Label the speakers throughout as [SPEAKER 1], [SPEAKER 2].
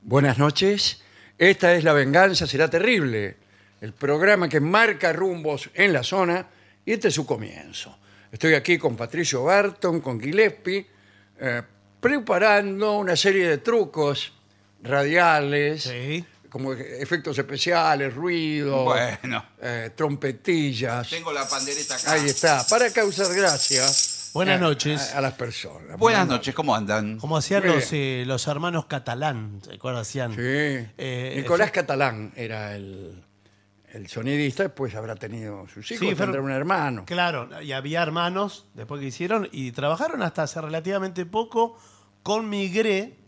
[SPEAKER 1] Buenas noches. Esta es La Venganza Será Terrible, el programa que marca rumbos en la zona y este es su comienzo. Estoy aquí con Patricio Barton, con Gillespie, eh, preparando una serie de trucos radiales,
[SPEAKER 2] Sí.
[SPEAKER 1] como e- efectos especiales, ruido,
[SPEAKER 3] Bueno.
[SPEAKER 1] eh, trompetillas.
[SPEAKER 3] Tengo la pandereta acá.
[SPEAKER 1] Ahí está, para causar gracia.
[SPEAKER 2] Buenas
[SPEAKER 1] a-
[SPEAKER 2] noches.
[SPEAKER 1] A, a las personas.
[SPEAKER 3] Buenas noches, ¿cómo andan?
[SPEAKER 2] Como hacían
[SPEAKER 1] Muy
[SPEAKER 2] los, eh, los hermanos catalán, ¿te acuerdas? Hacían,
[SPEAKER 1] Sí.
[SPEAKER 2] eh,
[SPEAKER 1] Nicolás
[SPEAKER 2] efe-
[SPEAKER 1] Catalán era el, el sonidista, después habrá tenido sus hijos,
[SPEAKER 2] Sí, fueron-
[SPEAKER 1] tendrá un hermano.
[SPEAKER 2] Claro, y había hermanos después que hicieron y trabajaron hasta hace relativamente poco con Migré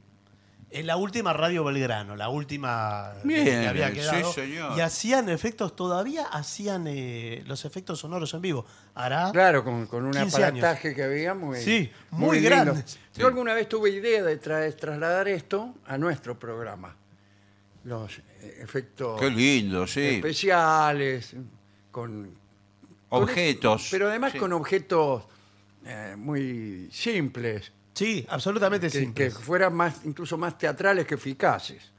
[SPEAKER 2] en la última Radio Belgrano, la última
[SPEAKER 3] Bien,
[SPEAKER 2] que había
[SPEAKER 3] sí,
[SPEAKER 2] quedado.
[SPEAKER 3] señor.
[SPEAKER 2] Y hacían efectos, todavía hacían eh, los efectos sonoros en vivo. Hará.
[SPEAKER 1] Claro, con, con un
[SPEAKER 2] 15 años.
[SPEAKER 1] aparataje que había muy,
[SPEAKER 2] Sí, muy
[SPEAKER 1] lindo.
[SPEAKER 2] grandes.
[SPEAKER 1] Yo alguna vez tuve idea de tra- trasladar esto a nuestro programa. Los eh, efectos
[SPEAKER 3] Qué lindo, sí.
[SPEAKER 1] especiales, con con- este-
[SPEAKER 3] Objetos.
[SPEAKER 1] pero además
[SPEAKER 3] Sí.
[SPEAKER 1] con objetos eh, muy simples,
[SPEAKER 2] Sí, absolutamente
[SPEAKER 1] que-
[SPEAKER 2] simple.
[SPEAKER 1] que fueran más, incluso más teatrales que eficaces.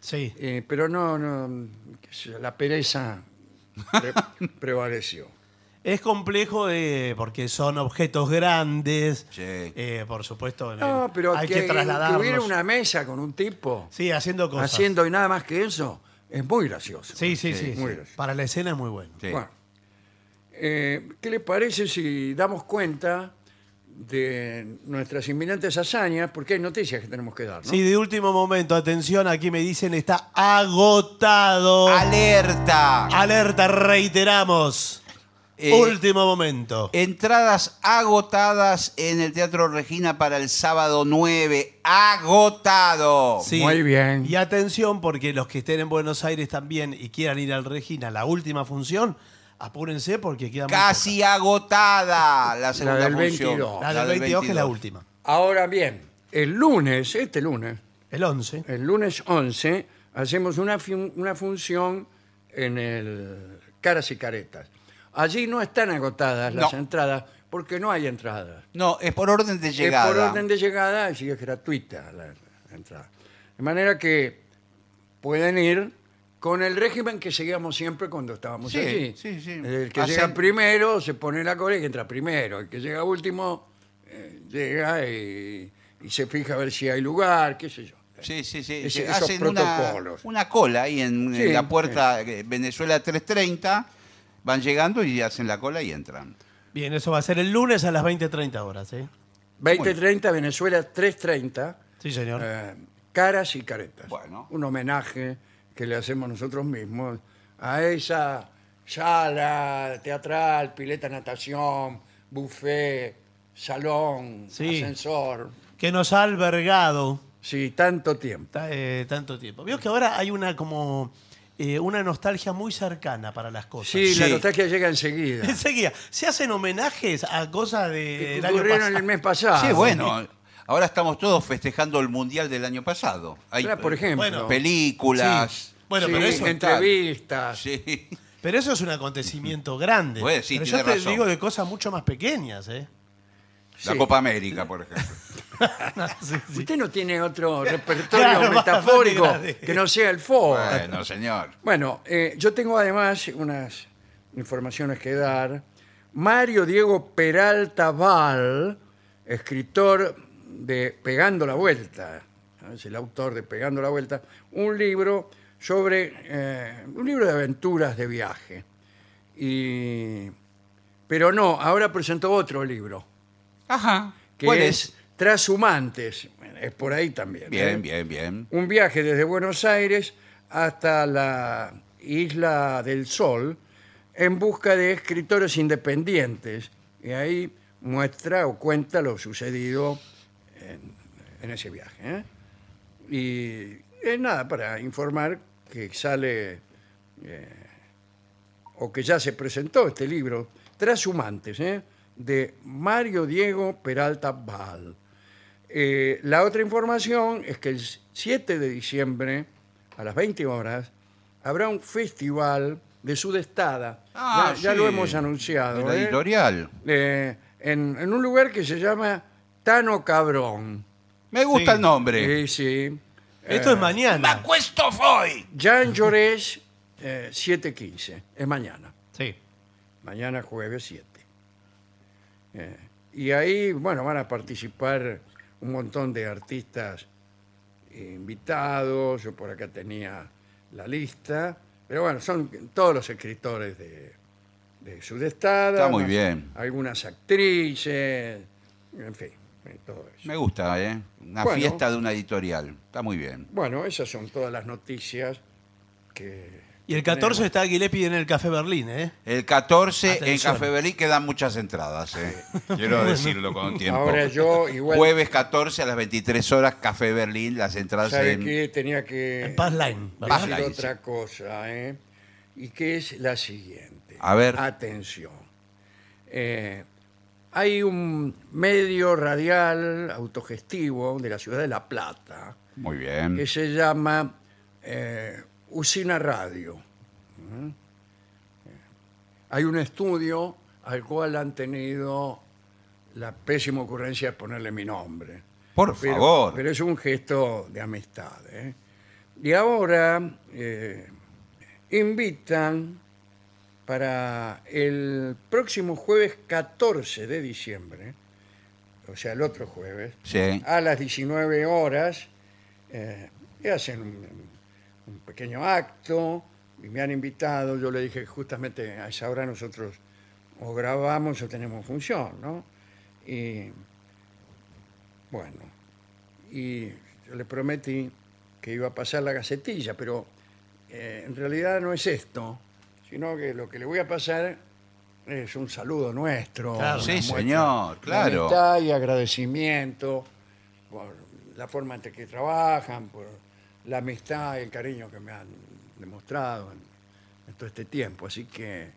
[SPEAKER 2] Sí.
[SPEAKER 1] Eh, pero no, no, qué sé yo, la pereza pre- prevaleció.
[SPEAKER 2] Es complejo eh, porque son objetos grandes.
[SPEAKER 3] Sí.
[SPEAKER 2] eh, por supuesto, en el-
[SPEAKER 1] No, pero
[SPEAKER 2] hay
[SPEAKER 1] que,
[SPEAKER 2] que,
[SPEAKER 1] que
[SPEAKER 2] trasladarlos.
[SPEAKER 1] hubiera una mesa con un tipo
[SPEAKER 2] Sí, haciendo cosas.
[SPEAKER 1] haciendo y nada más que eso es muy gracioso.
[SPEAKER 2] Sí, sí, sí.
[SPEAKER 3] Sí,
[SPEAKER 2] sí.
[SPEAKER 1] muy gracioso.
[SPEAKER 2] Para la escena es muy bueno.
[SPEAKER 3] Sí.
[SPEAKER 1] Bueno, eh, ¿qué le parece si damos cuenta de nuestras inminentes hazañas? Porque hay noticias que tenemos que dar, ¿no?
[SPEAKER 2] Sí, de último momento, atención, aquí me dicen está agotado.
[SPEAKER 3] ¡Alerta!
[SPEAKER 2] Alerta, reiteramos.
[SPEAKER 3] Eh,
[SPEAKER 2] último momento.
[SPEAKER 3] Entradas agotadas en el Teatro Regina para el sábado 9. ¡Agotado!
[SPEAKER 2] Sí.
[SPEAKER 1] muy bien.
[SPEAKER 2] Y atención, porque los que estén en Buenos Aires también y quieran ir al Regina, la última función, apúrense porque queda muy
[SPEAKER 3] Casi agotada la segunda
[SPEAKER 1] del
[SPEAKER 3] función.
[SPEAKER 1] 22.
[SPEAKER 2] poca. La del 22, que es la última.
[SPEAKER 1] Ahora bien, el lunes, este lunes,
[SPEAKER 2] El 11.
[SPEAKER 1] el lunes 11 hacemos una, fun- una función en el Caras y Caretas. Allí no están agotadas las
[SPEAKER 3] No.
[SPEAKER 1] entradas porque no hay entradas.
[SPEAKER 3] No, es por orden de llegada.
[SPEAKER 1] Es por orden de llegada y es gratuita la, la entrada. De manera que pueden ir con el régimen que seguíamos siempre cuando estábamos
[SPEAKER 3] Sí,
[SPEAKER 1] allí.
[SPEAKER 3] sí, sí.
[SPEAKER 1] El que
[SPEAKER 3] Hacen-
[SPEAKER 1] llega primero se pone la cola y entra primero. El que llega último eh, llega y, y se fija a ver si hay lugar, qué sé yo.
[SPEAKER 3] Sí, sí, sí.
[SPEAKER 1] Ese-
[SPEAKER 3] sí.
[SPEAKER 1] esos
[SPEAKER 3] Hacen una,
[SPEAKER 1] protocolos.
[SPEAKER 3] una cola ahí en, en
[SPEAKER 1] Sí,
[SPEAKER 3] la puerta eh, Venezuela 330. Van llegando y hacen la cola y entran.
[SPEAKER 2] Bien, eso va a ser el lunes a las 20.30 horas, ¿eh?
[SPEAKER 1] 2030, Venezuela 330.
[SPEAKER 2] Sí, señor.
[SPEAKER 1] eh, caras y caretas.
[SPEAKER 3] Bueno.
[SPEAKER 1] Un homenaje que le hacemos nosotros mismos a esa sala teatral, pileta natación, buffet, salón,
[SPEAKER 2] Sí.
[SPEAKER 1] ascensor.
[SPEAKER 2] Que nos ha albergado
[SPEAKER 1] Sí, tanto tiempo.
[SPEAKER 2] ta- eh, tanto tiempo. Veo que ahora hay una como eh, una nostalgia muy cercana para las cosas.
[SPEAKER 1] Sí, la
[SPEAKER 3] Sí.
[SPEAKER 1] nostalgia llega enseguida.
[SPEAKER 2] Enseguida, se hacen homenajes a cosas de, del año
[SPEAKER 1] Ocurrieron
[SPEAKER 2] pasado.
[SPEAKER 1] el mes pasado.
[SPEAKER 3] sí, bueno. Ahora estamos todos festejando el Mundial del año pasado. Hay
[SPEAKER 1] Claro, por
[SPEAKER 3] eh,
[SPEAKER 1] ejemplo.
[SPEAKER 2] bueno,
[SPEAKER 3] películas.
[SPEAKER 2] Sí. Bueno,
[SPEAKER 1] Sí,
[SPEAKER 2] pero eso,
[SPEAKER 3] en-
[SPEAKER 1] entrevistas.
[SPEAKER 3] Sí.
[SPEAKER 2] pero eso es un acontecimiento grande.
[SPEAKER 3] Bueno, sí,
[SPEAKER 2] pero yo
[SPEAKER 3] tiene
[SPEAKER 2] te
[SPEAKER 3] razón.
[SPEAKER 2] digo de cosas mucho más pequeñas, ¿eh?
[SPEAKER 3] La
[SPEAKER 1] Sí.
[SPEAKER 3] Copa América, por ejemplo.
[SPEAKER 2] Sí, sí.
[SPEAKER 1] Usted no tiene otro repertorio
[SPEAKER 2] Claro,
[SPEAKER 1] metafórico
[SPEAKER 2] bastante grande.
[SPEAKER 1] que no sea el FOA.
[SPEAKER 3] Bueno, señor.
[SPEAKER 1] Bueno, eh, yo tengo además unas informaciones que dar. Mario Diego Peralta Val, escritor de Pegando la Vuelta, ¿no? es el autor de Pegando la Vuelta, un libro sobre, eh, un libro de aventuras de viaje. Y, pero no, ahora presentó otro libro,
[SPEAKER 3] Ajá.
[SPEAKER 1] que
[SPEAKER 3] ¿Cuál
[SPEAKER 1] es,
[SPEAKER 3] es?
[SPEAKER 1] Trashumantes, Bueno, es por ahí también. ¿eh?
[SPEAKER 3] Bien, bien, bien.
[SPEAKER 1] un viaje desde Buenos Aires hasta la Isla del Sol en busca de escritores independientes. Y ahí muestra o cuenta lo sucedido en, en ese viaje. ¿eh? Y es nada para informar que sale eh, o que ya se presentó este libro, Trashumantes, ¿eh? de Mario Diego Peralta Val. Eh, la otra información es que el 7 de diciembre, a las 20 horas, habrá un festival de sudestada.
[SPEAKER 3] Ah,
[SPEAKER 1] ya, ya
[SPEAKER 3] sí.
[SPEAKER 1] lo hemos anunciado.
[SPEAKER 3] En la
[SPEAKER 1] ¿eh?
[SPEAKER 3] editorial.
[SPEAKER 1] Eh, en, en un lugar que se llama Tano Cabrón.
[SPEAKER 3] Me gusta
[SPEAKER 2] Sí.
[SPEAKER 3] el nombre.
[SPEAKER 1] Sí, sí.
[SPEAKER 2] Esto es mañana.
[SPEAKER 3] acuesto hoy.
[SPEAKER 1] Jean Llorés, eh, 7.15. Es mañana.
[SPEAKER 2] Sí.
[SPEAKER 1] Mañana jueves 7. Eh, y ahí, bueno, van a participar un montón de artistas invitados. Yo por acá tenía la lista. Pero bueno, son todos los escritores de, de Sudestada.
[SPEAKER 3] Está muy
[SPEAKER 1] más
[SPEAKER 3] bien.
[SPEAKER 1] Algunas actrices. En fin, eh, todo eso.
[SPEAKER 3] Me gusta, ¿eh? Una
[SPEAKER 1] Bueno.
[SPEAKER 3] fiesta de una editorial. Está muy bien.
[SPEAKER 1] Bueno, esas son todas las noticias que...
[SPEAKER 2] Y el 14 está Gillespie en el Café Berlín, ¿eh?
[SPEAKER 3] El 14 en
[SPEAKER 2] Atención.
[SPEAKER 3] Café Belí quedan muchas entradas, ¿eh? Quiero decirlo con tiempo.
[SPEAKER 1] Ahora yo igual...
[SPEAKER 3] Jueves 14 a las 23 horas, Café Berlín, las entradas
[SPEAKER 1] ¿Sabe
[SPEAKER 3] en-
[SPEAKER 1] qué? Tenía que
[SPEAKER 2] En Paz Line. ¿verdad?
[SPEAKER 3] Paz
[SPEAKER 1] decir
[SPEAKER 3] Line,
[SPEAKER 1] otra cosa, ¿eh? Y que es la siguiente.
[SPEAKER 3] A ver.
[SPEAKER 1] Atención. Eh, hay un medio radial autogestivo de la ciudad de La Plata
[SPEAKER 3] Muy bien.
[SPEAKER 1] que se llama eh, Usina Radio. ¿Mm? Hay un estudio al cual han tenido la pésima ocurrencia de ponerle mi nombre.
[SPEAKER 3] Por
[SPEAKER 1] Pero-
[SPEAKER 3] favor.
[SPEAKER 1] Pero es un gesto de amistad. ¿eh? Y ahora eh, invitan para el próximo jueves 14 de diciembre, o sea, el otro jueves,
[SPEAKER 3] Sí.
[SPEAKER 1] a las 19 horas, eh, y hacen un, un pequeño acto, y me han invitado, yo le dije justamente a esa hora nosotros o grabamos o tenemos función, ¿no? Y bueno, y yo le prometí que iba a pasar la gacetilla, pero eh, en realidad no es esto, sino que lo que le voy a pasar es un saludo nuestro.
[SPEAKER 2] Claro.
[SPEAKER 1] una
[SPEAKER 3] Sí,
[SPEAKER 1] muestra
[SPEAKER 3] señor,
[SPEAKER 1] de
[SPEAKER 3] claro.
[SPEAKER 1] amistad y agradecimiento por la forma en que trabajan, por la amistad y el cariño que me han demostrado en, en todo este tiempo. Así que eh,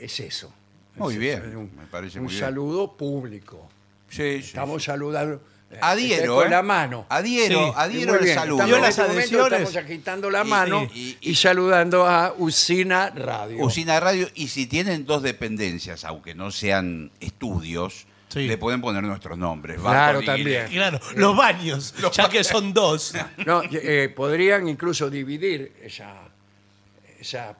[SPEAKER 1] es eso.
[SPEAKER 3] Muy
[SPEAKER 1] Es
[SPEAKER 3] bien,
[SPEAKER 1] eso, es un,
[SPEAKER 3] me parece
[SPEAKER 1] un
[SPEAKER 3] muy bien.
[SPEAKER 1] saludo público.
[SPEAKER 3] Sí, sí,
[SPEAKER 1] Estamos saludando. eh,
[SPEAKER 3] Adhiero,
[SPEAKER 1] con
[SPEAKER 3] ¿eh?
[SPEAKER 1] la mano.
[SPEAKER 3] Adhiero,
[SPEAKER 2] Sí.
[SPEAKER 3] adhiero
[SPEAKER 1] Muy
[SPEAKER 3] el
[SPEAKER 1] bien,
[SPEAKER 3] saludo.
[SPEAKER 1] Estamos, en
[SPEAKER 2] Vio
[SPEAKER 1] este
[SPEAKER 2] las
[SPEAKER 1] momento
[SPEAKER 2] adhesiones.
[SPEAKER 1] estamos agitando la
[SPEAKER 3] Y-
[SPEAKER 1] mano y,
[SPEAKER 3] y- y-
[SPEAKER 1] saludando a Usina Radio.
[SPEAKER 3] Usina Radio, y si tienen dos dependencias, aunque no sean estudios,
[SPEAKER 2] Sí.
[SPEAKER 3] le pueden poner nuestros nombres.
[SPEAKER 1] Claro,
[SPEAKER 3] Bartolini.
[SPEAKER 1] también.
[SPEAKER 2] Claro, los baños, ya que son dos.
[SPEAKER 1] No, y- eh, podrían incluso dividir esa, esa-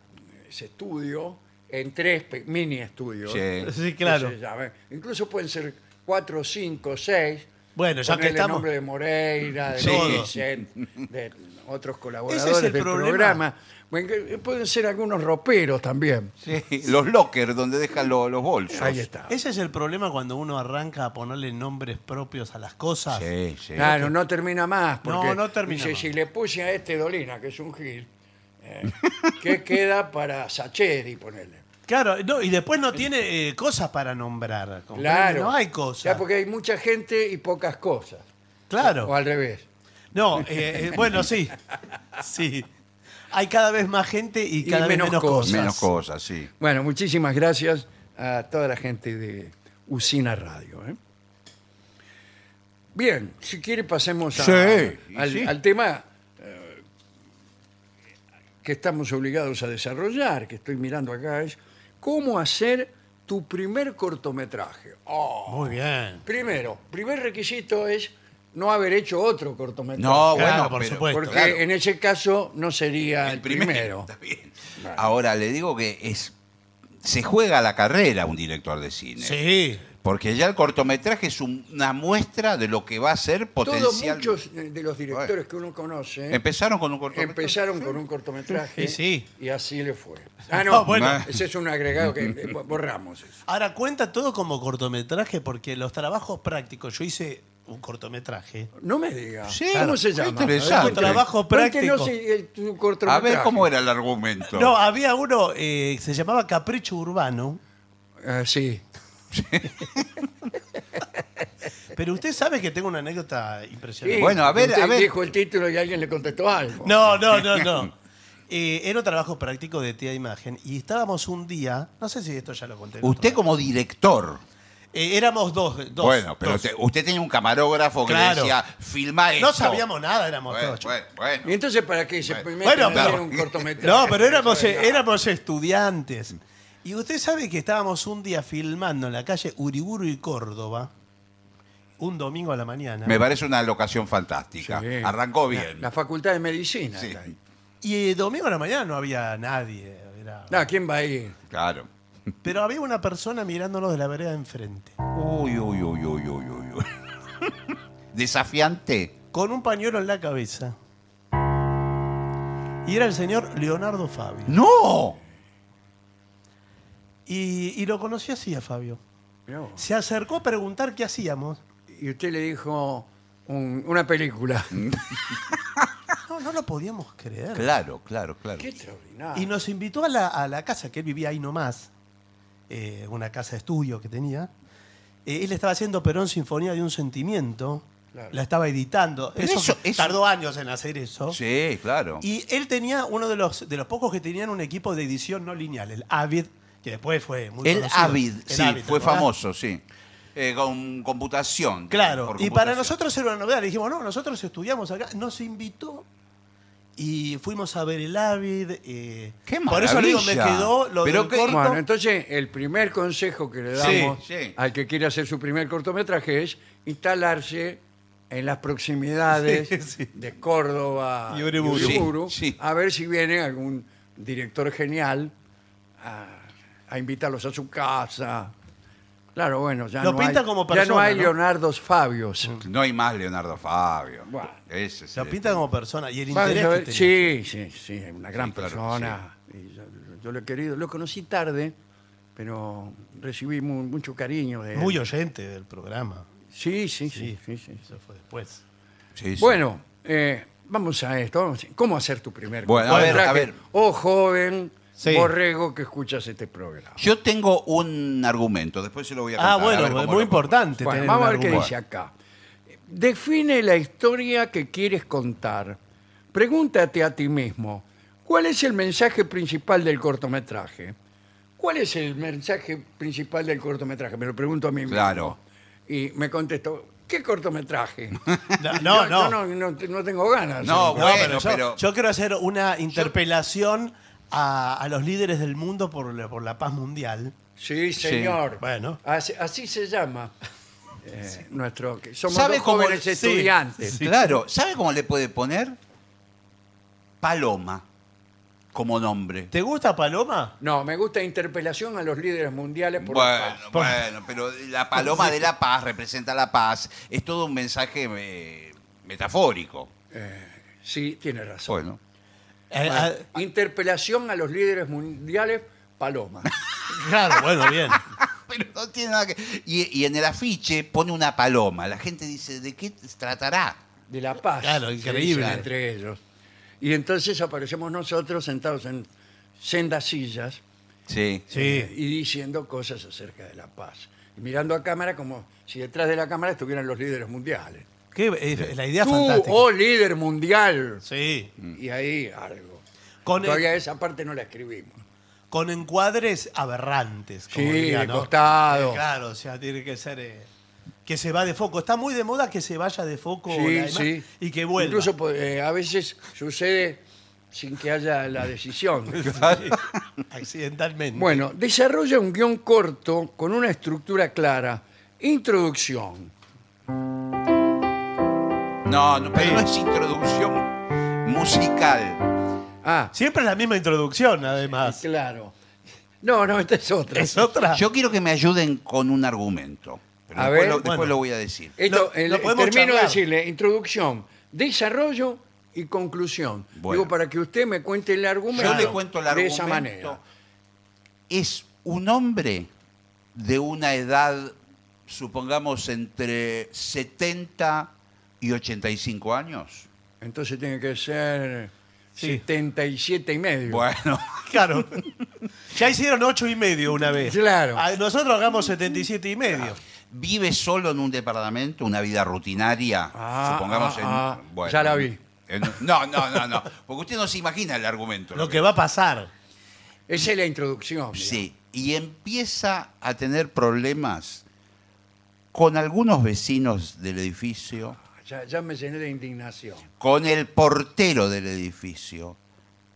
[SPEAKER 1] ese estudio en tres pe- mini estudios.
[SPEAKER 3] Sí.
[SPEAKER 2] Sí,
[SPEAKER 1] que
[SPEAKER 2] claro.
[SPEAKER 1] se llaman. Incluso pueden ser cuatro, cinco, seis.
[SPEAKER 2] Bueno, ya que
[SPEAKER 1] Ponerle
[SPEAKER 2] estamos-
[SPEAKER 1] nombre de Moreira, de
[SPEAKER 2] Sí.
[SPEAKER 1] Vincent, de otros colaboradores
[SPEAKER 2] Ese es el
[SPEAKER 1] del
[SPEAKER 2] problema.
[SPEAKER 1] programa. Bueno, que- Pueden ser algunos roperos también.
[SPEAKER 3] Sí, Los lockers donde dejan lo- los bolsos.
[SPEAKER 1] Ahí está.
[SPEAKER 2] Ese es el problema cuando uno arranca a ponerle nombres propios a las cosas.
[SPEAKER 3] Sí, sí.
[SPEAKER 1] Claro, no termina más. Porque
[SPEAKER 2] No, no termina
[SPEAKER 1] dice,
[SPEAKER 2] más.
[SPEAKER 1] si le puse a este Dolina, que es un Gil, eh, ¿qué queda para Sacheri ponerle?
[SPEAKER 2] Claro, no, y después no tiene eh, cosas para nombrar. ¿comprende?
[SPEAKER 1] Claro.
[SPEAKER 2] No hay
[SPEAKER 1] Ya,
[SPEAKER 2] cosas.
[SPEAKER 1] porque hay mucha gente y pocas cosas. O
[SPEAKER 2] Claro.
[SPEAKER 1] al revés.
[SPEAKER 2] No, eh, eh, bueno, sí. Sí. Hay cada vez más gente y cada vez
[SPEAKER 1] menos
[SPEAKER 2] menos
[SPEAKER 1] cosas.
[SPEAKER 2] cosas.
[SPEAKER 3] Menos cosas, sí.
[SPEAKER 1] Bueno, muchísimas gracias a toda la gente de Usina Radio. ¿eh? Bien, si quiere pasemos a-
[SPEAKER 3] Sí,
[SPEAKER 1] al,
[SPEAKER 3] sí.
[SPEAKER 1] al tema eh, que estamos obligados a desarrollar, que estoy mirando acá, es cómo hacer tu primer cortometraje. Oh,
[SPEAKER 2] Muy bien.
[SPEAKER 1] primero, primer requisito es no haber hecho otro cortometraje.
[SPEAKER 3] No,
[SPEAKER 2] Claro,
[SPEAKER 3] bueno,
[SPEAKER 2] por
[SPEAKER 3] pero-
[SPEAKER 2] supuesto.
[SPEAKER 1] porque
[SPEAKER 3] claro.
[SPEAKER 1] en ese caso no sería el, primero.
[SPEAKER 3] Está bien. Ahora le digo que es se juega la carrera un director de cine.
[SPEAKER 2] Sí.
[SPEAKER 3] Porque ya el cortometraje es un- una muestra de lo que va a ser
[SPEAKER 1] Todos
[SPEAKER 3] potencial.
[SPEAKER 1] muchos eh, de los directores que uno conoce
[SPEAKER 3] Empezaron con un cortometraje.
[SPEAKER 1] empezaron con un cortometraje
[SPEAKER 2] Y sí.
[SPEAKER 1] y así le fue. Ah,
[SPEAKER 2] No,
[SPEAKER 1] no,
[SPEAKER 2] bueno.
[SPEAKER 1] ese es un agregado que eh, borramos. eso.
[SPEAKER 2] Ahora cuenta todo como cortometraje porque los trabajos prácticos, yo hice un cortometraje.
[SPEAKER 1] No me diga.
[SPEAKER 3] Sí,
[SPEAKER 1] ¿Cómo
[SPEAKER 3] claro,
[SPEAKER 1] se
[SPEAKER 3] qué
[SPEAKER 1] llama?
[SPEAKER 3] interesante.
[SPEAKER 2] Un trabajo práctico.
[SPEAKER 1] Cuéntenos si el- tu
[SPEAKER 3] A
[SPEAKER 1] cortometraje.
[SPEAKER 3] ver cómo era el argumento.
[SPEAKER 2] No, había uno eh, se llamaba Capricho Urbano,
[SPEAKER 1] Ah, sí.
[SPEAKER 2] pero usted sabe que tengo una anécdota impresionante.
[SPEAKER 1] Sí,
[SPEAKER 3] Bueno, a ver,
[SPEAKER 1] usted
[SPEAKER 3] a ver.
[SPEAKER 1] Dijo el título y alguien le contestó algo.
[SPEAKER 2] No, no, no, no. Eh, era un trabajo práctico de tía imagen y estábamos un día, no sé si esto ya lo conté. en otro
[SPEAKER 3] Usted como director.
[SPEAKER 2] lado. Eh, éramos dos, dos.
[SPEAKER 3] bueno, pero
[SPEAKER 2] dos.
[SPEAKER 3] te- usted tenía un camarógrafo que
[SPEAKER 2] Claro.
[SPEAKER 3] le decía, filma esto.
[SPEAKER 2] no sabíamos nada, éramos
[SPEAKER 3] Bueno,
[SPEAKER 2] dos. chicos.
[SPEAKER 3] bueno, bueno.
[SPEAKER 1] ¿Y entonces para qué se permite
[SPEAKER 2] Bueno,
[SPEAKER 1] hacer
[SPEAKER 2] pero-
[SPEAKER 1] un cortometraje?
[SPEAKER 2] No, pero éramos,
[SPEAKER 1] Eso
[SPEAKER 2] eh,
[SPEAKER 1] era-
[SPEAKER 2] éramos estudiantes. Y usted sabe que estábamos un día filmando en la calle Uriburu y Córdoba. un domingo a la mañana.
[SPEAKER 3] Me parece una locación fantástica.
[SPEAKER 1] Sí.
[SPEAKER 3] Arrancó
[SPEAKER 1] La-
[SPEAKER 3] bien.
[SPEAKER 1] La, Facultad de Medicina.
[SPEAKER 3] Sí,
[SPEAKER 1] está ahí.
[SPEAKER 2] Y eh, domingo a la mañana no había nadie. era-
[SPEAKER 1] No, ¿quién va a ir?
[SPEAKER 3] claro.
[SPEAKER 2] Pero había una persona mirándonos de la vereda de enfrente.
[SPEAKER 3] Uy, uy, uy, uy, uy, uy. uy. Desafiante.
[SPEAKER 2] Con un pañuelo en la cabeza. Y era el señor Leonardo Fabio.
[SPEAKER 3] ¡No!
[SPEAKER 2] Y, y lo conocí así a Fabio.
[SPEAKER 1] Mirá vos.
[SPEAKER 2] Se acercó a preguntar qué hacíamos.
[SPEAKER 1] Y usted le dijo un- una película.
[SPEAKER 2] Ah, No, no lo podíamos creer.
[SPEAKER 3] Claro, claro, claro.
[SPEAKER 1] Qué extraordinario.
[SPEAKER 2] Y nos invitó a la, a la casa, que él vivía ahí nomás, eh, una casa de estudio que tenía. Eh, él estaba haciendo Perón Sinfonía de un Sentimiento,
[SPEAKER 1] Claro.
[SPEAKER 2] la estaba editando.
[SPEAKER 3] Pero
[SPEAKER 2] Eso,
[SPEAKER 3] eso- eso-
[SPEAKER 2] tardó años en hacer eso.
[SPEAKER 3] Sí, claro.
[SPEAKER 2] Y él tenía uno de los, de los pocos que tenían un equipo de edición no lineal, el Avid, que después fue muy
[SPEAKER 3] el
[SPEAKER 2] conocido.
[SPEAKER 3] Avid,
[SPEAKER 2] El
[SPEAKER 3] sí,
[SPEAKER 2] Avid, ¿te
[SPEAKER 3] fue
[SPEAKER 2] acordás?
[SPEAKER 3] famoso, sí. Eh, con computación.
[SPEAKER 2] Claro,
[SPEAKER 3] por
[SPEAKER 2] y para
[SPEAKER 3] computación.
[SPEAKER 2] nosotros era una novedad. Le dijimos, no, nosotros estudiamos acá. Nos invitó y fuimos a ver el Avid. eh,
[SPEAKER 3] ¡Qué
[SPEAKER 2] Por eso le digo, me
[SPEAKER 3] maravilla!
[SPEAKER 2] quedó lo
[SPEAKER 3] Pero
[SPEAKER 2] del
[SPEAKER 3] qué- este,
[SPEAKER 2] corto.
[SPEAKER 1] Bueno, entonces el primer consejo que le
[SPEAKER 3] Sí,
[SPEAKER 1] damos
[SPEAKER 3] sí.
[SPEAKER 1] al que quiere hacer su primer cortometraje es instalarse en las proximidades
[SPEAKER 2] Sí, sí.
[SPEAKER 1] de Córdoba
[SPEAKER 2] Y Uriburu.
[SPEAKER 1] y Uriburu,
[SPEAKER 3] Sí, sí.
[SPEAKER 1] a ver si viene algún director genial a, a invitarlos a su casa. Claro, bueno, ya,
[SPEAKER 2] Lo
[SPEAKER 1] no,
[SPEAKER 2] pinta
[SPEAKER 1] hay,
[SPEAKER 2] como
[SPEAKER 1] ya no
[SPEAKER 2] persona,
[SPEAKER 1] hay
[SPEAKER 2] ¿no?
[SPEAKER 1] Leonardos Fabios.
[SPEAKER 3] No hay más Leonardo Fabio.
[SPEAKER 1] Bueno.
[SPEAKER 3] Ese es
[SPEAKER 2] Lo
[SPEAKER 3] el-
[SPEAKER 2] pinta como persona y el
[SPEAKER 1] Vamos
[SPEAKER 2] interés
[SPEAKER 1] a
[SPEAKER 2] que
[SPEAKER 1] ver, sí,
[SPEAKER 2] tenía.
[SPEAKER 1] sí, sí, una gran
[SPEAKER 3] Sí, claro,
[SPEAKER 1] persona. Y yo, yo lo he querido, lo conocí tarde, pero recibí mu- mucho cariño de él.
[SPEAKER 2] Muy oyente del programa.
[SPEAKER 1] Sí, sí, sí.
[SPEAKER 2] Sí.
[SPEAKER 1] sí, sí, sí.
[SPEAKER 2] Eso fue después.
[SPEAKER 3] Sí, sí.
[SPEAKER 1] Bueno, eh, vamos a esto. vamos a- ¿Cómo hacer tu primer
[SPEAKER 3] Bueno, a ver,
[SPEAKER 1] contraje?
[SPEAKER 3] a ver.
[SPEAKER 1] Oh, joven
[SPEAKER 2] Sí.
[SPEAKER 1] borrego que escuchas este programa.
[SPEAKER 3] Yo tengo un argumento, después se lo voy a contar.
[SPEAKER 2] Ah,
[SPEAKER 3] a
[SPEAKER 2] bueno,
[SPEAKER 3] ver cómo
[SPEAKER 2] es
[SPEAKER 3] lo-
[SPEAKER 2] muy importante.
[SPEAKER 1] Bueno,
[SPEAKER 2] tener
[SPEAKER 1] vamos
[SPEAKER 2] un
[SPEAKER 1] a ver qué
[SPEAKER 2] argumento.
[SPEAKER 1] dice acá. Define la historia que quieres contar. Pregúntate a ti mismo, ¿cuál es el mensaje principal del cortometraje? ¿Cuál es el mensaje principal del cortometraje? Me lo pregunto a mí mismo.
[SPEAKER 3] Claro.
[SPEAKER 1] Y me contesto, ¿qué cortometraje?
[SPEAKER 2] No, no.
[SPEAKER 1] Yo- yo no, no- no tengo ganas.
[SPEAKER 3] No,
[SPEAKER 2] No,
[SPEAKER 3] bueno,
[SPEAKER 2] yo,
[SPEAKER 3] pero-
[SPEAKER 2] yo quiero hacer una interpelación a, a los líderes del mundo por la, por la paz mundial.
[SPEAKER 1] Sí, señor.
[SPEAKER 2] Bueno.
[SPEAKER 1] Así, así se llama. eh, nuestro, que somos
[SPEAKER 3] ¿Sabe
[SPEAKER 1] dos
[SPEAKER 3] cómo-
[SPEAKER 1] jóvenes
[SPEAKER 3] sí,
[SPEAKER 1] estudiantes.
[SPEAKER 3] Claro, ¿sabe cómo le puede poner? Paloma como nombre.
[SPEAKER 2] ¿Te gusta Paloma?
[SPEAKER 1] No, me gusta interpelación a los líderes mundiales por la paz.
[SPEAKER 3] Bueno, bueno, pero la paloma de la paz representa la paz. Es todo un mensaje eh, metafórico.
[SPEAKER 1] Sí, tiene razón.
[SPEAKER 3] Bueno,
[SPEAKER 2] Eh, ah,
[SPEAKER 1] Interpelación a los líderes mundiales, Paloma.
[SPEAKER 2] claro, bueno, bien.
[SPEAKER 3] pero no tiene nada que. Y, y en el afiche pone una paloma. La gente dice, ¿de qué tratará?
[SPEAKER 1] De la paz.
[SPEAKER 2] Claro,
[SPEAKER 1] se
[SPEAKER 2] increíble.
[SPEAKER 1] dicen Entre ellos. Y entonces aparecemos nosotros sentados en sendas sillas
[SPEAKER 3] Sí.
[SPEAKER 2] Sí.
[SPEAKER 1] y diciendo cosas acerca de la paz. Y mirando a cámara como si detrás de la cámara estuvieran los líderes mundiales.
[SPEAKER 2] Qué- eh, la idea
[SPEAKER 1] Tú,
[SPEAKER 2] fantástica.
[SPEAKER 1] oh líder mundial.
[SPEAKER 2] Sí.
[SPEAKER 3] Mm.
[SPEAKER 1] Y ahí algo.
[SPEAKER 2] Con,
[SPEAKER 1] Todavía esa parte no la escribimos.
[SPEAKER 2] con encuadres aberrantes. Como
[SPEAKER 1] Sí,
[SPEAKER 2] diría,
[SPEAKER 1] de
[SPEAKER 2] ¿no?
[SPEAKER 1] costado.
[SPEAKER 2] Eh, claro, o sea, tiene que ser. eh, que se va de foco. Está muy de moda que se vaya de foco la
[SPEAKER 1] Sí,
[SPEAKER 2] ima-
[SPEAKER 1] sí.
[SPEAKER 2] y que vuelva.
[SPEAKER 1] Incluso po- eh, a veces sucede sin que haya la decisión.
[SPEAKER 2] Sí, accidentalmente.
[SPEAKER 1] Bueno, desarrolla un guión corto con una estructura clara. Introducción.
[SPEAKER 3] No, no, pero no es introducción musical.
[SPEAKER 1] Ah,
[SPEAKER 2] Siempre es la misma introducción, además.
[SPEAKER 1] claro. No, no, esta es otra.
[SPEAKER 2] Es otra.
[SPEAKER 3] Yo quiero que me ayuden con un argumento. Pero
[SPEAKER 1] Ah. A
[SPEAKER 3] después,
[SPEAKER 1] ver.
[SPEAKER 3] lo, después
[SPEAKER 2] Bueno.
[SPEAKER 3] lo voy a decir.
[SPEAKER 1] Esto,
[SPEAKER 2] lo-
[SPEAKER 1] el-
[SPEAKER 2] lo podemos
[SPEAKER 1] termino de
[SPEAKER 2] charlar.
[SPEAKER 1] decirle, introducción, desarrollo y conclusión.
[SPEAKER 3] Bueno.
[SPEAKER 1] Digo, para que usted me cuente el argumento.
[SPEAKER 3] Yo le cuento el
[SPEAKER 1] De
[SPEAKER 3] argumento.
[SPEAKER 1] esa manera.
[SPEAKER 3] Es un hombre de una edad, supongamos, entre 70 y 85 años.
[SPEAKER 1] Entonces tiene que ser
[SPEAKER 2] Sí.
[SPEAKER 1] 77 y medio.
[SPEAKER 3] Bueno,
[SPEAKER 2] Claro. Ya hicieron ocho y medio una vez.
[SPEAKER 1] Claro.
[SPEAKER 2] A- nosotros hagamos 77 y medio.
[SPEAKER 3] vive solo en un departamento, una vida rutinaria,
[SPEAKER 1] Ah,
[SPEAKER 3] supongamos.
[SPEAKER 1] ah,
[SPEAKER 3] en-
[SPEAKER 1] ah,
[SPEAKER 3] bueno,
[SPEAKER 1] ya la vi.
[SPEAKER 3] en- no, no, no, no. Porque usted no se imagina el argumento.
[SPEAKER 2] Lo que va a pasar.
[SPEAKER 1] Esa es la introducción. digamos.
[SPEAKER 3] Sí, y empieza a tener problemas con algunos vecinos del edificio.
[SPEAKER 1] Ya, ya me llené de indignación.
[SPEAKER 3] con el portero del edificio.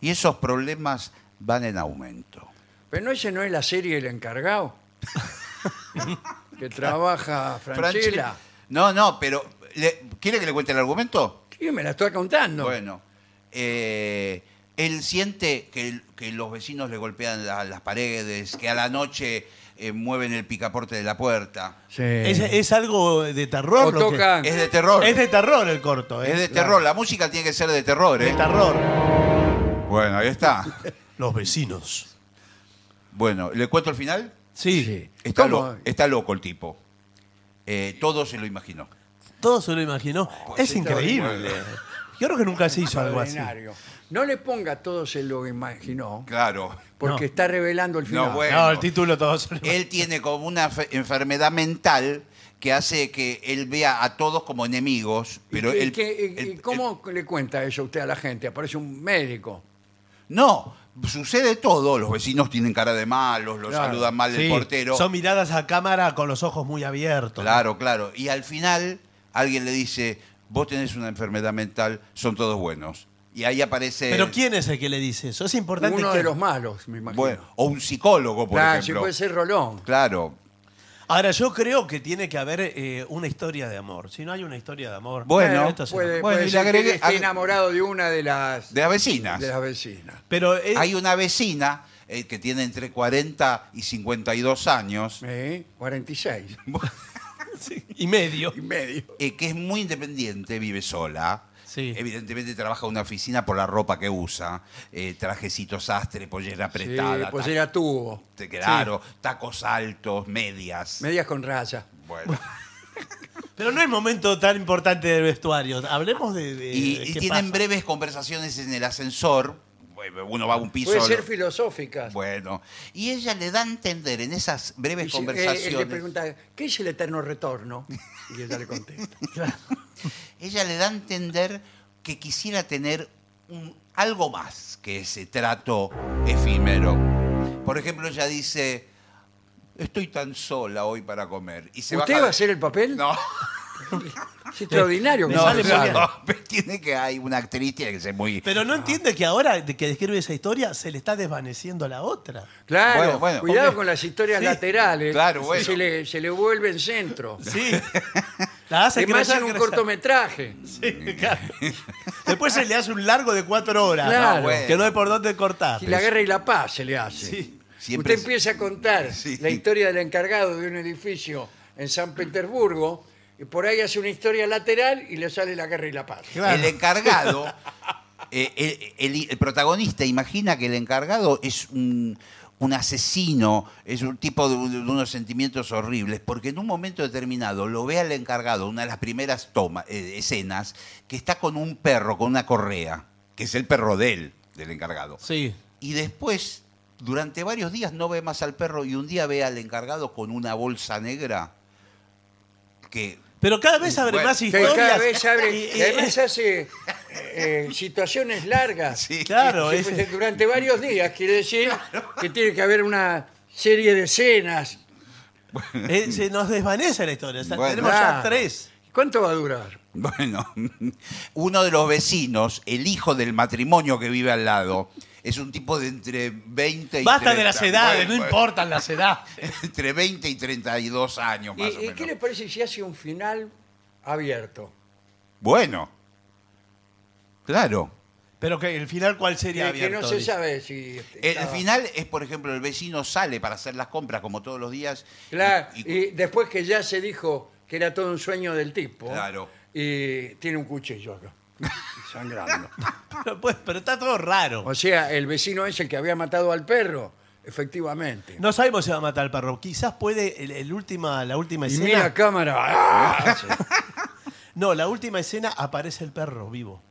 [SPEAKER 3] Y esos problemas van en aumento.
[SPEAKER 1] Pero no ese no es la serie El Encargado. que trabaja Franchella.
[SPEAKER 3] No, no, pero ¿le- ¿quiere que le cuente el argumento?
[SPEAKER 1] Sí, me la estoy contando.
[SPEAKER 3] Bueno, eh, él siente que, que los vecinos le golpean la- las paredes, que a la noche eh, mueven el picaporte de la puerta.
[SPEAKER 1] Sí.
[SPEAKER 2] Es, es algo de terror.
[SPEAKER 1] o
[SPEAKER 2] lo que-
[SPEAKER 1] toca,
[SPEAKER 3] Es de terror.
[SPEAKER 2] Es de terror el corto. ¿eh?
[SPEAKER 3] Es de terror. La música tiene que ser de terror,
[SPEAKER 2] De
[SPEAKER 3] ¿eh?
[SPEAKER 2] terror.
[SPEAKER 3] Bueno, ahí está.
[SPEAKER 2] Los vecinos.
[SPEAKER 3] Bueno, ¿le cuento el final?
[SPEAKER 2] Sí.
[SPEAKER 1] Sí.
[SPEAKER 3] Está,
[SPEAKER 1] ¿Cómo?
[SPEAKER 3] lo- está loco el tipo. Eh, todo se lo imaginó.
[SPEAKER 2] Todo se lo imaginó. es increíble. Yo creo que nunca se hizo algo así.
[SPEAKER 1] Extraordinario. No le ponga todo se lo imaginó,
[SPEAKER 3] Claro.
[SPEAKER 1] porque
[SPEAKER 2] No.
[SPEAKER 1] está revelando el final.
[SPEAKER 3] No, bueno.
[SPEAKER 2] No, el título todo se lo imaginó.
[SPEAKER 3] Él tiene como una fe- enfermedad mental que hace que él vea a todos como enemigos.
[SPEAKER 1] ¿Y
[SPEAKER 3] Pero
[SPEAKER 1] qué-
[SPEAKER 3] él-
[SPEAKER 1] qué- y-
[SPEAKER 3] él-
[SPEAKER 1] y cómo le cuenta eso usted a la gente? Aparece un médico.
[SPEAKER 3] No, sucede todo. Los vecinos tienen cara de malos, los
[SPEAKER 1] Claro,
[SPEAKER 3] saludan mal
[SPEAKER 2] Sí,
[SPEAKER 3] el portero.
[SPEAKER 2] Son miradas a cámara con los ojos muy abiertos.
[SPEAKER 3] Claro, claro. Y al final alguien le dice, vos tenés una enfermedad mental, son todos buenos. Y ahí aparece...
[SPEAKER 2] Pero ¿quién es el que le dice eso? Es importante
[SPEAKER 1] Uno
[SPEAKER 2] que...
[SPEAKER 1] de los malos, me imagino.
[SPEAKER 3] Bueno, o un psicólogo, por
[SPEAKER 1] Claro, si
[SPEAKER 3] ejemplo.
[SPEAKER 1] puede ser Rolón.
[SPEAKER 3] Claro.
[SPEAKER 2] Ahora, yo creo que tiene que haber eh, una historia de amor. Si no hay una historia de amor...
[SPEAKER 3] Bueno,
[SPEAKER 2] esto se
[SPEAKER 1] Puede,
[SPEAKER 2] nos-
[SPEAKER 3] Bueno,
[SPEAKER 1] puede
[SPEAKER 3] y le
[SPEAKER 1] ser
[SPEAKER 3] agregué-
[SPEAKER 1] que esté
[SPEAKER 3] agre-
[SPEAKER 1] enamorado de una de las,
[SPEAKER 3] De las vecinas.
[SPEAKER 1] de las vecinas.
[SPEAKER 2] Pero eh,
[SPEAKER 3] Hay una vecina eh, que tiene entre 40 y 52 años,
[SPEAKER 1] ¿eh? 46
[SPEAKER 2] sí, y medio.
[SPEAKER 1] y medio.
[SPEAKER 3] eh, que es muy independiente, vive sola.
[SPEAKER 2] Sí.
[SPEAKER 3] Evidentemente trabaja en una oficina por la ropa que usa, eh, trajecito sastre, pollera apretada,
[SPEAKER 1] sí, pues era tuvo.
[SPEAKER 3] Te- Claro, tacos altos, medias.
[SPEAKER 1] Medias con raya.
[SPEAKER 3] Bueno.
[SPEAKER 2] Pero no es momento tan importante del vestuario. Hablemos de. de-
[SPEAKER 3] Y,
[SPEAKER 1] Eh,
[SPEAKER 2] de
[SPEAKER 3] y
[SPEAKER 2] qué
[SPEAKER 3] tienen
[SPEAKER 2] pasa.
[SPEAKER 3] breves conversaciones en el ascensor. Bueno, Uno va a un piso.
[SPEAKER 1] Puede ser
[SPEAKER 3] lo-
[SPEAKER 1] filosóficas.
[SPEAKER 3] bueno. Y ella le da a entender en esas breves
[SPEAKER 1] Y si- eh,
[SPEAKER 3] conversaciones.
[SPEAKER 1] él le pregunta, ¿qué es el eterno retorno? Y ella le contesta.
[SPEAKER 3] Ella le da a entender que quisiera tener un- algo más que ese trato efímero. Por ejemplo, ella dice. Estoy tan sola hoy para comer. Y se
[SPEAKER 1] ¿Usted
[SPEAKER 3] baja
[SPEAKER 1] va
[SPEAKER 3] de-
[SPEAKER 1] a hacer el papel?
[SPEAKER 3] No.
[SPEAKER 1] Es extraordinario.
[SPEAKER 2] Me
[SPEAKER 1] que
[SPEAKER 3] No,
[SPEAKER 2] sale
[SPEAKER 1] se
[SPEAKER 2] muy
[SPEAKER 1] haga.
[SPEAKER 2] bien.
[SPEAKER 3] no, pero tiene que hay una actriz tiene que ser muy.
[SPEAKER 2] Pero
[SPEAKER 1] Ah.
[SPEAKER 2] no entiende que ahora de que describe esa historia se le está desvaneciendo la otra.
[SPEAKER 1] Claro,
[SPEAKER 3] Bueno, bueno.
[SPEAKER 1] cuidado
[SPEAKER 2] Porque-
[SPEAKER 1] con las historias
[SPEAKER 2] Sí.
[SPEAKER 1] laterales.
[SPEAKER 3] Claro, bueno.
[SPEAKER 1] Se le, se le vuelve el centro.
[SPEAKER 2] Sí. La hace
[SPEAKER 1] Y más
[SPEAKER 2] crecer,
[SPEAKER 1] en un
[SPEAKER 2] crecer.
[SPEAKER 1] cortometraje.
[SPEAKER 2] Sí, claro. Después se le hace un largo de cuatro horas.
[SPEAKER 1] Claro.
[SPEAKER 2] No, bueno. Que no hay por dónde
[SPEAKER 3] Ah,
[SPEAKER 2] cortar.
[SPEAKER 1] Y la guerra y la paz se le hace.
[SPEAKER 2] Sí.
[SPEAKER 3] Siempre
[SPEAKER 1] Usted empieza a contar
[SPEAKER 3] Sí.
[SPEAKER 1] la historia del encargado de un edificio en San Petersburgo y por ahí hace una historia lateral y le sale la guerra y la paz.
[SPEAKER 2] Claro.
[SPEAKER 3] El encargado, eh, el, el- el protagonista imagina que el encargado es un, un asesino, es un tipo de, de unos sentimientos horribles, porque en un momento determinado lo ve al encargado, una de las primeras toma- eh, escenas, que está con un perro, con una correa, que es el perro de él, del encargado.
[SPEAKER 2] Sí.
[SPEAKER 3] Y después, durante varios días, no ve más al perro y un día ve al encargado con una bolsa negra que...
[SPEAKER 2] Pero cada vez abre
[SPEAKER 3] Bueno,
[SPEAKER 2] más
[SPEAKER 1] Que
[SPEAKER 2] historias.
[SPEAKER 1] cada vez abre,
[SPEAKER 2] Y- y-
[SPEAKER 1] y además hace eh, situaciones largas.
[SPEAKER 3] Sí.
[SPEAKER 2] Claro,
[SPEAKER 1] Sí,
[SPEAKER 2] es-
[SPEAKER 1] pues, durante varios días, quiere decir que tiene que haber una serie de escenas.
[SPEAKER 2] eh, se nos desvanece la historia. O sea,
[SPEAKER 3] Bueno.
[SPEAKER 2] tenemos ya
[SPEAKER 1] Claro.
[SPEAKER 2] tres.
[SPEAKER 1] ¿Cuánto va a durar?
[SPEAKER 3] Bueno, uno de los vecinos, el hijo del matrimonio que vive al lado, es un tipo de entre 20 y
[SPEAKER 2] Basta
[SPEAKER 3] 30.
[SPEAKER 2] de las edades,
[SPEAKER 3] Bueno,
[SPEAKER 2] no
[SPEAKER 3] bueno,
[SPEAKER 2] importan las edades.
[SPEAKER 3] Entre 20 y 32 años
[SPEAKER 1] ¿Y,
[SPEAKER 3] más o
[SPEAKER 1] y
[SPEAKER 3] menos.
[SPEAKER 1] qué le parece si hace un final abierto?
[SPEAKER 3] Bueno. Claro.
[SPEAKER 2] Pero que el final, ¿cuál
[SPEAKER 1] Que,
[SPEAKER 2] sería?
[SPEAKER 1] que no
[SPEAKER 2] abierto,
[SPEAKER 1] se
[SPEAKER 2] dice?
[SPEAKER 1] sabe si... este
[SPEAKER 3] El
[SPEAKER 1] estaba-
[SPEAKER 3] final es, por ejemplo, el vecino sale para hacer las compras como todos los días. y-
[SPEAKER 1] Claro,
[SPEAKER 3] y-
[SPEAKER 1] y después que ya se dijo que era todo un sueño del tipo,
[SPEAKER 3] Claro.
[SPEAKER 1] y tiene un cuchillo acá, sangrando.
[SPEAKER 2] Pero, pues, pero está todo raro.
[SPEAKER 1] O sea, el vecino es el que había matado al perro, efectivamente.
[SPEAKER 2] No sabemos si va a matar al perro. Quizás puede el, el última, la última
[SPEAKER 1] y
[SPEAKER 2] escena.
[SPEAKER 1] mira a cámara. ¡ah! Sí.
[SPEAKER 2] No, la última escena aparece el perro vivo.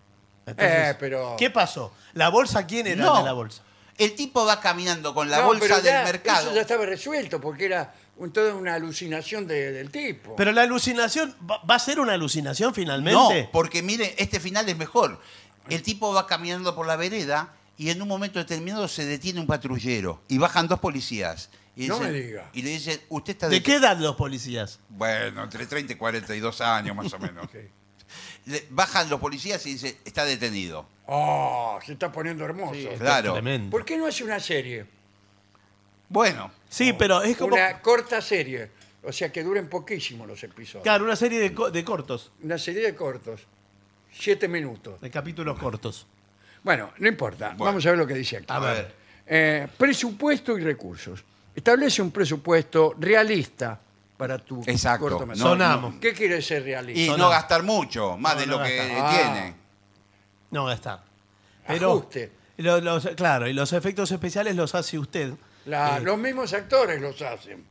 [SPEAKER 1] Eh, pero-
[SPEAKER 2] ¿Qué pasó? ¿La bolsa quién era
[SPEAKER 3] No.
[SPEAKER 2] de la bolsa?
[SPEAKER 3] El tipo va caminando con la
[SPEAKER 1] No,
[SPEAKER 3] bolsa
[SPEAKER 1] pero ya-
[SPEAKER 3] del mercado.
[SPEAKER 1] Eso ya estaba resuelto porque era un- toda una alucinación de- del tipo.
[SPEAKER 2] Pero la alucinación, ¿va, va a ser una alucinación
[SPEAKER 3] No,
[SPEAKER 2] finalmente?
[SPEAKER 3] porque mire, este final es mejor. El tipo va caminando por la vereda y en un momento determinado se detiene un patrullero y bajan dos policías. Y
[SPEAKER 1] No
[SPEAKER 3] dicen-
[SPEAKER 1] me diga.
[SPEAKER 3] Y le dicen, usted está
[SPEAKER 2] ¿De qué edad los policías?
[SPEAKER 3] Bueno, entre 30 y 42 años más o menos.
[SPEAKER 1] Sí.
[SPEAKER 3] Le- bajan los policías y dicen, está detenido.
[SPEAKER 1] Oh, se está poniendo hermoso.
[SPEAKER 3] Claro.
[SPEAKER 2] Tremendo.
[SPEAKER 1] ¿Por qué no hace una serie?
[SPEAKER 3] Bueno,
[SPEAKER 2] Sí, pero es como...
[SPEAKER 1] Una corta serie. O sea que duren poquísimo los episodios.
[SPEAKER 2] Claro, una serie de, co- de cortos,
[SPEAKER 1] Una serie de cortos. Siete minutos.
[SPEAKER 2] de capítulos cortos.
[SPEAKER 1] Bueno, no importa.
[SPEAKER 3] Bueno.
[SPEAKER 1] Vamos a ver lo que dice aquí.
[SPEAKER 2] A ver.
[SPEAKER 1] Eh, presupuesto y recursos. Establece un presupuesto realista para tu
[SPEAKER 3] Exacto.
[SPEAKER 1] cortometraje.
[SPEAKER 3] No,
[SPEAKER 2] Sonamos.
[SPEAKER 1] ¿Qué quiere ser realista?
[SPEAKER 3] Y
[SPEAKER 2] No,
[SPEAKER 3] no
[SPEAKER 2] no.
[SPEAKER 3] gastar mucho, más
[SPEAKER 2] No,
[SPEAKER 3] de
[SPEAKER 2] no
[SPEAKER 3] lo que
[SPEAKER 2] gastar.
[SPEAKER 3] eh,
[SPEAKER 1] Ah.
[SPEAKER 3] tiene.
[SPEAKER 2] No gastar.
[SPEAKER 1] Ajuste.
[SPEAKER 2] lo- los- claro, y los efectos especiales los hace usted.
[SPEAKER 1] La-
[SPEAKER 2] Eh,
[SPEAKER 1] Los mismos actores los hacen.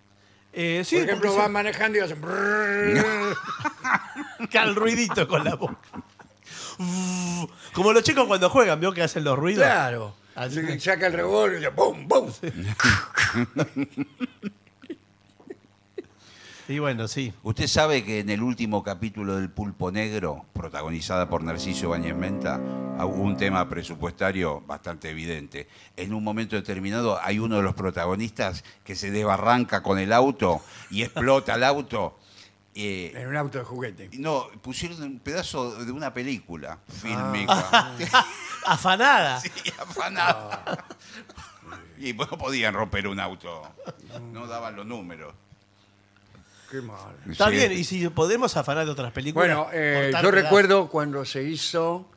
[SPEAKER 2] eh, sí,
[SPEAKER 1] Por ejemplo,
[SPEAKER 2] porque
[SPEAKER 1] van manejando y hacen... brrrr.
[SPEAKER 2] se saca el ruidito con la boca. Como los chicos cuando juegan, veo que hacen los ruidos.
[SPEAKER 1] claro.
[SPEAKER 2] Así.
[SPEAKER 1] Le Saca el revólver y dice, ¡bum, bum!
[SPEAKER 2] Y bueno, sí.
[SPEAKER 3] Usted sabe que en el último capítulo del Pulpo Negro, protagonizada por Narciso Bañez Menta, hubo un tema presupuestario bastante evidente. En un momento determinado hay uno de los protagonistas que se desbarranca con el auto y explota el auto. Eh,
[SPEAKER 1] En un auto de juguete.
[SPEAKER 3] no, pusieron un pedazo de una película fílmica.
[SPEAKER 2] Afanada.
[SPEAKER 3] Y afanada. Y no podían romper un auto. No daban los números.
[SPEAKER 1] Qué mal.
[SPEAKER 2] Está
[SPEAKER 3] Sí.
[SPEAKER 2] bien, y si podemos afanar de otras películas.
[SPEAKER 1] Bueno, eh,
[SPEAKER 2] cortar
[SPEAKER 1] yo
[SPEAKER 2] pedazos.
[SPEAKER 1] recuerdo cuando se hizo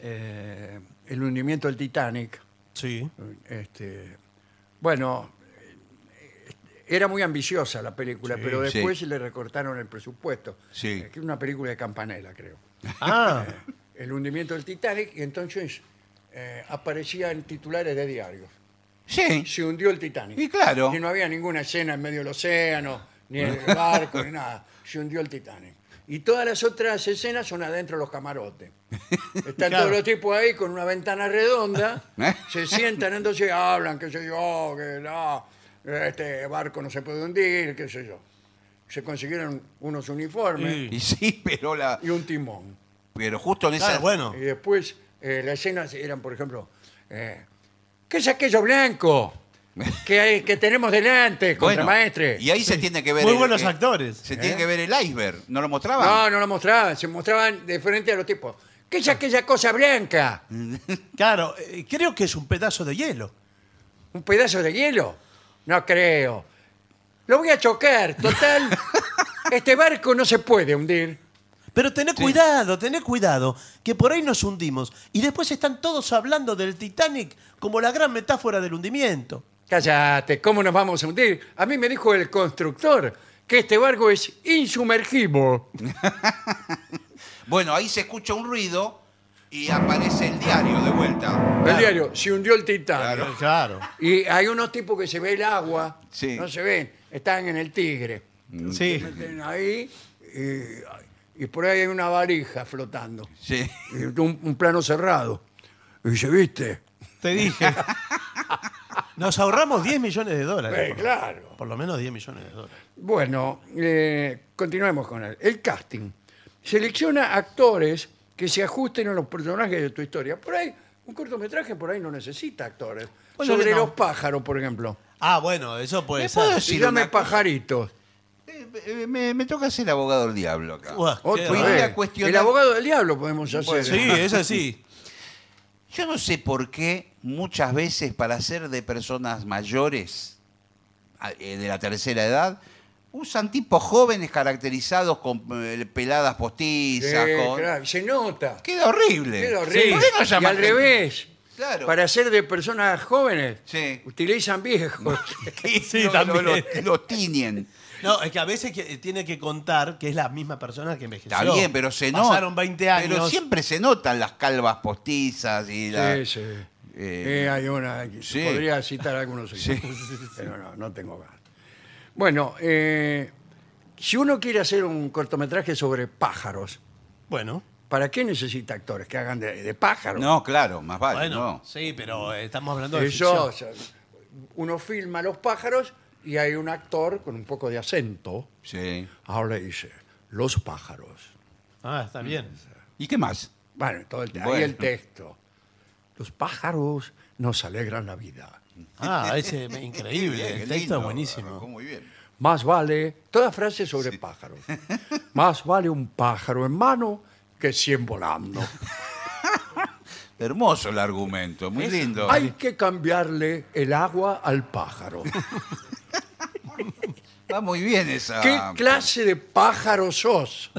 [SPEAKER 1] eh, el hundimiento del Titanic.
[SPEAKER 2] Sí.
[SPEAKER 1] Este, bueno, eh, era muy ambiciosa la película,
[SPEAKER 3] Sí,
[SPEAKER 1] pero después
[SPEAKER 3] sí.
[SPEAKER 1] le recortaron el presupuesto.
[SPEAKER 3] Sí.
[SPEAKER 1] Eh, que era una película de Campanella, creo.
[SPEAKER 2] Ah,
[SPEAKER 1] El hundimiento del Titanic, y entonces eh, aparecían titulares de diarios.
[SPEAKER 3] Sí.
[SPEAKER 1] Se hundió el Titanic.
[SPEAKER 3] Y claro.
[SPEAKER 1] Y no había ninguna escena en medio del océano, ni en el barco, ni nada. Se hundió el Titanic. Y todas las otras escenas son adentro de los camarotes. Están
[SPEAKER 2] Claro.
[SPEAKER 1] todos los tipos ahí con una ventana redonda,
[SPEAKER 3] ¿Eh?
[SPEAKER 1] se sientan, entonces hablan, qué sé yo, que no, este barco no se puede hundir, qué sé yo. Se consiguieron unos uniformes
[SPEAKER 2] Sí.
[SPEAKER 3] Y sí, pero la.
[SPEAKER 1] y un timón.
[SPEAKER 3] Pero justo en esa.
[SPEAKER 2] claro, bueno.
[SPEAKER 1] Y después eh, las escenas eran, por ejemplo, eh, ¿qué es aquello blanco que, hay- que tenemos delante,
[SPEAKER 3] Bueno,
[SPEAKER 1] contramaestre?
[SPEAKER 3] Y ahí se tiene que ver.
[SPEAKER 2] Muy
[SPEAKER 3] el-
[SPEAKER 2] buenos
[SPEAKER 3] eh,
[SPEAKER 2] actores.
[SPEAKER 3] Se
[SPEAKER 2] ¿Eh?
[SPEAKER 3] tiene que ver el iceberg. ¿No lo
[SPEAKER 1] No,
[SPEAKER 3] mostraban?
[SPEAKER 1] no lo mostraban, se mostraban de frente a los tipos. ¿Qué
[SPEAKER 3] Ah.
[SPEAKER 1] es aquella cosa blanca?
[SPEAKER 3] Mm.
[SPEAKER 2] Claro, eh, creo que es un pedazo de hielo.
[SPEAKER 1] ¿Un pedazo de hielo? No creo. Lo voy a chocar, total. este barco no se puede hundir.
[SPEAKER 2] Pero tené cuidado, tené cuidado, que por ahí nos hundimos. Y después están todos hablando del Titanic como la gran metáfora del hundimiento.
[SPEAKER 1] Cállate, ¿cómo nos vamos a hundir? A mí me dijo el constructor que este barco es insumergible.
[SPEAKER 3] Bueno, ahí se escucha un ruido y aparece el diario de vuelta.
[SPEAKER 1] El diario, se hundió el Titanic.
[SPEAKER 3] Claro.
[SPEAKER 2] Eh, Claro.
[SPEAKER 1] Y hay unos tipos que se ve el agua,
[SPEAKER 3] Sí.
[SPEAKER 1] no se ven, están en el tigre.
[SPEAKER 3] Mm.
[SPEAKER 2] Sí.
[SPEAKER 1] Meten ahí y, y por ahí hay una valija flotando.
[SPEAKER 3] Sí.
[SPEAKER 1] Y un, un plano cerrado. Y dice, ¿viste?
[SPEAKER 2] Te dije. Nos ahorramos 10 millones de dólares.
[SPEAKER 1] Eh,
[SPEAKER 2] por-
[SPEAKER 1] claro.
[SPEAKER 2] Por lo menos 10 millones de dólares.
[SPEAKER 1] Bueno, eh, continuemos con él. El casting. Selecciona actores que se ajusten a los personajes de tu historia. Por ahí, un cortometraje por ahí no necesita actores.
[SPEAKER 2] Bueno,
[SPEAKER 1] Sobre
[SPEAKER 2] no.
[SPEAKER 1] los pájaros, por ejemplo.
[SPEAKER 2] Ah, bueno, eso puede
[SPEAKER 3] ¿Me puedo
[SPEAKER 2] ser.
[SPEAKER 3] decir? Sí,
[SPEAKER 1] Si llame
[SPEAKER 3] una cosa-
[SPEAKER 1] pajaritos.
[SPEAKER 3] Eh, eh, me, me toca ser abogado del diablo acá.
[SPEAKER 2] Uah, qué
[SPEAKER 1] Otra
[SPEAKER 3] Voy a
[SPEAKER 2] raro.
[SPEAKER 1] vez.
[SPEAKER 3] cuestionar-
[SPEAKER 1] eh. El abogado del diablo podemos hacer. Ah,
[SPEAKER 3] Bueno,
[SPEAKER 2] Sí, eso sí.
[SPEAKER 3] Yo no sé por qué muchas veces para ser de personas mayores, a- eh, de la tercera edad, usan tipos jóvenes caracterizados con eh, peladas
[SPEAKER 1] Sí,
[SPEAKER 3] postizas. con-
[SPEAKER 1] claro, Se nota.
[SPEAKER 3] Queda horrible.
[SPEAKER 1] Queda horrible.
[SPEAKER 3] ¿Por qué no
[SPEAKER 1] y
[SPEAKER 3] llaman
[SPEAKER 1] al
[SPEAKER 3] gente?
[SPEAKER 1] revés.
[SPEAKER 3] Claro.
[SPEAKER 1] Para ser de personas jóvenes,
[SPEAKER 3] Sí.
[SPEAKER 1] utilizan viejos.
[SPEAKER 2] Sí,
[SPEAKER 3] Lo-
[SPEAKER 2] también.
[SPEAKER 3] Lo, lo- lo tiñen.
[SPEAKER 2] No, es que a veces que- eh, tiene que contar que es la misma persona que envejeció.
[SPEAKER 3] Está bien, pero se nota.
[SPEAKER 2] Pasaron 20 años.
[SPEAKER 3] Pero siempre se notan las calvas postizas y la.
[SPEAKER 1] Sí, sí.
[SPEAKER 3] Eh,
[SPEAKER 1] Eh, hay una.
[SPEAKER 3] sí.
[SPEAKER 1] Podría citar algunos
[SPEAKER 3] Sí.
[SPEAKER 1] ejemplos, Pero no, no tengo ganas. Bueno, eh, si uno quiere hacer un cortometraje sobre pájaros,
[SPEAKER 2] Bueno,
[SPEAKER 1] ¿para qué necesita actores que hagan de, de pájaros?
[SPEAKER 3] No, claro, más vale.
[SPEAKER 2] bueno,
[SPEAKER 3] no.
[SPEAKER 2] sí, pero eh, estamos hablando de
[SPEAKER 1] Eso,
[SPEAKER 2] ficción.
[SPEAKER 1] o sea, uno filma los pájaros y hay un actor con un poco de acento.
[SPEAKER 3] Sí.
[SPEAKER 1] Ahora dice, los pájaros.
[SPEAKER 2] Ah, está bien.
[SPEAKER 3] ¿Y qué más?
[SPEAKER 1] Bueno, todo el, ahí
[SPEAKER 3] Bueno.
[SPEAKER 1] el texto. Los pájaros nos alegran la vida.
[SPEAKER 2] Ah, ese es increíble.
[SPEAKER 3] Bien,
[SPEAKER 2] El
[SPEAKER 3] Eh, qué
[SPEAKER 2] texto es
[SPEAKER 3] lindo, Ah,
[SPEAKER 2] buenísimo.
[SPEAKER 3] Muy bien.
[SPEAKER 1] Más vale, toda frase sobre pájaros. Más vale un pájaro en mano que cien volando.
[SPEAKER 3] Hermoso el argumento, muy lindo.
[SPEAKER 1] Hay que cambiarle el agua al pájaro.
[SPEAKER 3] Va muy bien esa.
[SPEAKER 1] ¿Qué clase de pájaro sos?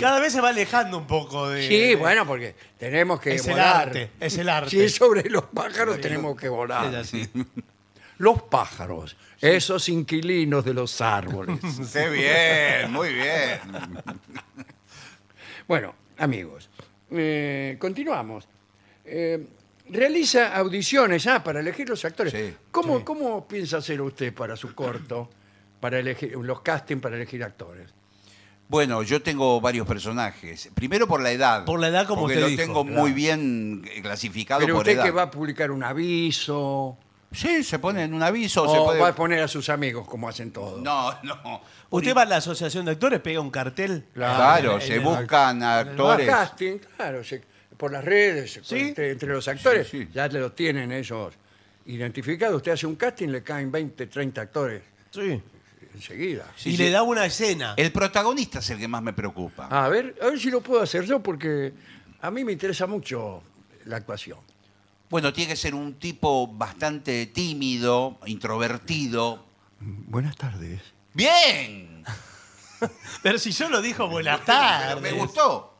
[SPEAKER 2] Cada vez se va alejando un poco de.
[SPEAKER 1] Sí,
[SPEAKER 2] de-
[SPEAKER 1] bueno, porque tenemos que
[SPEAKER 2] ¿eh? Es el
[SPEAKER 1] volar.
[SPEAKER 2] arte, es el arte.
[SPEAKER 1] Si es sobre los pájaros, tenemos que
[SPEAKER 3] Ah,
[SPEAKER 1] volar.
[SPEAKER 2] Es así.
[SPEAKER 1] Los pájaros, esos inquilinos de los árboles.
[SPEAKER 3] Qué bien, muy bien.
[SPEAKER 1] Bueno, amigos, eh, continuamos. Eh, realiza audiciones ah, para elegir los actores.
[SPEAKER 3] Sí,
[SPEAKER 1] ¿Cómo,
[SPEAKER 2] sí.
[SPEAKER 1] ¿Cómo piensa hacer usted para su corto, para elegir los castings para elegir actores?
[SPEAKER 3] Bueno, yo tengo varios personajes. Primero por la edad.
[SPEAKER 2] Por la edad, como
[SPEAKER 3] Porque
[SPEAKER 2] usted
[SPEAKER 3] lo
[SPEAKER 2] dijo,
[SPEAKER 3] tengo
[SPEAKER 2] claro.
[SPEAKER 3] muy bien eh, clasificado
[SPEAKER 1] Pero
[SPEAKER 3] por
[SPEAKER 1] usted
[SPEAKER 3] edad.
[SPEAKER 1] que va a publicar un aviso
[SPEAKER 3] Sí, se pone en un aviso.
[SPEAKER 1] o
[SPEAKER 3] se puede-
[SPEAKER 1] Oh, va a poner a sus amigos como hacen todos.
[SPEAKER 3] No, no.
[SPEAKER 2] Usted va a la asociación de actores, pega un cartel.
[SPEAKER 1] Claro,
[SPEAKER 3] Claro,
[SPEAKER 2] en-
[SPEAKER 3] se
[SPEAKER 2] en-
[SPEAKER 3] buscan
[SPEAKER 1] Va a
[SPEAKER 3] actores.
[SPEAKER 1] casting, claro, se- por las redes, se-
[SPEAKER 2] Sí.
[SPEAKER 1] entre, entre los actores,
[SPEAKER 3] Sí, sí.
[SPEAKER 1] ya los tienen ellos identificados. Usted hace un casting, le caen 20, 30 actores
[SPEAKER 2] Sí.
[SPEAKER 1] enseguida.
[SPEAKER 3] Sí,
[SPEAKER 2] y
[SPEAKER 3] sí.
[SPEAKER 2] le da una escena.
[SPEAKER 3] El protagonista es el que más me preocupa.
[SPEAKER 2] Ah.
[SPEAKER 1] A ver, a ver si lo puedo hacer yo porque a mí me interesa mucho la actuación.
[SPEAKER 3] Bueno, tiene que ser un tipo bastante tímido, introvertido.
[SPEAKER 1] Buenas tardes.
[SPEAKER 3] ¡Bien!
[SPEAKER 2] Pero si yo lo dijo buenas
[SPEAKER 3] Pero
[SPEAKER 2] tardes.
[SPEAKER 3] me gustó.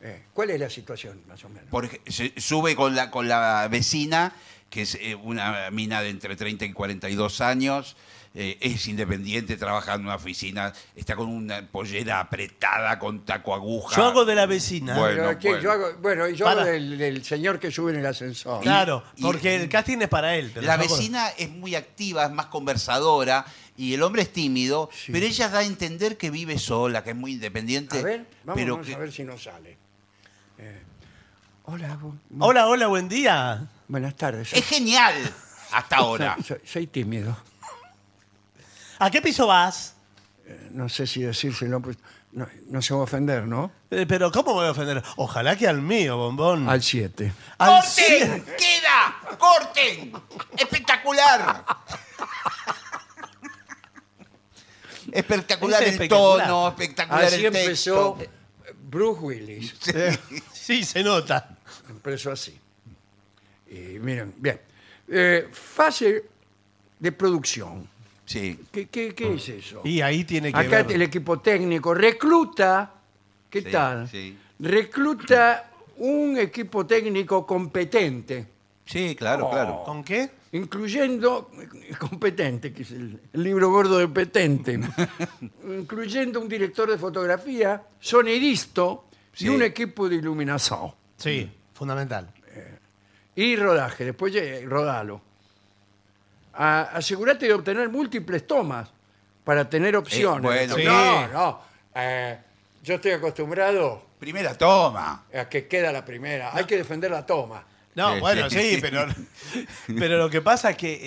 [SPEAKER 1] Eh, ¿Cuál es la situación, más o menos?
[SPEAKER 3] Porque se sube con la, con la vecina, que es eh, una mina de entre 30 y 42 años, eh, es independiente, trabaja en una oficina, está con una pollera apretada, con taco aguja.
[SPEAKER 2] Yo hago de la vecina.
[SPEAKER 3] Bueno.
[SPEAKER 1] Pero aquí Yo hago, bueno, y yo hago
[SPEAKER 2] Para.
[SPEAKER 1] del, del señor que sube en el ascensor.
[SPEAKER 2] Claro,
[SPEAKER 3] Y- y-
[SPEAKER 2] porque el casting es para él. pero
[SPEAKER 3] La
[SPEAKER 2] yo hago-
[SPEAKER 3] vecina es muy activa, es más conversadora y el hombre es tímido, pero ella da a entender que vive sola, que es muy independiente.
[SPEAKER 1] A ver, vamos,
[SPEAKER 3] este, pero
[SPEAKER 1] vamos
[SPEAKER 3] que-
[SPEAKER 1] a ver si nos sale. Eh, hola, bu- bu-
[SPEAKER 2] Hola, hola, buen día.
[SPEAKER 1] buenas tardes. Soy,
[SPEAKER 3] Es genial hasta ahora.
[SPEAKER 1] soy- soy tímido.
[SPEAKER 2] ¿A qué piso vas?
[SPEAKER 1] Eh, No sé si decírselo, pues, no, no se va a ofender, ¿no?
[SPEAKER 2] Eh, pero ¿cómo voy a ofender? Ojalá que al mío, bombón.
[SPEAKER 1] Al 7.
[SPEAKER 2] Al cien.
[SPEAKER 3] ¡Corten! ¡Queda! ¡Corten! ¡Espectacular! Espectacular
[SPEAKER 2] Es
[SPEAKER 3] el
[SPEAKER 2] espectacular.
[SPEAKER 3] tono, espectacular
[SPEAKER 1] Así
[SPEAKER 3] el
[SPEAKER 1] empezó
[SPEAKER 3] texto.
[SPEAKER 1] Bruce Willis.
[SPEAKER 2] Sí, se nota.
[SPEAKER 1] Empezó así. Y miren, bien. Eh, fase de producción.
[SPEAKER 3] Sí.
[SPEAKER 1] ¿Qué, qué- qué es eso?
[SPEAKER 2] Y ahí tiene que
[SPEAKER 1] Acá
[SPEAKER 2] ver.
[SPEAKER 1] el equipo técnico recluta. ¿Qué
[SPEAKER 3] Sí,
[SPEAKER 1] tal?
[SPEAKER 3] sí.
[SPEAKER 1] Recluta un equipo técnico competente,
[SPEAKER 3] Sí, claro, claro.
[SPEAKER 1] Oh.
[SPEAKER 2] ¿Con qué?
[SPEAKER 1] incluyendo competente, que es el, el libro gordo de petente, incluyendo un director de fotografía, sonidista y
[SPEAKER 3] Sí.
[SPEAKER 1] un equipo de iluminación
[SPEAKER 2] Sí,
[SPEAKER 3] Mm.
[SPEAKER 2] fundamental.
[SPEAKER 1] y rodaje. Después eh, rodalo. A- asegúrate de obtener múltiples tomas para tener opciones.
[SPEAKER 3] bueno,
[SPEAKER 2] Sí.
[SPEAKER 1] No, no. eh, yo estoy acostumbrado
[SPEAKER 3] Primera toma.
[SPEAKER 1] a que queda la primera. Hay que defender la toma.
[SPEAKER 2] No,
[SPEAKER 3] Sí,
[SPEAKER 2] bueno, sí,
[SPEAKER 3] Eh, sí.
[SPEAKER 2] pero, pero lo que pasa es que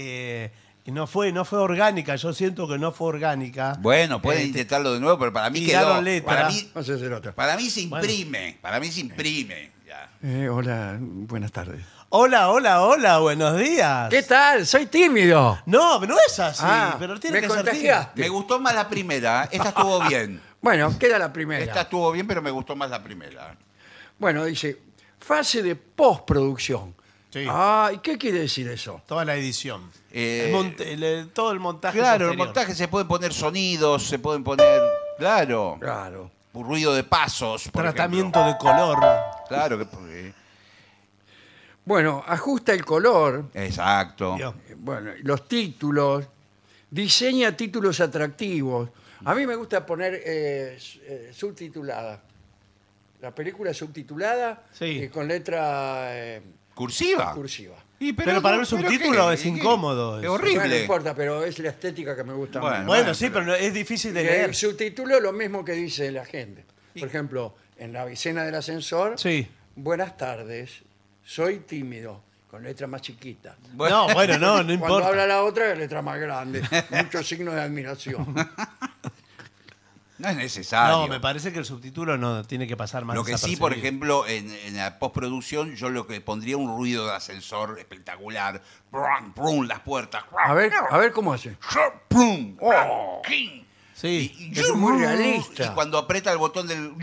[SPEAKER 2] eh, no, fue, no fue orgánica. Yo siento que no fue orgánica.
[SPEAKER 3] Bueno, pueden
[SPEAKER 2] Este,
[SPEAKER 3] intentarlo de nuevo, pero para mí
[SPEAKER 2] tiraron
[SPEAKER 3] quedó.
[SPEAKER 2] letra.
[SPEAKER 3] Para mí,
[SPEAKER 1] Vamos a hacer otra.
[SPEAKER 3] para mí se
[SPEAKER 2] Bueno.
[SPEAKER 3] imprime. Para mí se imprime. Ya.
[SPEAKER 1] Eh, hola, buenas tardes.
[SPEAKER 2] Hola, hola, hola, buenos días.
[SPEAKER 1] ¿Qué tal? Soy tímido.
[SPEAKER 2] No, no es así, pero
[SPEAKER 1] me
[SPEAKER 2] tiene que ser tímido.
[SPEAKER 1] contagiaste.
[SPEAKER 3] Ah, Me gustó más la primera. ¿eh? Esta estuvo bien.
[SPEAKER 1] Bueno, queda la primera.
[SPEAKER 3] Esta estuvo bien, pero me gustó más la primera.
[SPEAKER 1] Bueno, dice, fase de postproducción.
[SPEAKER 2] Sí.
[SPEAKER 1] Ah, ¿y qué quiere decir eso?
[SPEAKER 2] Toda la edición.
[SPEAKER 3] Eh,
[SPEAKER 2] El mont- el- el- todo el montaje.
[SPEAKER 3] Claro, el
[SPEAKER 2] posterior.
[SPEAKER 3] montaje se pueden poner sonidos, se pueden poner. Claro.
[SPEAKER 1] Claro.
[SPEAKER 3] Un ruido de pasos. por
[SPEAKER 2] Tratamiento de color.
[SPEAKER 3] ejemplo. Claro que. porque-
[SPEAKER 1] Bueno, ajusta el color.
[SPEAKER 3] Exacto.
[SPEAKER 2] Dios.
[SPEAKER 1] Eh, bueno, los títulos, diseña títulos atractivos. A mí me gusta poner eh, s- eh, subtitulada. La película subtitulada
[SPEAKER 2] Sí.
[SPEAKER 1] eh, con letra eh,
[SPEAKER 3] Cursiva.
[SPEAKER 1] cursiva.
[SPEAKER 3] Y,
[SPEAKER 2] Pero para
[SPEAKER 3] no,
[SPEAKER 2] ver subtítulos
[SPEAKER 3] qué,
[SPEAKER 2] es
[SPEAKER 3] qué,
[SPEAKER 2] incómodo
[SPEAKER 3] Es
[SPEAKER 1] Bueno,
[SPEAKER 2] eso.
[SPEAKER 1] no
[SPEAKER 3] horrible.
[SPEAKER 1] importa, pero es la estética que me gusta.
[SPEAKER 3] Bueno,
[SPEAKER 1] más.
[SPEAKER 2] Bueno,
[SPEAKER 3] bueno,
[SPEAKER 2] sí, pero no- es difícil de
[SPEAKER 1] Eh,
[SPEAKER 2] leer.
[SPEAKER 1] el subtítulo lo mismo que dice la gente. Por ejemplo, en la escena del ascensor,
[SPEAKER 2] Sí.
[SPEAKER 1] buenas tardes, soy tímido, con letra más chiquita.
[SPEAKER 2] No, bueno, no, no
[SPEAKER 1] Cuando
[SPEAKER 2] importa.
[SPEAKER 1] habla la otra, letra más grande. Muchos signos de admiración.
[SPEAKER 3] No es necesario.
[SPEAKER 2] No, me parece que el subtítulo no tiene que pasar más.
[SPEAKER 3] Lo que sí, por
[SPEAKER 2] desapercibido.
[SPEAKER 3] ejemplo, en, en la postproducción, yo lo que pondría un ruido de ascensor espectacular. Brum, brum, las puertas.
[SPEAKER 1] A ver, a ver cómo hace.
[SPEAKER 3] Brum, brum,
[SPEAKER 1] Oh.
[SPEAKER 3] king.
[SPEAKER 2] Sí.
[SPEAKER 3] Y- y-
[SPEAKER 1] Es muy realista. Mm.
[SPEAKER 3] Y cuando aprieta el botón del.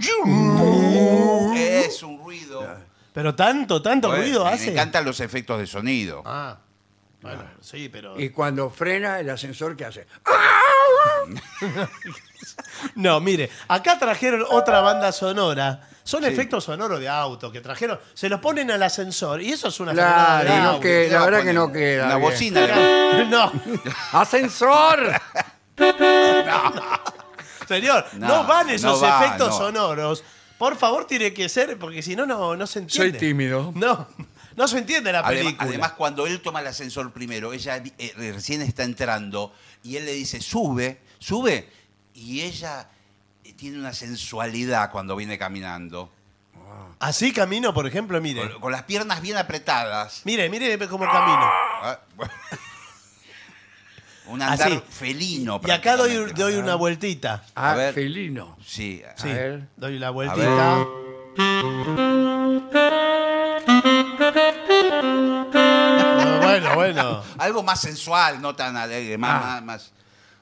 [SPEAKER 3] Es un ruido.
[SPEAKER 2] Pero tanto, tanto
[SPEAKER 3] Bueno,
[SPEAKER 2] ruido
[SPEAKER 3] Pues, me
[SPEAKER 2] hace.
[SPEAKER 3] encantan los efectos de sonido.
[SPEAKER 2] Ah. Bueno, sí, pero.
[SPEAKER 1] Y cuando frena el ascensor, ¿qué hace?
[SPEAKER 2] No, mire, acá trajeron otra banda sonora. Son efectos sonoros de auto que trajeron. Se los ponen al ascensor y eso es una frenada de
[SPEAKER 1] Claro, no
[SPEAKER 2] auto.
[SPEAKER 1] que-
[SPEAKER 3] ¿qué
[SPEAKER 1] la
[SPEAKER 3] va a
[SPEAKER 1] verdad
[SPEAKER 3] poner?
[SPEAKER 1] que no queda
[SPEAKER 3] Una
[SPEAKER 1] bien.
[SPEAKER 3] bocina.
[SPEAKER 2] No,
[SPEAKER 1] ¡Ascensor!
[SPEAKER 2] señor, no,
[SPEAKER 3] No,
[SPEAKER 2] van esos
[SPEAKER 3] no va,
[SPEAKER 2] efectos
[SPEAKER 3] no.
[SPEAKER 2] sonoros. Por favor, tiene que ser, porque si no, no, no se entiende.
[SPEAKER 1] Soy tímido.
[SPEAKER 2] No, no se entiende la
[SPEAKER 3] Adem-
[SPEAKER 2] película.
[SPEAKER 3] Además, cuando él toma el ascensor primero, ella vi- eh, recién está entrando y él le dice, sube, sube. Y ella eh, tiene una sensualidad cuando viene caminando.
[SPEAKER 2] Así camino, por ejemplo, mire.
[SPEAKER 3] Con, con las piernas bien apretadas.
[SPEAKER 2] Mire, mire cómo camino.
[SPEAKER 3] Ah, bueno. Un andar
[SPEAKER 2] Así.
[SPEAKER 3] felino.
[SPEAKER 2] Y acá doy,
[SPEAKER 3] prácticamente.
[SPEAKER 2] doy una vueltita.
[SPEAKER 1] Ah,
[SPEAKER 3] A ver.
[SPEAKER 1] felino.
[SPEAKER 3] Sí, a-
[SPEAKER 2] Sí,
[SPEAKER 1] ver.
[SPEAKER 2] doy una
[SPEAKER 3] ver.
[SPEAKER 2] vueltita. bueno, bueno.
[SPEAKER 3] algo más sensual, no tan alegre, más...
[SPEAKER 1] Ah.
[SPEAKER 3] más- más-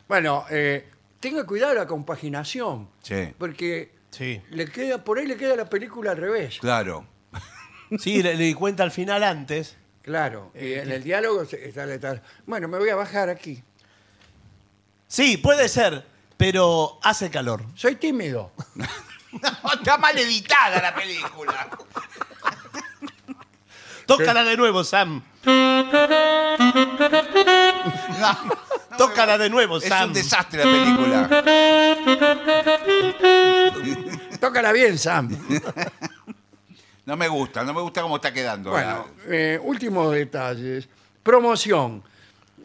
[SPEAKER 1] Bueno, eh, tenga cuidado la compaginación.
[SPEAKER 3] Sí.
[SPEAKER 1] Porque
[SPEAKER 2] Sí.
[SPEAKER 1] le queda, por ahí le queda la película al revés.
[SPEAKER 3] Claro.
[SPEAKER 2] Sí, le, le di cuenta al final antes.
[SPEAKER 1] Claro. Y en el diálogo se- está letal. Bueno, me voy a bajar aquí.
[SPEAKER 2] Sí, puede ser, pero hace calor.
[SPEAKER 1] Soy tímido.
[SPEAKER 3] No, está mal editada la película.
[SPEAKER 2] Tócala de nuevo, Sam. Tócala de nuevo,
[SPEAKER 3] Es
[SPEAKER 2] Sam.
[SPEAKER 3] un desastre la película.
[SPEAKER 1] Tócala bien, Sam.
[SPEAKER 3] No me gusta, no me gusta cómo está quedando.
[SPEAKER 1] Bueno,
[SPEAKER 3] la-
[SPEAKER 1] eh, últimos detalles. Promoción.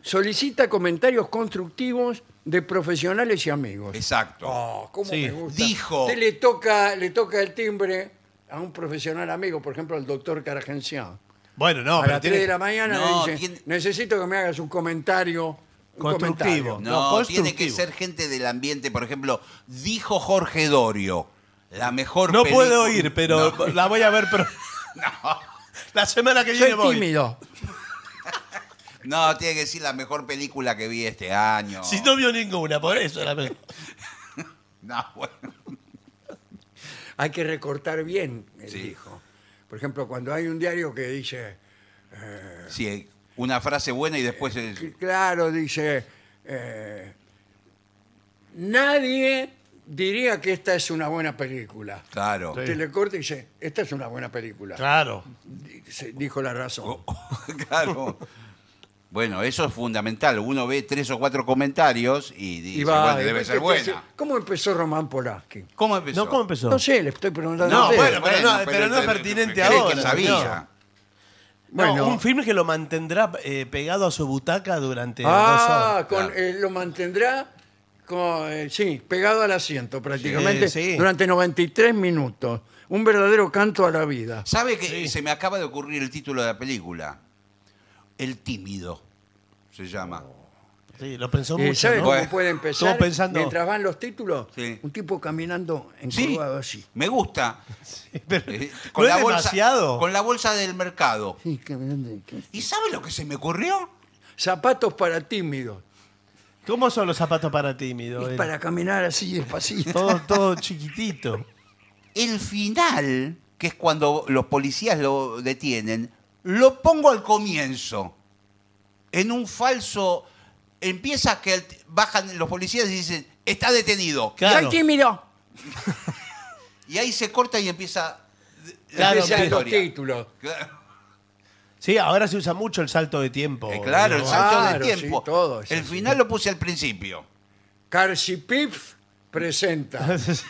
[SPEAKER 1] Solicita comentarios constructivos de profesionales y amigos.
[SPEAKER 3] Exacto.
[SPEAKER 1] Oh, cómo
[SPEAKER 2] Sí,
[SPEAKER 1] me gusta.
[SPEAKER 3] dijo.
[SPEAKER 1] Usted le toca, le toca el timbre a un profesional amigo, por ejemplo, al doctor Caragencián.
[SPEAKER 2] Bueno, no,
[SPEAKER 1] a
[SPEAKER 2] pero
[SPEAKER 1] las 3
[SPEAKER 2] tiene-
[SPEAKER 1] de la mañana
[SPEAKER 3] No,
[SPEAKER 1] le dice,
[SPEAKER 3] tiene-
[SPEAKER 1] necesito que me hagas un comentario. un
[SPEAKER 2] Constructivo.
[SPEAKER 1] comentario".
[SPEAKER 3] No,
[SPEAKER 2] no,
[SPEAKER 3] tiene que
[SPEAKER 2] constructivo.
[SPEAKER 3] ser gente del ambiente. Por ejemplo, dijo Jorge Dorio, la mejor
[SPEAKER 2] No
[SPEAKER 3] pelicu-
[SPEAKER 2] puedo ir, pero
[SPEAKER 3] No,
[SPEAKER 2] la voy a ver. Pero... La semana que viene
[SPEAKER 1] Soy
[SPEAKER 2] voy.
[SPEAKER 1] tímido.
[SPEAKER 3] no, tiene que decir la mejor película que vi este año.
[SPEAKER 2] Si no vio ninguna, por eso la veo.
[SPEAKER 3] No, bueno.
[SPEAKER 1] Hay que recortar bien, él
[SPEAKER 3] Sí.
[SPEAKER 1] dijo. Por ejemplo, cuando hay un diario que dice,
[SPEAKER 3] Sí, una frase buena y después... el-
[SPEAKER 1] claro, dice, eh, nadie diría que esta es una buena película.
[SPEAKER 3] Claro.
[SPEAKER 2] Sí.
[SPEAKER 1] Usted le corta y dice, esta es una buena película.
[SPEAKER 2] Claro. Oh,
[SPEAKER 1] Dice- Dijo la razón.
[SPEAKER 3] claro. Bueno, eso es fundamental. Uno ve tres o cuatro comentarios y dice, bueno, debe
[SPEAKER 1] después
[SPEAKER 3] ser
[SPEAKER 1] te dice,
[SPEAKER 3] buena.
[SPEAKER 1] ¿Cómo empezó Román Polaski?
[SPEAKER 3] ¿Cómo empezó?
[SPEAKER 2] No, ¿cómo empezó?
[SPEAKER 1] No sé, le estoy preguntando a
[SPEAKER 2] No,
[SPEAKER 1] usted.
[SPEAKER 2] bueno, pero no- pero no es pertinente
[SPEAKER 3] ¿crees que
[SPEAKER 2] ahora,
[SPEAKER 3] sabía.
[SPEAKER 2] No,
[SPEAKER 1] Bueno.
[SPEAKER 2] un film que lo mantendrá eh, pegado a su butaca durante dos
[SPEAKER 1] Ah,
[SPEAKER 2] horas.
[SPEAKER 1] con,
[SPEAKER 3] claro.
[SPEAKER 1] eh, lo mantendrá con, eh, sí, pegado al asiento prácticamente
[SPEAKER 2] Sí, sí.
[SPEAKER 1] durante 93 minutos. Un verdadero canto a la vida.
[SPEAKER 3] ¿Sabe que
[SPEAKER 2] Sí.
[SPEAKER 3] se me acaba de ocurrir el título de la película? El tímido se llama.
[SPEAKER 2] Oh. Sí, lo pensó
[SPEAKER 1] Eh,
[SPEAKER 2] mucho.
[SPEAKER 1] ¿Sabe
[SPEAKER 2] ¿no?
[SPEAKER 1] cómo
[SPEAKER 3] Bueno.
[SPEAKER 1] puede empezar?
[SPEAKER 2] Estuvo pensando-
[SPEAKER 1] Mientras van los títulos,
[SPEAKER 3] Sí.
[SPEAKER 1] un tipo caminando
[SPEAKER 3] Sí,
[SPEAKER 1] encurvado así.
[SPEAKER 3] me gusta.
[SPEAKER 2] Pero,
[SPEAKER 3] Eh,
[SPEAKER 2] ¿no es demasiado?
[SPEAKER 3] con la bolsa del mercado.
[SPEAKER 1] Sí, caminando.
[SPEAKER 3] ¿Y sabe lo que se me ocurrió?
[SPEAKER 1] Zapatos para tímidos.
[SPEAKER 2] ¿Cómo son los zapatos para tímido?
[SPEAKER 1] Es
[SPEAKER 2] eh?
[SPEAKER 1] para caminar así despacito.
[SPEAKER 2] Todo, todo chiquitito.
[SPEAKER 3] El final, que es cuando los policías lo detienen, lo pongo al comienzo. En un falso. Empieza que el- bajan los policías y dicen, está detenido.
[SPEAKER 2] Claro.
[SPEAKER 1] Soy tímido.
[SPEAKER 3] Y ahí se corta y empieza.
[SPEAKER 2] Claro,
[SPEAKER 1] Empiezan
[SPEAKER 3] la
[SPEAKER 1] los
[SPEAKER 3] historia.
[SPEAKER 1] títulos.
[SPEAKER 3] Claro.
[SPEAKER 2] Sí, ahora se usa mucho el salto de tiempo.
[SPEAKER 3] Eh, claro, el
[SPEAKER 2] ¿no?
[SPEAKER 1] sal-
[SPEAKER 3] salto
[SPEAKER 1] Claro,
[SPEAKER 3] de tiempo.
[SPEAKER 1] sí, todo es
[SPEAKER 3] el
[SPEAKER 1] así.
[SPEAKER 3] final lo puse al principio.
[SPEAKER 1] Carcipif presenta.
[SPEAKER 2] Sí.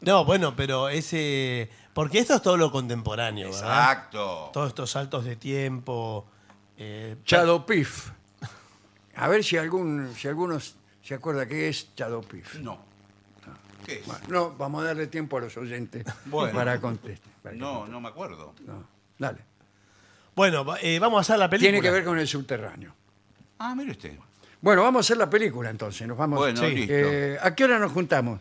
[SPEAKER 2] No, bueno, pero ese. Porque esto es todo lo contemporáneo, ¿verdad?
[SPEAKER 3] Exacto.
[SPEAKER 2] Todos estos saltos de tiempo. eh,
[SPEAKER 1] Chadopif. A ver si algún, si algunos se acuerda qué es Chadopif.
[SPEAKER 3] No. ¿Qué es?
[SPEAKER 1] Bueno, no, vamos a darle tiempo a los oyentes
[SPEAKER 3] Bueno.
[SPEAKER 1] para contestar. Para que-
[SPEAKER 3] No, no me acuerdo.
[SPEAKER 1] no. Dale.
[SPEAKER 2] Bueno, va- eh, vamos a hacer la película.
[SPEAKER 1] Tiene que ver con el subterráneo.
[SPEAKER 3] Ah, mire usted.
[SPEAKER 1] Bueno, vamos a hacer la película entonces. Nos vamos.
[SPEAKER 3] Bueno,
[SPEAKER 2] Sí.
[SPEAKER 3] listo.
[SPEAKER 1] Eh, ¿A qué hora nos juntamos?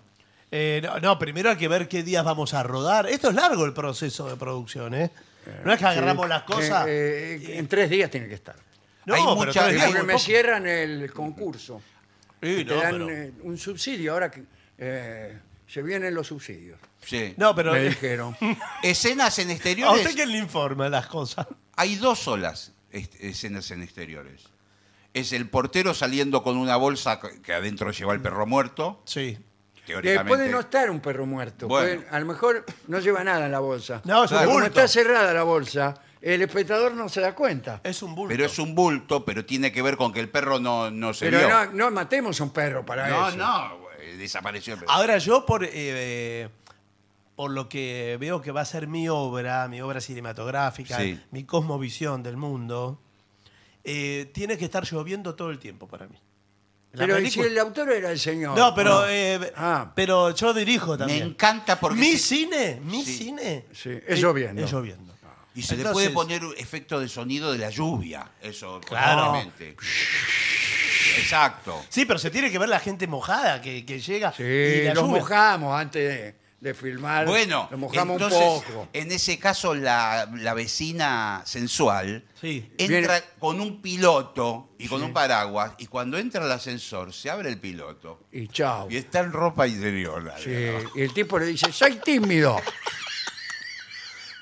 [SPEAKER 2] Eh, no, no, primero hay que ver qué días vamos a rodar. Esto es largo el proceso de producción, ¿eh? No es que agarramos las cosas.
[SPEAKER 1] Eh, eh, en tres días tiene que estar.
[SPEAKER 2] no,
[SPEAKER 3] hay
[SPEAKER 2] pero
[SPEAKER 3] mucha-
[SPEAKER 2] todo el día
[SPEAKER 3] hay
[SPEAKER 2] es muy
[SPEAKER 1] Porque me
[SPEAKER 2] poco.
[SPEAKER 1] cierran el concurso.
[SPEAKER 2] Sí,
[SPEAKER 1] Te
[SPEAKER 2] no,
[SPEAKER 1] dan
[SPEAKER 2] pero-
[SPEAKER 1] eh, un subsidio. Ahora que eh, se vienen los subsidios.
[SPEAKER 3] Sí.
[SPEAKER 2] no, pero.
[SPEAKER 1] me dijeron.
[SPEAKER 3] Escenas en
[SPEAKER 2] ¿A usted
[SPEAKER 3] exteriores.
[SPEAKER 2] quién le informa las cosas?
[SPEAKER 3] Hay dos solas est- escenas en exteriores. es el portero saliendo con una bolsa que que adentro lleva el perro muerto,
[SPEAKER 2] Sí.
[SPEAKER 1] Que
[SPEAKER 3] teóricamente.
[SPEAKER 1] puede no estar un perro muerto.
[SPEAKER 3] Bueno.
[SPEAKER 1] puede- a lo mejor no lleva nada en la bolsa.
[SPEAKER 2] No, es un
[SPEAKER 1] Pero Como
[SPEAKER 2] bulto.
[SPEAKER 1] está cerrada la bolsa, el espectador no se da cuenta.
[SPEAKER 2] Es un bulto.
[SPEAKER 3] Pero es un bulto, pero tiene que ver con que el perro no, no se
[SPEAKER 1] Pero
[SPEAKER 3] vio.
[SPEAKER 1] no, no matemos a un perro para
[SPEAKER 3] no,
[SPEAKER 1] eso.
[SPEAKER 3] no, eh, desapareció el perro.
[SPEAKER 2] Ahora yo por eh, por lo que veo que va a ser mi obra, mi obra cinematográfica,
[SPEAKER 3] Sí.
[SPEAKER 2] mi cosmovisión del mundo, eh, tiene que estar lloviendo todo el tiempo para mí. La
[SPEAKER 1] Pero
[SPEAKER 2] película-
[SPEAKER 1] si el autor era el señor.
[SPEAKER 2] No, pero
[SPEAKER 1] ¿no?
[SPEAKER 2] eh,
[SPEAKER 1] Ah.
[SPEAKER 2] pero yo dirijo
[SPEAKER 3] Me
[SPEAKER 2] también.
[SPEAKER 3] encanta porque
[SPEAKER 2] Mi
[SPEAKER 3] se-
[SPEAKER 2] cine, mi
[SPEAKER 3] Sí.
[SPEAKER 2] cine.
[SPEAKER 1] Sí, es lloviendo. Ah.
[SPEAKER 2] Es lloviendo.
[SPEAKER 3] y se
[SPEAKER 2] Entonces-
[SPEAKER 3] le puede poner efecto de sonido de la lluvia. Eso,
[SPEAKER 2] Claro.
[SPEAKER 3] claramente. Exacto.
[SPEAKER 2] Sí, pero se tiene que ver la gente mojada que, que llega.
[SPEAKER 1] Sí,
[SPEAKER 2] y la
[SPEAKER 1] los
[SPEAKER 2] lluvia.
[SPEAKER 1] mojamos antes de, de filmar.
[SPEAKER 3] Bueno,
[SPEAKER 1] los mojamos un
[SPEAKER 3] entonces,
[SPEAKER 1] poco.
[SPEAKER 3] en ese caso la, la vecina sensual
[SPEAKER 2] Sí.
[SPEAKER 3] entra
[SPEAKER 1] Viene-
[SPEAKER 3] con un piloto y con un paraguas y cuando entra el ascensor se abre el piloto
[SPEAKER 1] Y chao.
[SPEAKER 3] y está en ropa interior. la
[SPEAKER 1] Sí,
[SPEAKER 3] verdad.
[SPEAKER 1] Y el tipo le dice, soy tímido.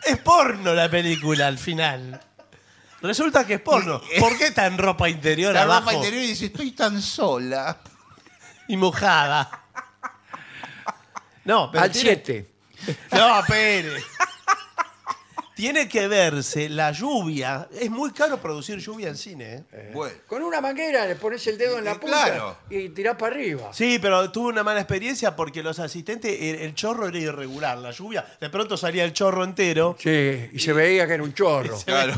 [SPEAKER 2] Es porno la película al final. Resulta que es porno. ¿Por qué tan ropa interior
[SPEAKER 3] Está en
[SPEAKER 2] abajo
[SPEAKER 3] ropa interior y dice, estoy tan sola.
[SPEAKER 2] y mojada? No, pero
[SPEAKER 1] Al
[SPEAKER 2] tiene-
[SPEAKER 1] 7.
[SPEAKER 2] No, Pérez. Tiene que verse la lluvia. Es muy caro producir lluvia en cine. ¿eh?
[SPEAKER 3] Bueno,
[SPEAKER 1] Con una manguera le pones el dedo en la
[SPEAKER 3] Eh,
[SPEAKER 1] punta
[SPEAKER 3] claro.
[SPEAKER 1] y tirás para arriba.
[SPEAKER 2] Sí, pero tuve una mala experiencia porque los asistentes, el, el chorro era irregular, la lluvia, de pronto salía el chorro entero
[SPEAKER 1] Sí, y se veía que era un chorro.
[SPEAKER 3] claro.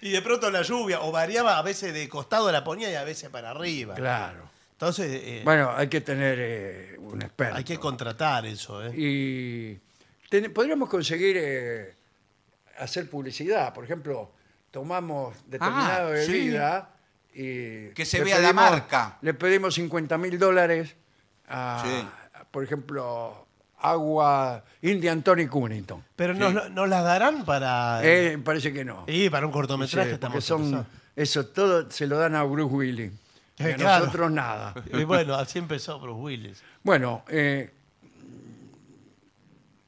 [SPEAKER 2] y de pronto la lluvia o variaba a veces de costado la ponía y a veces para arriba.
[SPEAKER 1] Claro.
[SPEAKER 2] Entonces, eh,
[SPEAKER 1] Bueno, hay que tener eh, un experto.
[SPEAKER 2] hay que contratar eso. ¿eh?
[SPEAKER 1] Y ten- podríamos conseguir eh, hacer publicidad. Por ejemplo, tomamos determinada
[SPEAKER 3] Ah, sí.
[SPEAKER 1] bebida y...
[SPEAKER 3] Que se
[SPEAKER 1] le
[SPEAKER 3] vea la marca.
[SPEAKER 1] Le pedimos 50 mil dólares a,
[SPEAKER 3] Sí.
[SPEAKER 1] por ejemplo, agua Indian Tony Cunnington.
[SPEAKER 2] Pero nos, lo- nos las darán para.
[SPEAKER 1] Eh, parece que no.
[SPEAKER 2] y para un cortometraje
[SPEAKER 1] Sí, porque
[SPEAKER 2] estamos
[SPEAKER 1] son,
[SPEAKER 2] empezando.
[SPEAKER 1] eso todo se lo dan a Bruce Willis. Y
[SPEAKER 3] Eh,
[SPEAKER 1] a
[SPEAKER 2] claro.
[SPEAKER 1] nosotros nada.
[SPEAKER 2] Y bueno, así empezó Bruce Willis.
[SPEAKER 1] Bueno, eh,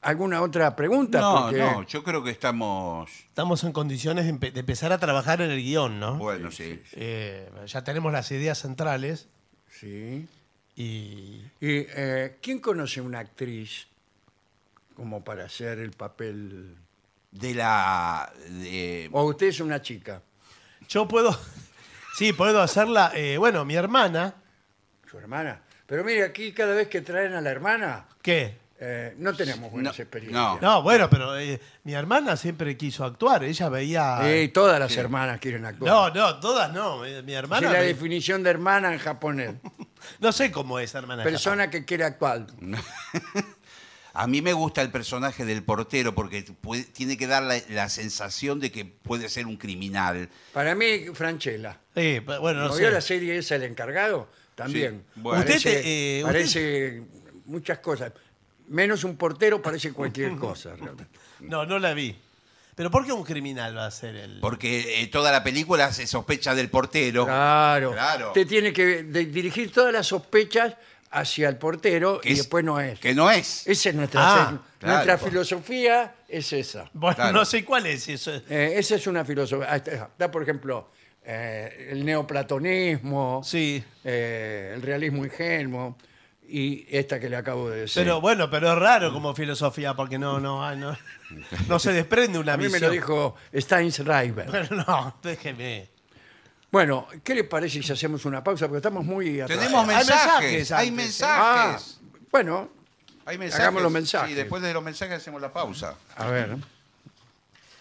[SPEAKER 1] ¿alguna otra pregunta?
[SPEAKER 3] No,
[SPEAKER 1] Porque-
[SPEAKER 3] no, yo creo que estamos...
[SPEAKER 2] Estamos en condiciones de, empe- de empezar a trabajar en el guión, ¿no?
[SPEAKER 3] Bueno, sí.
[SPEAKER 2] Eh, ya tenemos las ideas centrales
[SPEAKER 1] Sí.
[SPEAKER 2] y.
[SPEAKER 1] Y, eh, ¿Quién conoce una actriz como para hacer el papel?
[SPEAKER 3] De la... de-
[SPEAKER 1] O usted es una chica,
[SPEAKER 2] Yo puedo. Sí, puedo hacerla. eh, bueno, mi hermana.
[SPEAKER 1] su hermana. Pero mire, aquí cada vez que traen a la hermana,
[SPEAKER 2] ¿Qué?
[SPEAKER 1] eh, no tenemos buenas
[SPEAKER 3] No,
[SPEAKER 1] experiencias.
[SPEAKER 2] No, bueno, pero eh, mi hermana siempre quiso actuar. Ella veía.
[SPEAKER 1] Eh, todas las hermanas quieren actuar.
[SPEAKER 2] no, no, todas no. eh, Mi
[SPEAKER 1] Sí,
[SPEAKER 2] hermana.
[SPEAKER 1] la
[SPEAKER 2] me-
[SPEAKER 1] definición de hermana en japonés.
[SPEAKER 2] No sé cómo es, hermana. de Japón.
[SPEAKER 1] Persona que quiere actuar.
[SPEAKER 3] A mí me gusta el personaje del portero porque puede- tiene que dar la, la sensación de que puede ser un criminal.
[SPEAKER 1] Para mí, Franchella.
[SPEAKER 2] Sí, pero bueno, no,
[SPEAKER 1] ¿No
[SPEAKER 2] sé.
[SPEAKER 1] vio la serie esa, El Encargado? También.
[SPEAKER 3] Sí, bueno.
[SPEAKER 2] Usted
[SPEAKER 1] parece,
[SPEAKER 2] te- eh, usted-
[SPEAKER 1] parece muchas cosas. Menos un portero parece cualquier cosa. realmente.
[SPEAKER 2] No, no la vi. Pero ¿por qué un criminal va a ser el...?
[SPEAKER 3] Porque eh, toda la película se sospecha del portero.
[SPEAKER 1] Claro.
[SPEAKER 3] Claro.
[SPEAKER 1] Usted tiene que de- dirigir todas las sospechas hacia el portero
[SPEAKER 3] Que
[SPEAKER 1] y
[SPEAKER 3] es-
[SPEAKER 1] después no es.
[SPEAKER 3] Que no es.
[SPEAKER 1] Esa es nuestra,
[SPEAKER 2] Ah,
[SPEAKER 1] nuestra
[SPEAKER 3] claro.
[SPEAKER 1] filosofía, es esa.
[SPEAKER 2] Bueno,
[SPEAKER 3] Claro.
[SPEAKER 2] no sé cuál es eso.
[SPEAKER 1] Eh, esa es una filosofía. Ah, Está, está, por ejemplo, eh, el neoplatonismo,
[SPEAKER 2] Sí.
[SPEAKER 1] eh, el realismo ingenuo y esta que le acabo de decir.
[SPEAKER 2] Pero bueno, pero es
[SPEAKER 1] Mm.
[SPEAKER 2] raro como filosofía, porque no, no, ah, no, no se desprende una
[SPEAKER 1] A mí me
[SPEAKER 2] visión.
[SPEAKER 1] lo dijo Steinschreiber.
[SPEAKER 2] Pero no, déjeme.
[SPEAKER 1] Bueno, ¿qué le parece si hacemos una pausa? Porque estamos muy atrasados.
[SPEAKER 3] Tenemos mensajes.
[SPEAKER 2] mensajes
[SPEAKER 3] Hay
[SPEAKER 2] antes, ¿eh?
[SPEAKER 1] Ah,
[SPEAKER 3] mensajes.
[SPEAKER 1] bueno,
[SPEAKER 3] Hay mensajes.
[SPEAKER 1] Hagamos los mensajes.
[SPEAKER 3] Y después de Ah, los mensajes hacemos la pausa.
[SPEAKER 1] a ver.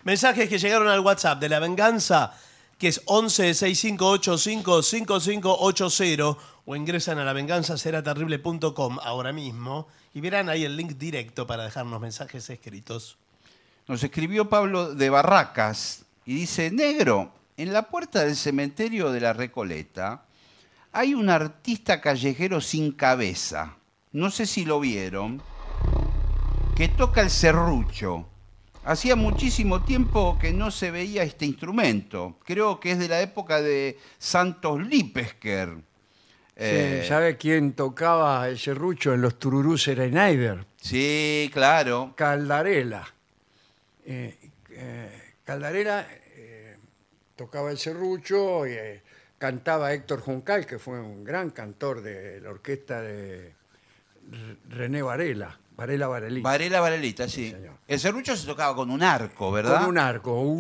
[SPEAKER 2] Mensajes que llegaron al WhatsApp de La Venganza, que es 11 6585 5580 o ingresan a lavenganzaseraterrible.com ahora mismo y verán ahí el link directo para dejarnos mensajes escritos.
[SPEAKER 3] Nos escribió Pablo de Barracas y dice, negro, en la puerta del cementerio de la Recoleta hay un artista callejero sin cabeza, no sé si lo vieron, que toca el serrucho. Hacía muchísimo tiempo que no se veía este instrumento, creo que es de la época de Santos Lipesker. Eh,
[SPEAKER 1] Sí, ¿Sabe quién tocaba el serrucho en los Tururú Serenaider?
[SPEAKER 3] sí, claro.
[SPEAKER 1] Caldarela. Eh, eh, Caldarela eh, tocaba el serrucho y eh, cantaba Héctor Juncal, que fue un gran cantor de la orquesta de R- René Varela, Varela Varelita.
[SPEAKER 3] Varela, varelita, sí.
[SPEAKER 1] señor.
[SPEAKER 3] el serrucho se tocaba con un arco, ¿verdad?
[SPEAKER 1] con un arco.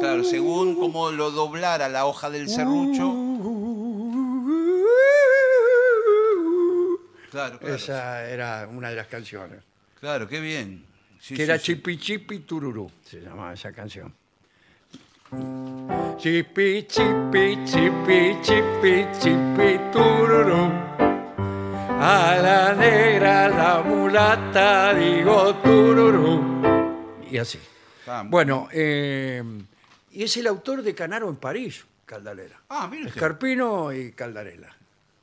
[SPEAKER 3] Claro, según cómo lo doblara la hoja del serrucho. Claro, claro.
[SPEAKER 1] Esa era una de las canciones.
[SPEAKER 3] Claro, qué bien. Sí,
[SPEAKER 1] que
[SPEAKER 3] sí,
[SPEAKER 1] era
[SPEAKER 3] sí.
[SPEAKER 1] Chipi Chipi Tururú, se llamaba esa canción. Chipi Chipi Chipi Chipi Chipi Tururú. A la negra, la mulata, digo Tururú. Y así.
[SPEAKER 3] Ah,
[SPEAKER 1] Bueno, eh, y es el autor de Canaro en París, Caldarela.
[SPEAKER 3] Ah, mire usted.
[SPEAKER 1] Escarpino y Caldarela.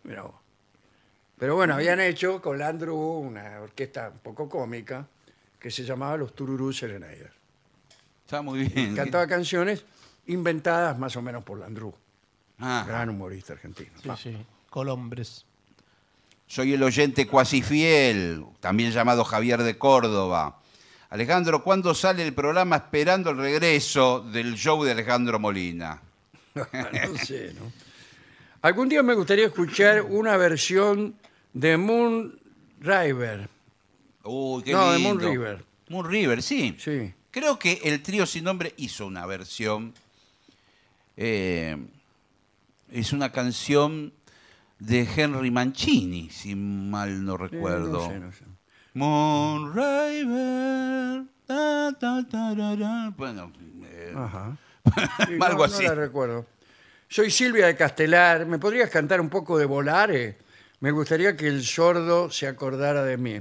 [SPEAKER 1] Mirá vos. Pero bueno, habían hecho con Landru una orquesta un poco cómica que se llamaba Los Tururú Serenayers.
[SPEAKER 3] Está muy bien.
[SPEAKER 1] Cantaba canciones inventadas más o menos por Landru,
[SPEAKER 3] Ah,
[SPEAKER 1] gran humorista argentino.
[SPEAKER 2] Sí,
[SPEAKER 1] Ah,
[SPEAKER 2] sí. Colombres.
[SPEAKER 3] soy el oyente cuasi fiel, también llamado Javier de Córdoba. Alejandro, ¿cuándo sale el programa esperando el regreso del show de Alejandro Molina?
[SPEAKER 1] no sé, ¿no? Algún día me gustaría escuchar una versión de Moon River.
[SPEAKER 3] Uy, qué
[SPEAKER 1] No, de
[SPEAKER 3] lindo.
[SPEAKER 1] Moon River.
[SPEAKER 3] Moon River, sí.
[SPEAKER 1] Sí.
[SPEAKER 3] Creo que el trío sin nombre hizo una versión. eh, es una canción de Henry Mancini, si mal no recuerdo.
[SPEAKER 1] Eh, No sé, no sé.
[SPEAKER 3] Moon River. ta, ta, ta, ra, ra. Bueno, eh,
[SPEAKER 1] Ajá. Ah, Sí, no,
[SPEAKER 3] algo
[SPEAKER 1] no
[SPEAKER 3] así.
[SPEAKER 1] la recuerdo. Soy Silvia de Castelar. ¿Me podrías cantar un poco de Volare? Me gustaría que el sordo se acordara de mí.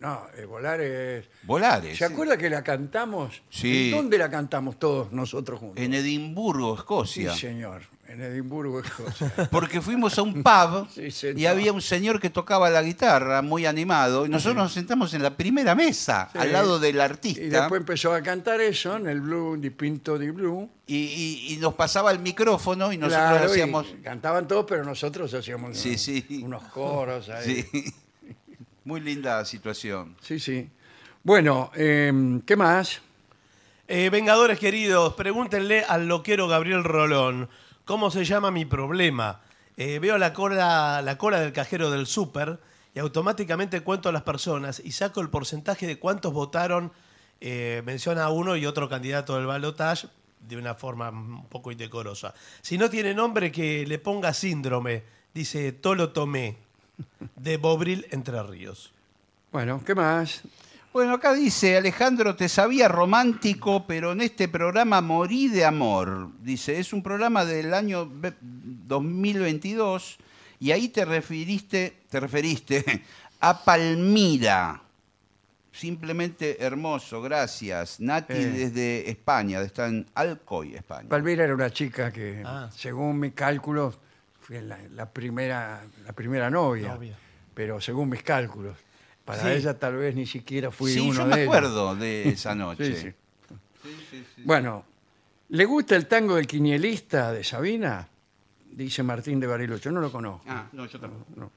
[SPEAKER 1] No, eh, Volare es...
[SPEAKER 3] Volares.
[SPEAKER 1] ¿Se acuerda que la cantamos?
[SPEAKER 3] Sí.
[SPEAKER 1] ¿En dónde la cantamos todos nosotros juntos?
[SPEAKER 3] En Edimburgo,
[SPEAKER 1] Sí,
[SPEAKER 3] Escocia.
[SPEAKER 1] señor. En Edimburgo, Escocia.
[SPEAKER 3] Porque fuimos a un pub
[SPEAKER 1] Sí, señor.
[SPEAKER 3] y había un señor que tocaba la guitarra muy animado y nosotros nos sentamos en la primera mesa
[SPEAKER 1] Sí.
[SPEAKER 3] al lado del artista.
[SPEAKER 1] y después empezó a cantar eso en el Blue, Di Pinto Di Blue.
[SPEAKER 3] y, y- y nos pasaba el micrófono y nosotros
[SPEAKER 1] Claro, y
[SPEAKER 3] hacíamos.
[SPEAKER 1] Cantaban todos, pero nosotros hacíamos
[SPEAKER 3] Sí,
[SPEAKER 1] unos,
[SPEAKER 3] sí.
[SPEAKER 1] unos coros ahí.
[SPEAKER 3] Sí. Muy linda situación.
[SPEAKER 1] Sí, sí. Bueno, em, ¿qué más?
[SPEAKER 2] Eh, Vengadores queridos, pregúntenle al loquero Gabriel Rolón, ¿cómo se llama mi problema? Eh, veo la cola, la cola del cajero del súper y automáticamente cuento a las personas y saco el porcentaje de cuántos votaron, eh, menciona a uno y otro candidato del balotaje de una forma un poco indecorosa. Si no tiene nombre, que le ponga síndrome, dice Tolo Tomé, de Bobril Entre Ríos.
[SPEAKER 1] Bueno, ¿qué más?
[SPEAKER 3] Bueno, acá dice Alejandro, te sabía romántico, pero en este programa morí de amor. Dice, es un programa del año ve- 2022 y ahí te referiste, te referiste a Palmira. Simplemente hermoso, gracias. Nati
[SPEAKER 1] Eh.
[SPEAKER 3] desde España, está en Alcoy, España.
[SPEAKER 1] Palmira era una chica que,
[SPEAKER 2] Ah.
[SPEAKER 1] según mis cálculos, fue la, la primera, la primera novia.
[SPEAKER 2] Novia.
[SPEAKER 1] Pero según mis cálculos, para
[SPEAKER 2] Sí.
[SPEAKER 1] ella tal vez ni siquiera fui
[SPEAKER 3] sí,
[SPEAKER 1] uno
[SPEAKER 3] yo
[SPEAKER 1] de
[SPEAKER 3] me
[SPEAKER 1] ellos.
[SPEAKER 3] acuerdo de esa noche.
[SPEAKER 1] Sí, sí. Bueno, ¿le gusta el tango del quinielista de Sabina? Dice Martín de Bariloche. No lo conozco.
[SPEAKER 3] Ah, no, yo tampoco.
[SPEAKER 1] No.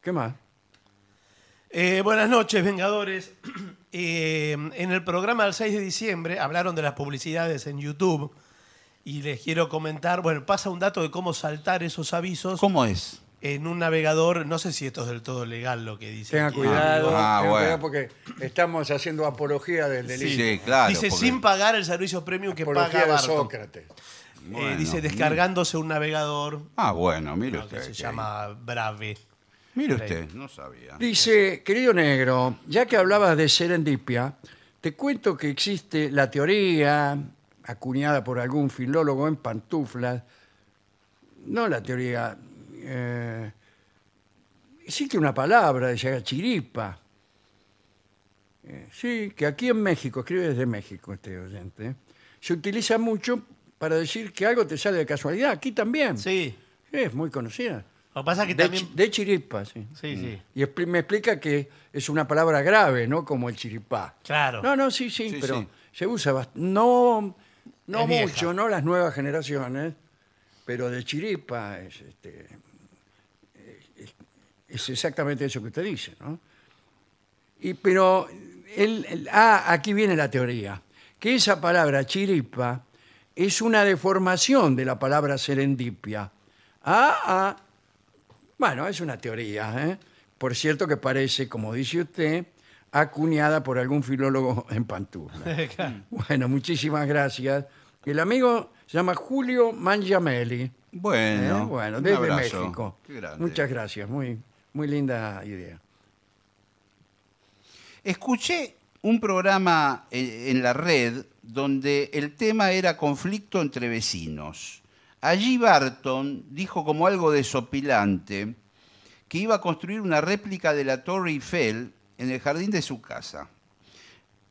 [SPEAKER 1] ¿Qué más?
[SPEAKER 2] Eh, buenas noches, Vengadores. Eh, en el programa del 6 de diciembre hablaron de las publicidades en YouTube y les quiero comentar, bueno, pasa un dato de cómo saltar esos avisos
[SPEAKER 3] ¿Cómo es?
[SPEAKER 1] Eh,
[SPEAKER 2] en un navegador, no sé si esto es del todo legal lo que dice.
[SPEAKER 1] Tenga
[SPEAKER 2] aquí.
[SPEAKER 1] cuidado,
[SPEAKER 3] Ah,
[SPEAKER 1] tenga
[SPEAKER 3] bueno.
[SPEAKER 1] cuidado porque estamos haciendo apología del delito.
[SPEAKER 3] Sí, claro.
[SPEAKER 2] dice
[SPEAKER 3] porque-
[SPEAKER 2] sin pagar el servicio premium que
[SPEAKER 1] apología
[SPEAKER 2] paga
[SPEAKER 1] de
[SPEAKER 2] Barton.
[SPEAKER 1] Sócrates.
[SPEAKER 2] Eh,
[SPEAKER 3] Bueno,
[SPEAKER 2] dice
[SPEAKER 3] mire.
[SPEAKER 2] descargándose un navegador
[SPEAKER 3] Ah, bueno, mire
[SPEAKER 2] no, que
[SPEAKER 3] usted.
[SPEAKER 2] se
[SPEAKER 3] que-
[SPEAKER 2] llama Brave.
[SPEAKER 3] Mire usted, no sabía.
[SPEAKER 1] Dice, querido negro, ya que hablabas de serendipia, te cuento que existe la teoría, acuñada por algún filólogo en pantuflas, no la teoría, eh, existe una palabra, de chiripa. Eh, sí, que aquí en México, escribe desde México este oyente, ¿eh? se utiliza mucho para decir que algo te sale de casualidad, aquí también.
[SPEAKER 2] Sí.
[SPEAKER 1] Es muy conocida.
[SPEAKER 2] Lo que pasa es que
[SPEAKER 1] Mm. de,
[SPEAKER 2] también.
[SPEAKER 1] chi- de chiripa, sí.
[SPEAKER 3] mm.
[SPEAKER 2] Sí, sí.
[SPEAKER 1] Y expli- me explica que es una palabra grave, ¿no? Como el chiripá.
[SPEAKER 2] Claro.
[SPEAKER 1] No, no, sí, sí,
[SPEAKER 3] Sí,
[SPEAKER 1] pero
[SPEAKER 3] sí.
[SPEAKER 1] se usa bastante. No, no
[SPEAKER 2] Es vieja.
[SPEAKER 1] mucho, no las nuevas generaciones, pero de chiripa es, este, es- es exactamente eso que usted dice, ¿no? Y, pero, el, el- ah, aquí viene la teoría, que esa palabra chiripa es una deformación de la palabra serendipia. Ah, ah. Bueno, es una teoría. ¿eh? Por cierto que parece, como dice usted, acuñada por algún filólogo en Pantufla. Bueno, muchísimas gracias. El amigo se llama Julio Mangiamelli.
[SPEAKER 3] Bueno,
[SPEAKER 1] ¿eh? Bueno,
[SPEAKER 3] un
[SPEAKER 1] desde
[SPEAKER 3] abrazo.
[SPEAKER 1] México.
[SPEAKER 3] Qué grande.
[SPEAKER 1] Muchas gracias, muy, muy linda idea.
[SPEAKER 3] Escuché un programa eh, en la red donde el tema era conflicto entre vecinos. Allí Barton dijo como algo desopilante que iba a construir una réplica de la Torre Eiffel en el jardín de su casa.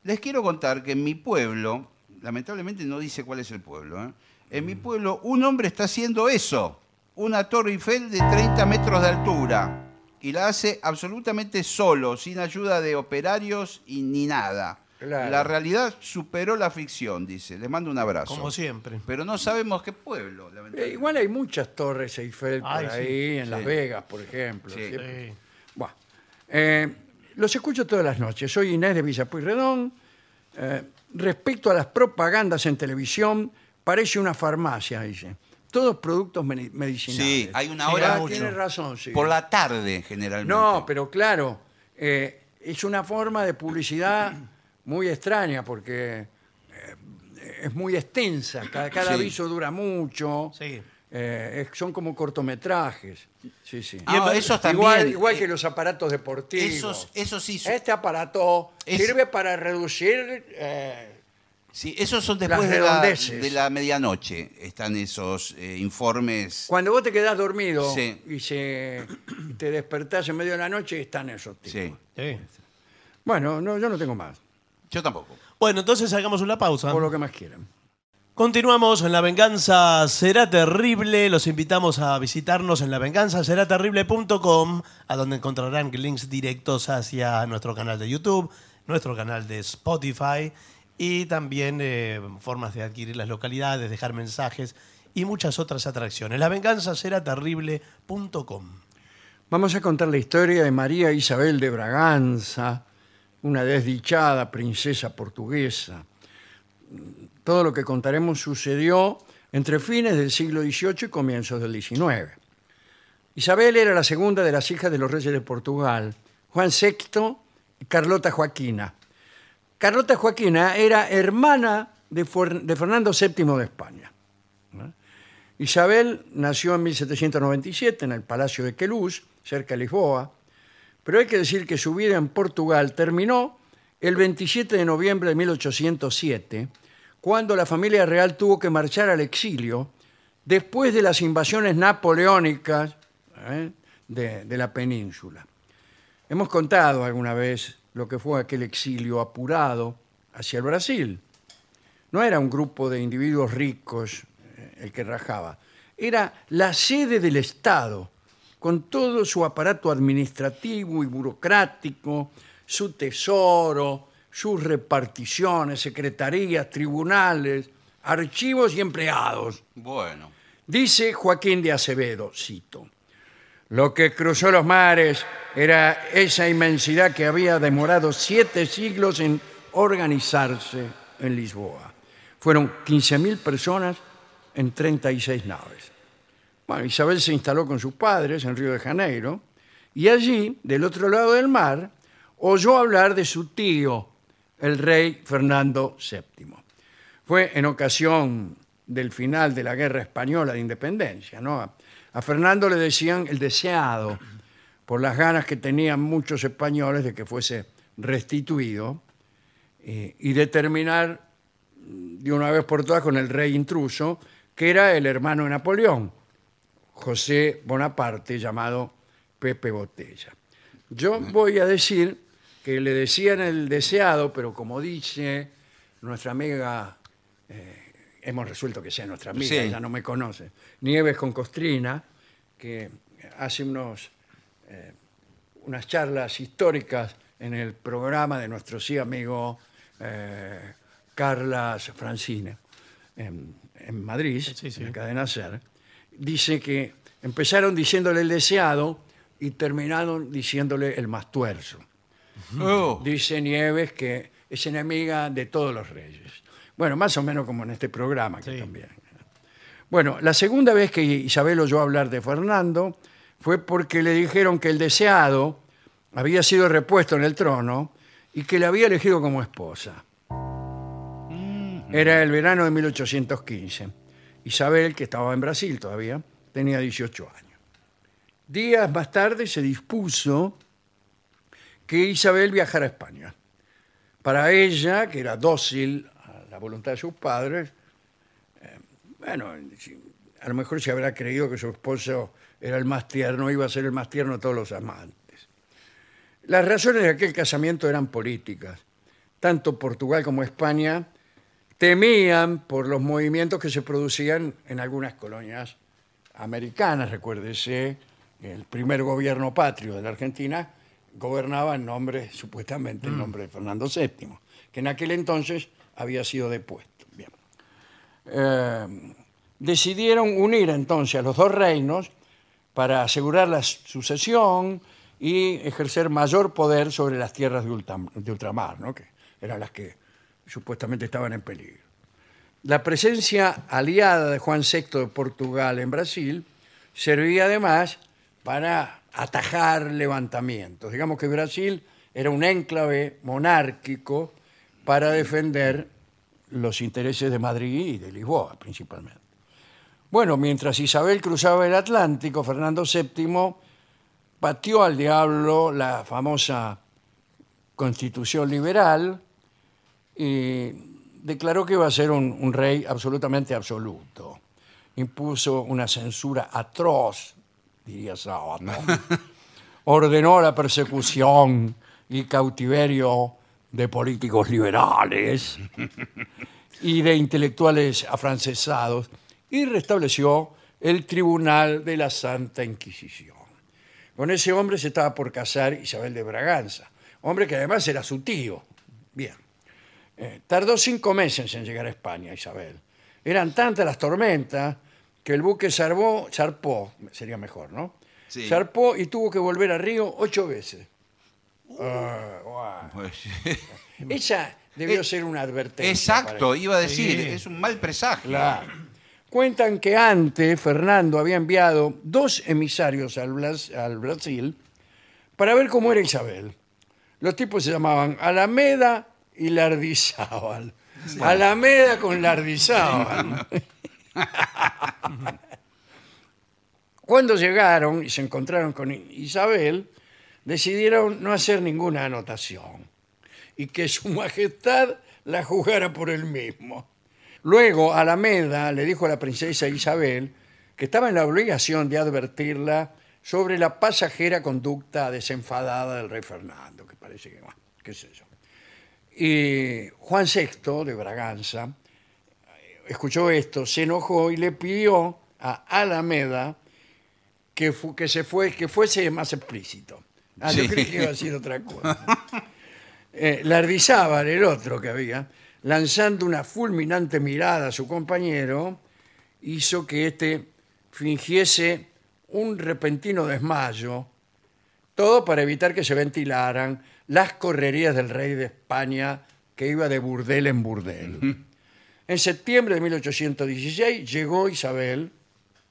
[SPEAKER 3] Les quiero contar que en mi pueblo, lamentablemente no dice cuál es el pueblo, ¿eh? en
[SPEAKER 1] Mm.
[SPEAKER 3] mi pueblo un hombre está haciendo eso, una Torre Eiffel de 30 metros de altura, y la hace absolutamente solo, sin ayuda de operarios y ni nada.
[SPEAKER 1] Claro.
[SPEAKER 3] La realidad superó la ficción, dice. Les mando un abrazo.
[SPEAKER 2] Como siempre.
[SPEAKER 3] Pero no sabemos qué pueblo,
[SPEAKER 1] Eh,
[SPEAKER 3] lamentablemente.
[SPEAKER 1] igual hay muchas torres Eiffel por
[SPEAKER 2] Ay, sí.
[SPEAKER 1] ahí, en Las
[SPEAKER 3] Sí.
[SPEAKER 1] Vegas, por ejemplo.
[SPEAKER 3] Sí.
[SPEAKER 1] Siempre-
[SPEAKER 2] Sí.
[SPEAKER 1] Bueno, eh, los escucho todas las noches. Soy Inés de Villa Pueyrredón. Eh, respecto a las propagandas en televisión, parece una farmacia, dice. Todos productos meni- medicinales.
[SPEAKER 3] Sí, hay una
[SPEAKER 2] Sí,
[SPEAKER 3] hora
[SPEAKER 1] Ah,
[SPEAKER 2] mucho.
[SPEAKER 1] tiene razón, sí.
[SPEAKER 3] por la tarde generalmente.
[SPEAKER 1] No, pero claro, eh, es una forma de publicidad muy extraña porque eh, es muy extensa. Cada, cada
[SPEAKER 3] Sí.
[SPEAKER 1] aviso dura mucho.
[SPEAKER 2] Sí.
[SPEAKER 1] Eh, es- son como cortometrajes. Sí, sí.
[SPEAKER 3] Ah,
[SPEAKER 2] Y el-
[SPEAKER 3] esos también.
[SPEAKER 1] Igual, igual
[SPEAKER 3] eh,
[SPEAKER 1] que los aparatos deportivos.
[SPEAKER 3] Esos, esos sí, son-
[SPEAKER 1] Este aparato
[SPEAKER 3] Es-
[SPEAKER 1] sirve para reducir. eh,
[SPEAKER 3] sí, esos son
[SPEAKER 1] Las
[SPEAKER 3] después de la,
[SPEAKER 1] redondeces.
[SPEAKER 3] de la medianoche. Están esos eh, informes.
[SPEAKER 1] cuando vos te quedás dormido
[SPEAKER 3] Sí.
[SPEAKER 1] y se, y te despertás en medio de la noche, están esos tipos.
[SPEAKER 3] Sí.
[SPEAKER 2] Sí.
[SPEAKER 1] Bueno, no, yo no tengo más.
[SPEAKER 3] Yo tampoco.
[SPEAKER 2] Bueno, entonces hagamos una pausa.
[SPEAKER 1] Por lo que más quieran.
[SPEAKER 2] Continuamos en La Venganza Será Terrible. Los invitamos a visitarnos en lavenganzaseraterrible.com, a donde encontrarán links directos hacia nuestro canal de YouTube, nuestro canal de Spotify y también eh, formas de adquirir las localidades, dejar mensajes y muchas otras atracciones. Lavenganzaseraterrible.com.
[SPEAKER 1] Vamos a contar la historia de María Isabel de Braganza, una desdichada princesa portuguesa. Todo lo que contaremos sucedió entre fines del siglo XVIII y comienzos del XIX. Isabel era la segunda de las hijas de los reyes de Portugal, Juan VI y Carlota Joaquina. Carlota Joaquina era hermana de, Fuer- de Fernando VII de España. Isabel nació en 1797 en el Palacio de Queluz, cerca de Lisboa, pero hay que decir que su vida en Portugal terminó el 27 de noviembre de 1807, cuando la familia real tuvo que marchar al exilio después de las invasiones napoleónicas ¿eh? de, de la península. Hemos contado alguna vez lo que fue aquel exilio apurado hacia el Brasil no era un grupo de individuos ricos eh, el que rajaba, era la sede del Estado, con todo su aparato administrativo y burocrático, su tesoro, sus reparticiones, secretarías, tribunales, archivos y empleados.
[SPEAKER 3] Bueno.
[SPEAKER 1] Dice Joaquín de Acevedo, cito, lo que cruzó los mares era esa inmensidad que había demorado siete siglos en organizarse en Lisboa. Fueron 15.000 personas en 36 naves. Bueno, Isabel se instaló con sus padres en Río de Janeiro y allí, del otro lado del mar, oyó hablar de su tío, el rey Fernando VII. Fue en ocasión del final de la Guerra Española de Independencia, ¿no? A, a Fernando le decían el deseado por las ganas que tenían muchos españoles de que fuese restituido eh, y de terminar de una vez por todas con el rey intruso, que era el hermano de Napoleón, José Bonaparte, llamado Pepe Botella. Yo voy a decir que le decían el deseado, pero como dice nuestra amiga, eh, hemos resuelto que sea nuestra amiga,
[SPEAKER 3] Sí.
[SPEAKER 1] ella no me conoce, Nieves con Costrina, que hace unos, eh, unas charlas históricas en el programa de nuestro sí amigo eh, Carlas Francina en, en Madrid,
[SPEAKER 2] Sí, sí.
[SPEAKER 1] en la cadena SER, dice que empezaron diciéndole el deseado y terminaron diciéndole el más tuerzo.
[SPEAKER 3] Oh,
[SPEAKER 1] Dice Nieves que es enemiga de todos los reyes. Bueno, más o menos como en este programa que
[SPEAKER 2] Sí.
[SPEAKER 1] también. Bueno, la segunda vez que Isabel oyó hablar de Fernando fue porque le dijeron que el deseado había sido repuesto en el trono y que la había elegido como esposa. Era el verano de 1815. Isabel, que estaba en Brasil todavía, tenía 18 años. Días más tarde se dispuso que Isabel viajara a España. Para ella, que era dócil a la voluntad de sus padres, eh, bueno, si- a lo mejor se habrá creído que su esposo era el más tierno, iba a ser el más tierno de todos los amantes. Las razones de aquel casamiento eran políticas. Tanto Portugal como España temían por los movimientos que se producían en algunas colonias americanas. Recuérdese, el primer gobierno patrio de la Argentina gobernaba en nombre, supuestamente, en nombre de Fernando VII, que en aquel entonces había sido depuesto. Bien. Eh, decidieron unir entonces a los dos reinos para asegurar la sucesión y ejercer mayor poder sobre las tierras de, ultram- de ultramar, ¿no? que eran las que supuestamente estaban en peligro. La presencia aliada de Juan VI de Portugal en Brasil servía además para atajar levantamientos. Digamos que Brasil era un enclave monárquico para defender los intereses de Madrid y de Lisboa principalmente. Bueno, mientras Isabel cruzaba el Atlántico, Fernando VII pateó al diablo la famosa constitución liberal y declaró que iba a ser un, un rey absolutamente absoluto. Impuso una censura atroz, diría Sábato. Ordenó la persecución y cautiverio de políticos liberales y de intelectuales afrancesados y restableció el Tribunal de la Santa Inquisición. Con ese hombre se estaba por casar Isabel de Braganza, hombre que además era su tío. Bien. Eh, tardó cinco meses en llegar a España, Isabel. Eran tantas las tormentas que el buque zarpó, zarpó sería mejor, ¿no?
[SPEAKER 3] Sí.
[SPEAKER 1] Zarpó y tuvo que volver a Río ocho veces. Ah, guau.
[SPEAKER 3] Pues,
[SPEAKER 1] Esa debió ser una advertencia. para
[SPEAKER 3] Eh, Exacto, iba a decir,
[SPEAKER 2] Sí.
[SPEAKER 3] es un mal presagio.
[SPEAKER 1] Claro. Cuentan que antes Fernando había enviado dos emisarios al, Blas- al Brasil para ver cómo era Isabel. Los tipos se llamaban Alameda y Lardizábal. Alameda con Lardizábal. Cuando llegaron y se encontraron con Isabel, decidieron no hacer ninguna anotación y que su majestad la juzgara por él mismo. Luego Alameda le dijo a la princesa Isabel que estaba en la obligación de advertirla sobre la pasajera conducta desenfadada del rey Fernando, que parece que, bueno, qué sé yo. Y Juan VI de Braganza eh, escuchó esto, se enojó y le pidió a Alameda que, fu- que, se fue, que fuese más explícito. Ah, yo
[SPEAKER 3] Sí.
[SPEAKER 1] creí que iba a decir otra cosa. Eh, Lardizábal, el otro que había, lanzando una fulminante mirada a su compañero, hizo que éste fingiese un repentino desmayo, todo para evitar que se ventilaran las correrías del rey de España que iba de burdel en burdel. En septiembre de 1816 llegó Isabel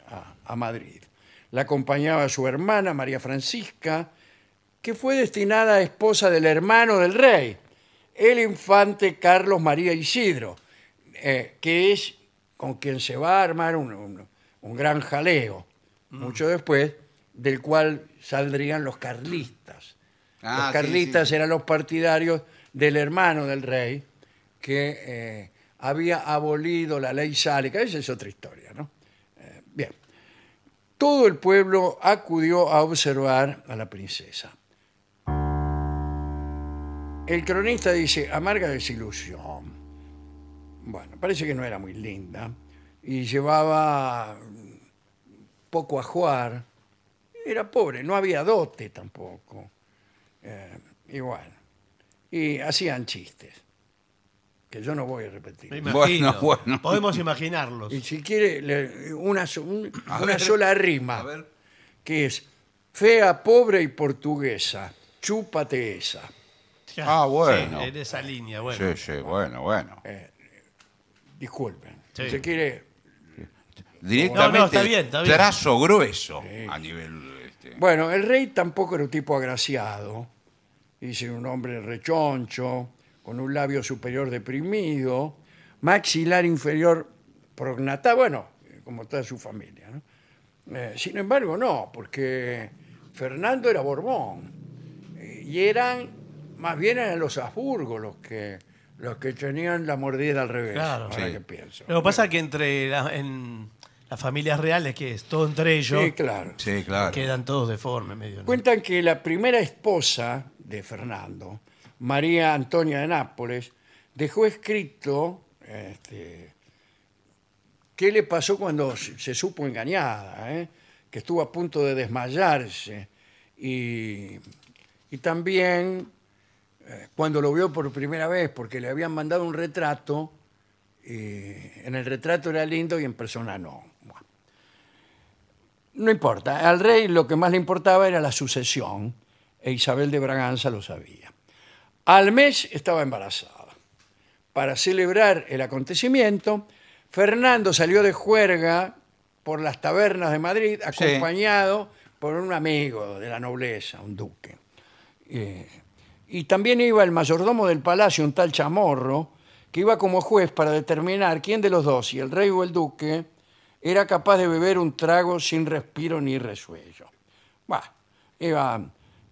[SPEAKER 1] a, a Madrid. La acompañaba su hermana María Francisca, que fue destinada a esposa del hermano del rey, el infante Carlos María Isidro, eh, que es con quien se va a armar un, un- un gran jaleo, mucho después, del cual saldrían los carlistas.
[SPEAKER 3] Ah,
[SPEAKER 1] los
[SPEAKER 3] sí,
[SPEAKER 1] carlistas
[SPEAKER 3] sí.
[SPEAKER 1] eran los partidarios del hermano del rey, que eh, había abolido la ley sálica. Esa es otra historia, ¿no? Eh, bien todo el pueblo acudió a observar a la princesa. El cronista dice, amarga desilusión. Bueno, parece que no era muy linda y llevaba mm, poco a jugar. Era pobre, no había dote tampoco. Eh, y bueno, y hacían chistes, que yo no voy a repetir.
[SPEAKER 2] Me imagino.
[SPEAKER 3] Bueno, bueno.
[SPEAKER 2] Podemos imaginarlos.
[SPEAKER 1] Y si quiere, le- una, so- un-
[SPEAKER 3] A
[SPEAKER 1] una
[SPEAKER 3] ver.
[SPEAKER 1] sola rima,
[SPEAKER 3] A ver.
[SPEAKER 1] que es fea, pobre y portuguesa, chúpate esa.
[SPEAKER 3] Ah, bueno.
[SPEAKER 2] Sí, en esa línea, bueno.
[SPEAKER 3] Sí, sí, bueno, bueno.
[SPEAKER 1] Eh. Disculpen.
[SPEAKER 2] Sí.
[SPEAKER 1] Se quiere.
[SPEAKER 3] Directamente,
[SPEAKER 2] No, no, está bien, está bien.
[SPEAKER 3] trazo grueso a nivel. este,
[SPEAKER 1] Bueno, el rey tampoco era un tipo agraciado. Dice un hombre rechoncho, con un labio superior deprimido, maxilar inferior prognatado, bueno, como toda su familia. ¿no? Eh, sin embargo, no, porque Fernando era Borbón eh, y eran, más bien eran los Habsburgo los que, los que tenían la mordida al revés,
[SPEAKER 2] Claro.
[SPEAKER 1] ahora
[SPEAKER 3] Sí.
[SPEAKER 1] que pienso.
[SPEAKER 2] Lo que pasa es que entre la- en las familias reales, que es todo entre ellos,
[SPEAKER 1] Sí, claro.
[SPEAKER 3] Sí, claro.
[SPEAKER 2] quedan todos deformes, medio. ¿no?
[SPEAKER 1] Cuentan que la primera esposa de Fernando, María Antonia de Nápoles, dejó escrito este, qué le pasó cuando se se supo engañada, ¿eh? que estuvo a punto de desmayarse y, y también eh, cuando lo vio por primera vez, porque le habían mandado un retrato, y Eh, en el retrato era lindo y en persona no. Bueno. No importa, al rey lo que más le importaba era la sucesión, e Isabel de Braganza lo sabía. Al mes estaba embarazada. Para celebrar el acontecimiento, Fernando salió de juerga por las tabernas de Madrid,
[SPEAKER 3] Sí.
[SPEAKER 1] acompañado por un amigo de la nobleza, un duque. Eh, y también iba el mayordomo del palacio, un tal Chamorro, que iba como juez para determinar quién de los dos, si el rey o el duque, era capaz de beber un trago sin respiro ni resuello. Bah, iba,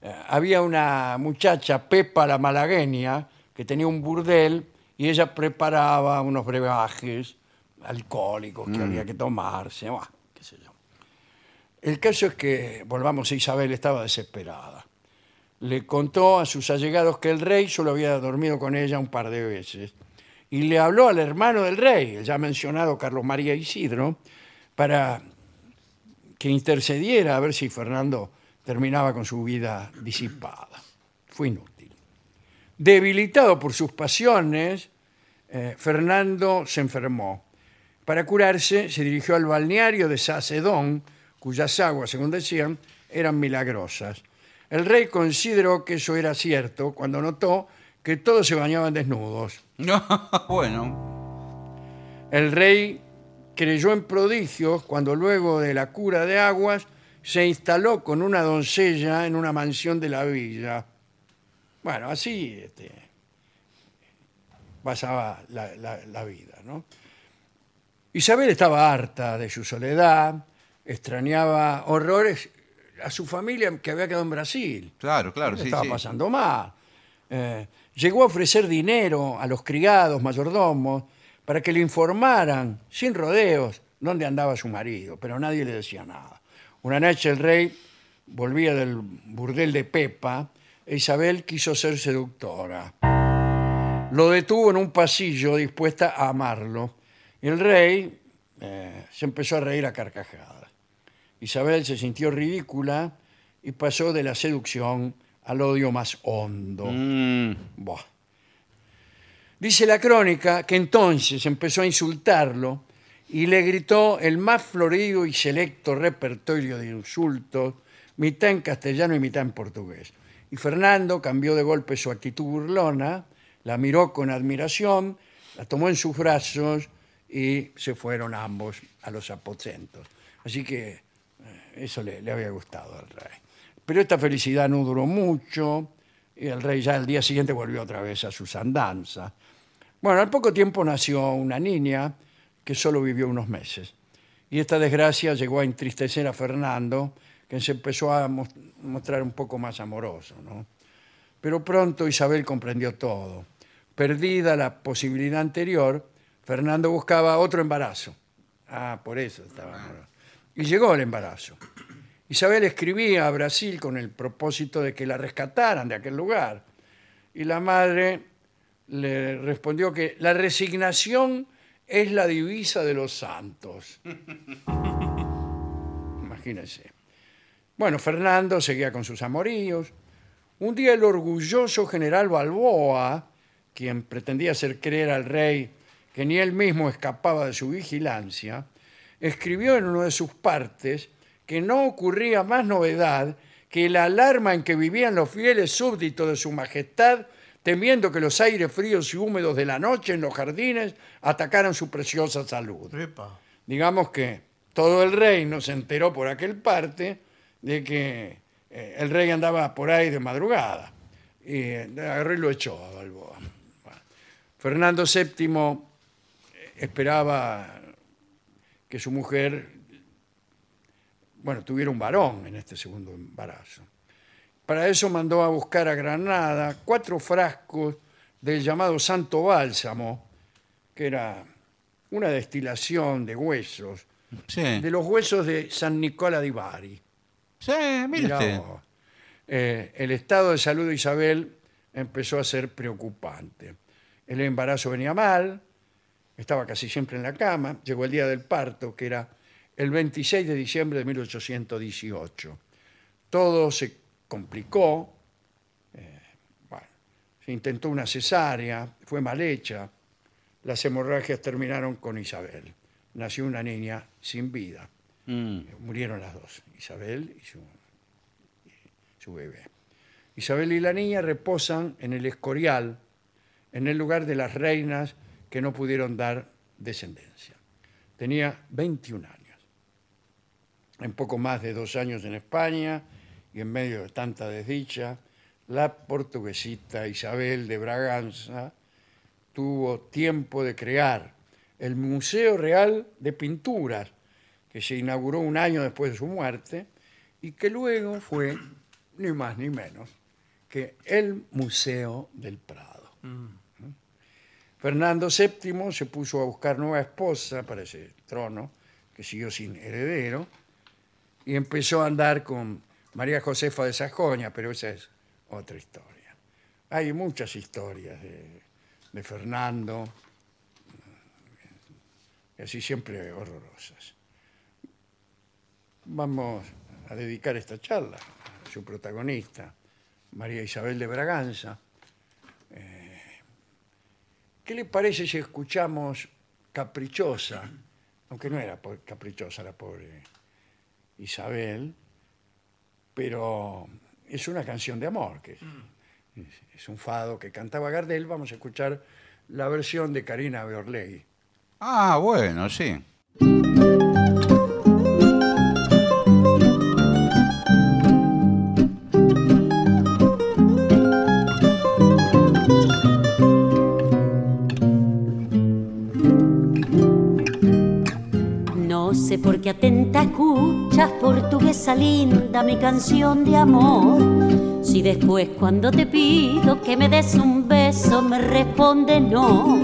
[SPEAKER 1] eh, había una muchacha, Pepa la malagueña, que tenía un burdel y ella preparaba unos brebajes alcohólicos que había que tomarse. bah, qué sé yo. El caso es que, volvamos a Isabel, estaba desesperada le contó a sus allegados que el rey solo había dormido con ella un par de veces. Y le habló al hermano del rey, el ya mencionado Carlos María Isidro, para que intercediera a ver si Fernando terminaba con su vida disipada. Fue inútil. Debilitado por sus pasiones, eh, Fernando se enfermó. Para curarse, se dirigió al balneario de Sacedón, cuyas aguas, según decían, eran milagrosas. El rey consideró que eso era cierto cuando notó que todos se bañaban desnudos.
[SPEAKER 3] bueno,
[SPEAKER 1] El rey creyó en prodigios cuando luego de la cura de aguas se instaló con una doncella en una mansión de la villa. Bueno, así este, pasaba la, la- la vida, ¿no? Isabel estaba harta de su soledad, extrañaba horrores a su familia que había quedado en Brasil.
[SPEAKER 3] claro, claro.
[SPEAKER 1] Le
[SPEAKER 3] Sí,
[SPEAKER 1] estaba
[SPEAKER 3] sí.
[SPEAKER 1] pasando mal. Eh, llegó a ofrecer dinero a los criados, mayordomos, para que le informaran, sin rodeos, dónde andaba su marido, pero nadie le decía nada. Una noche el rey volvía del burdel de Pepa e Isabel quiso ser seductora. Lo detuvo en un pasillo dispuesta a amarlo. Y el rey eh, se empezó a reír a carcajadas. Isabel se sintió ridícula y pasó de la seducción al odio más hondo.
[SPEAKER 3] Mm,
[SPEAKER 1] Buah. Dice la crónica que entonces empezó a insultarlo y le gritó el más florido y selecto repertorio de insultos, mitad en castellano y mitad en portugués. Y Fernando cambió de golpe su actitud burlona, la miró con admiración, la tomó en sus brazos y se fueron ambos a los aposentos. Así que eso le, le había gustado al rey. Pero esta felicidad no duró mucho y el rey ya al día siguiente volvió otra vez a sus andanzas. Bueno, al poco tiempo nació una niña que solo vivió unos meses. Y esta desgracia llegó a entristecer a Fernando, que se empezó a mos- mostrar un poco más amoroso. ¿no? Pero pronto Isabel comprendió todo. Perdida la posibilidad anterior, Fernando buscaba otro embarazo. Ah, por eso estaba amoroso. Y llegó el embarazo. Isabel escribía a Brasil con el propósito de que la rescataran de aquel lugar. Y la madre le respondió que la resignación es la divisa de los santos. Imagínense. Bueno, Fernando seguía con sus amoríos. Un día el orgulloso general Balboa, quien pretendía hacer creer al rey que ni él mismo escapaba de su vigilancia, escribió en uno de sus partes que no ocurría más novedad que la alarma en que vivían los fieles súbditos de su majestad temiendo que los aires fríos y húmedos de la noche en los jardines atacaran su preciosa salud.
[SPEAKER 2] Epa.
[SPEAKER 1] Digamos que todo el reino se enteró por aquel parte de que eh, el rey andaba por ahí de madrugada. Y eh, agarró y lo echó a Balboa. Bueno. Fernando VII eh, esperaba que su mujer, bueno, tuviera un varón en este segundo embarazo. Para eso mandó a buscar a Granada cuatro frascos del llamado Santo Bálsamo, que era una destilación de huesos,
[SPEAKER 3] Sí.
[SPEAKER 1] de los huesos de San Nicola di Bari.
[SPEAKER 3] Sí, mire
[SPEAKER 1] Mirá
[SPEAKER 3] usted.
[SPEAKER 1] vos. Eh, el estado de salud de Isabel empezó a ser preocupante. El embarazo venía mal, estaba casi siempre en la cama. Llegó el día del parto, que era el 26 de diciembre de 1818. Todo se complicó. eh, bueno, se intentó una cesárea, fue mal hecha. Las hemorragias terminaron con Isabel. Nació una niña sin vida
[SPEAKER 3] Mm.
[SPEAKER 1] murieron las dos, Isabel y su, su bebé. Isabel y la niña reposan en el Escorial, en el lugar de las reinas que no pudieron dar descendencia. Tenía 21 años. En poco más de dos años en España y en medio de tanta desdicha, la portuguesita Isabel de Braganza tuvo tiempo de crear el Museo Real de Pinturas, que se inauguró un año después de su muerte y que luego fue, ni más ni menos, que el Museo del Prado. Fernando VII se puso a buscar nueva esposa para ese trono, que siguió sin heredero, y empezó a andar con María Josefa de Sajonia, pero esa es otra historia. Hay muchas historias de, de Fernando, y así siempre horrorosas. Vamos a dedicar esta charla a su protagonista, María Isabel de Braganza. Eh, ¿Qué le parece si escuchamos Caprichosa? Aunque no era po- caprichosa la pobre Isabel, pero es una canción de amor, que es, es- es un fado que cantaba Gardel. Vamos a escuchar la versión de Karina Beorlegui.
[SPEAKER 3] Ah, bueno, sí.
[SPEAKER 4] No sé por qué atenta escuchas, portuguesa linda, mi canción de amor. Si después cuando te pido que me des un beso me responde no.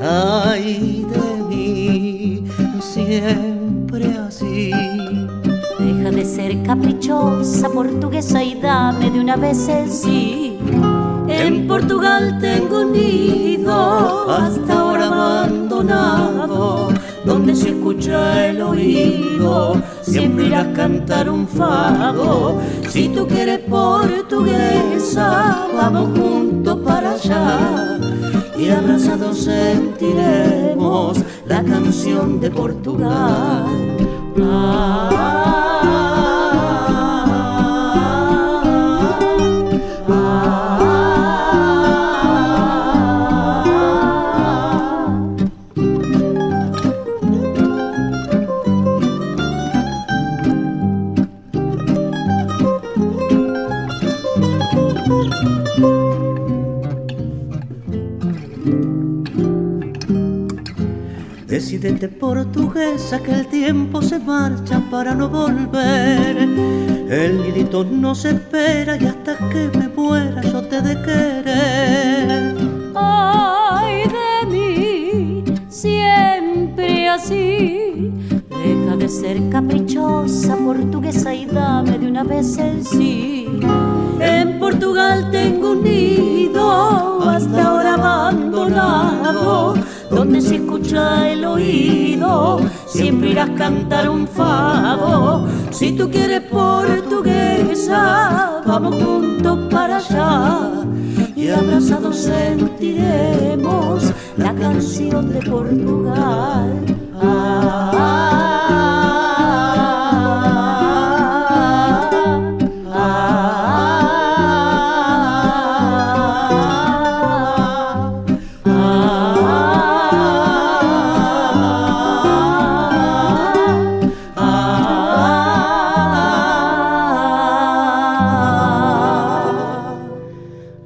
[SPEAKER 5] Ay de mí, siempre así.
[SPEAKER 4] Deja de ser caprichosa, portuguesa y dame de una vez el sí. En Portugal tengo un nido, hasta ahora abandonado, donde se escucha el oído, siempre irás a cantar un fado. Si tú quieres portuguesa, vamos juntos para allá. Y abrazados sentiremos la canción de Portugal. Ah, ah, ah, ah.
[SPEAKER 5] Decídete portuguesa que el tiempo se marcha para no volver. El nidito no se espera y hasta que me muera yo te he de querer.
[SPEAKER 4] Ay de mí, siempre así. Deja de ser caprichosa, portuguesa y dame de una vez el sí. En Portugal tengo un nido, hasta ahora abandonado, donde se escucha el oído, siempre irás a cantar un fado. Si tú quieres portuguesa, vamos juntos para allá y abrazados sentiremos la canción de Portugal. Ah, ah, ah, ah, ah, ah.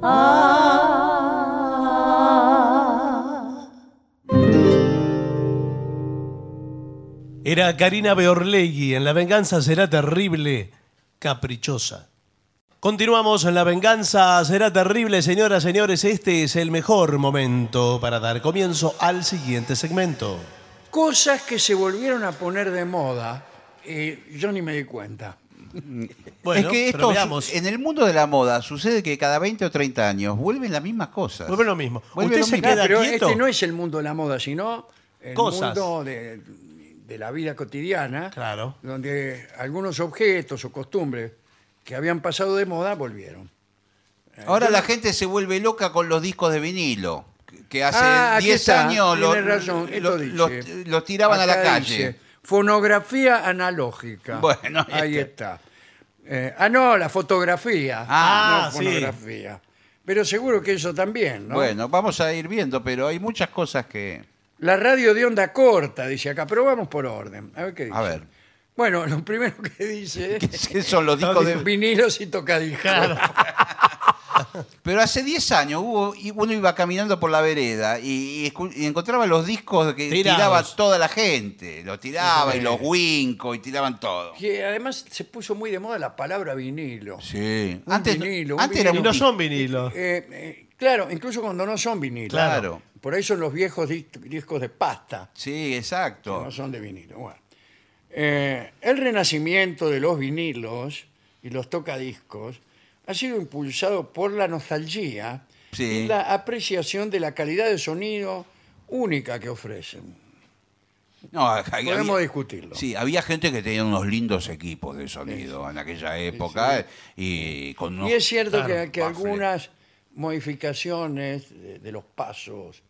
[SPEAKER 4] Ah.
[SPEAKER 2] Era Karina Beorlegui en La venganza será terrible, caprichosa. Continuamos en La venganza será terrible, señoras, señores. Este es el mejor momento para dar comienzo al siguiente segmento.
[SPEAKER 1] Cosas que se volvieron a poner de moda, eh, yo ni me di cuenta.
[SPEAKER 2] Bueno,
[SPEAKER 3] es que
[SPEAKER 2] pero
[SPEAKER 3] esto,
[SPEAKER 2] veamos.
[SPEAKER 3] en el mundo de la moda, sucede que cada 20 o 30 años vuelven las mismas cosas.
[SPEAKER 2] Vuelve lo mismo.
[SPEAKER 3] Vuelve
[SPEAKER 2] Usted
[SPEAKER 3] lo
[SPEAKER 2] se
[SPEAKER 3] mismo.
[SPEAKER 2] queda
[SPEAKER 1] pero
[SPEAKER 2] quieto.
[SPEAKER 1] este no es el mundo de la moda, sino el
[SPEAKER 2] Cosas.
[SPEAKER 1] mundo de, de la vida cotidiana,
[SPEAKER 2] Claro.
[SPEAKER 1] donde algunos objetos o costumbres que habían pasado de moda volvieron.
[SPEAKER 3] Ahora la gente se vuelve loca con los discos de vinilo, que- que hace
[SPEAKER 1] Ah, aquí
[SPEAKER 3] 10
[SPEAKER 1] está,
[SPEAKER 3] años
[SPEAKER 1] tiene
[SPEAKER 3] lo-
[SPEAKER 1] razón, esto
[SPEAKER 3] lo-
[SPEAKER 1] dice.
[SPEAKER 3] los, los tiraban a la
[SPEAKER 1] Acá
[SPEAKER 3] calle.
[SPEAKER 1] dice, fonografía analógica.
[SPEAKER 3] Bueno, ahí
[SPEAKER 1] ahí está. Eh, ah, no, la fotografía.
[SPEAKER 3] Ah,
[SPEAKER 1] no,
[SPEAKER 2] sí.
[SPEAKER 1] fonografía. Pero seguro que eso también, ¿no?
[SPEAKER 3] Bueno, vamos a ir viendo, pero hay muchas cosas que...
[SPEAKER 1] La radio de onda corta, dice acá, pero vamos por orden. A ver qué dice.
[SPEAKER 3] A ver.
[SPEAKER 1] Bueno, lo primero que dice es
[SPEAKER 3] que son los discos de...
[SPEAKER 1] vinilos y tocadiscos.
[SPEAKER 3] Pero hace 10 años hubo, y uno iba caminando por la vereda y, y escu- y encontraba los discos que
[SPEAKER 2] Tirados.
[SPEAKER 3] tiraba toda la gente. Los tiraba y los wincos y tiraban todo.
[SPEAKER 1] Que además se puso muy de moda la palabra vinilo.
[SPEAKER 3] Sí.
[SPEAKER 1] Un
[SPEAKER 3] antes
[SPEAKER 1] vinilo, un
[SPEAKER 3] antes era
[SPEAKER 2] Y
[SPEAKER 1] vinilo.
[SPEAKER 3] un
[SPEAKER 2] no
[SPEAKER 3] disco.
[SPEAKER 2] son vinilos.
[SPEAKER 1] Eh, eh, claro, incluso cuando no son vinilos.
[SPEAKER 3] Claro.
[SPEAKER 1] Por ahí son los viejos dis- discos de pasta.
[SPEAKER 3] Sí, exacto.
[SPEAKER 1] No son de vinilo. Bueno. Eh, el renacimiento de los vinilos y los tocadiscos ha sido impulsado por la nostalgia
[SPEAKER 3] Sí.
[SPEAKER 1] y la apreciación de la calidad de sonido única que ofrecen.
[SPEAKER 3] No, había-
[SPEAKER 1] Podemos discutirlo.
[SPEAKER 3] Sí, había gente que tenía unos lindos equipos de sonido en aquella época y con unos-
[SPEAKER 1] y es cierto
[SPEAKER 3] claro,
[SPEAKER 1] que, que
[SPEAKER 3] baffles.
[SPEAKER 1] algunas modificaciones de, de los pasos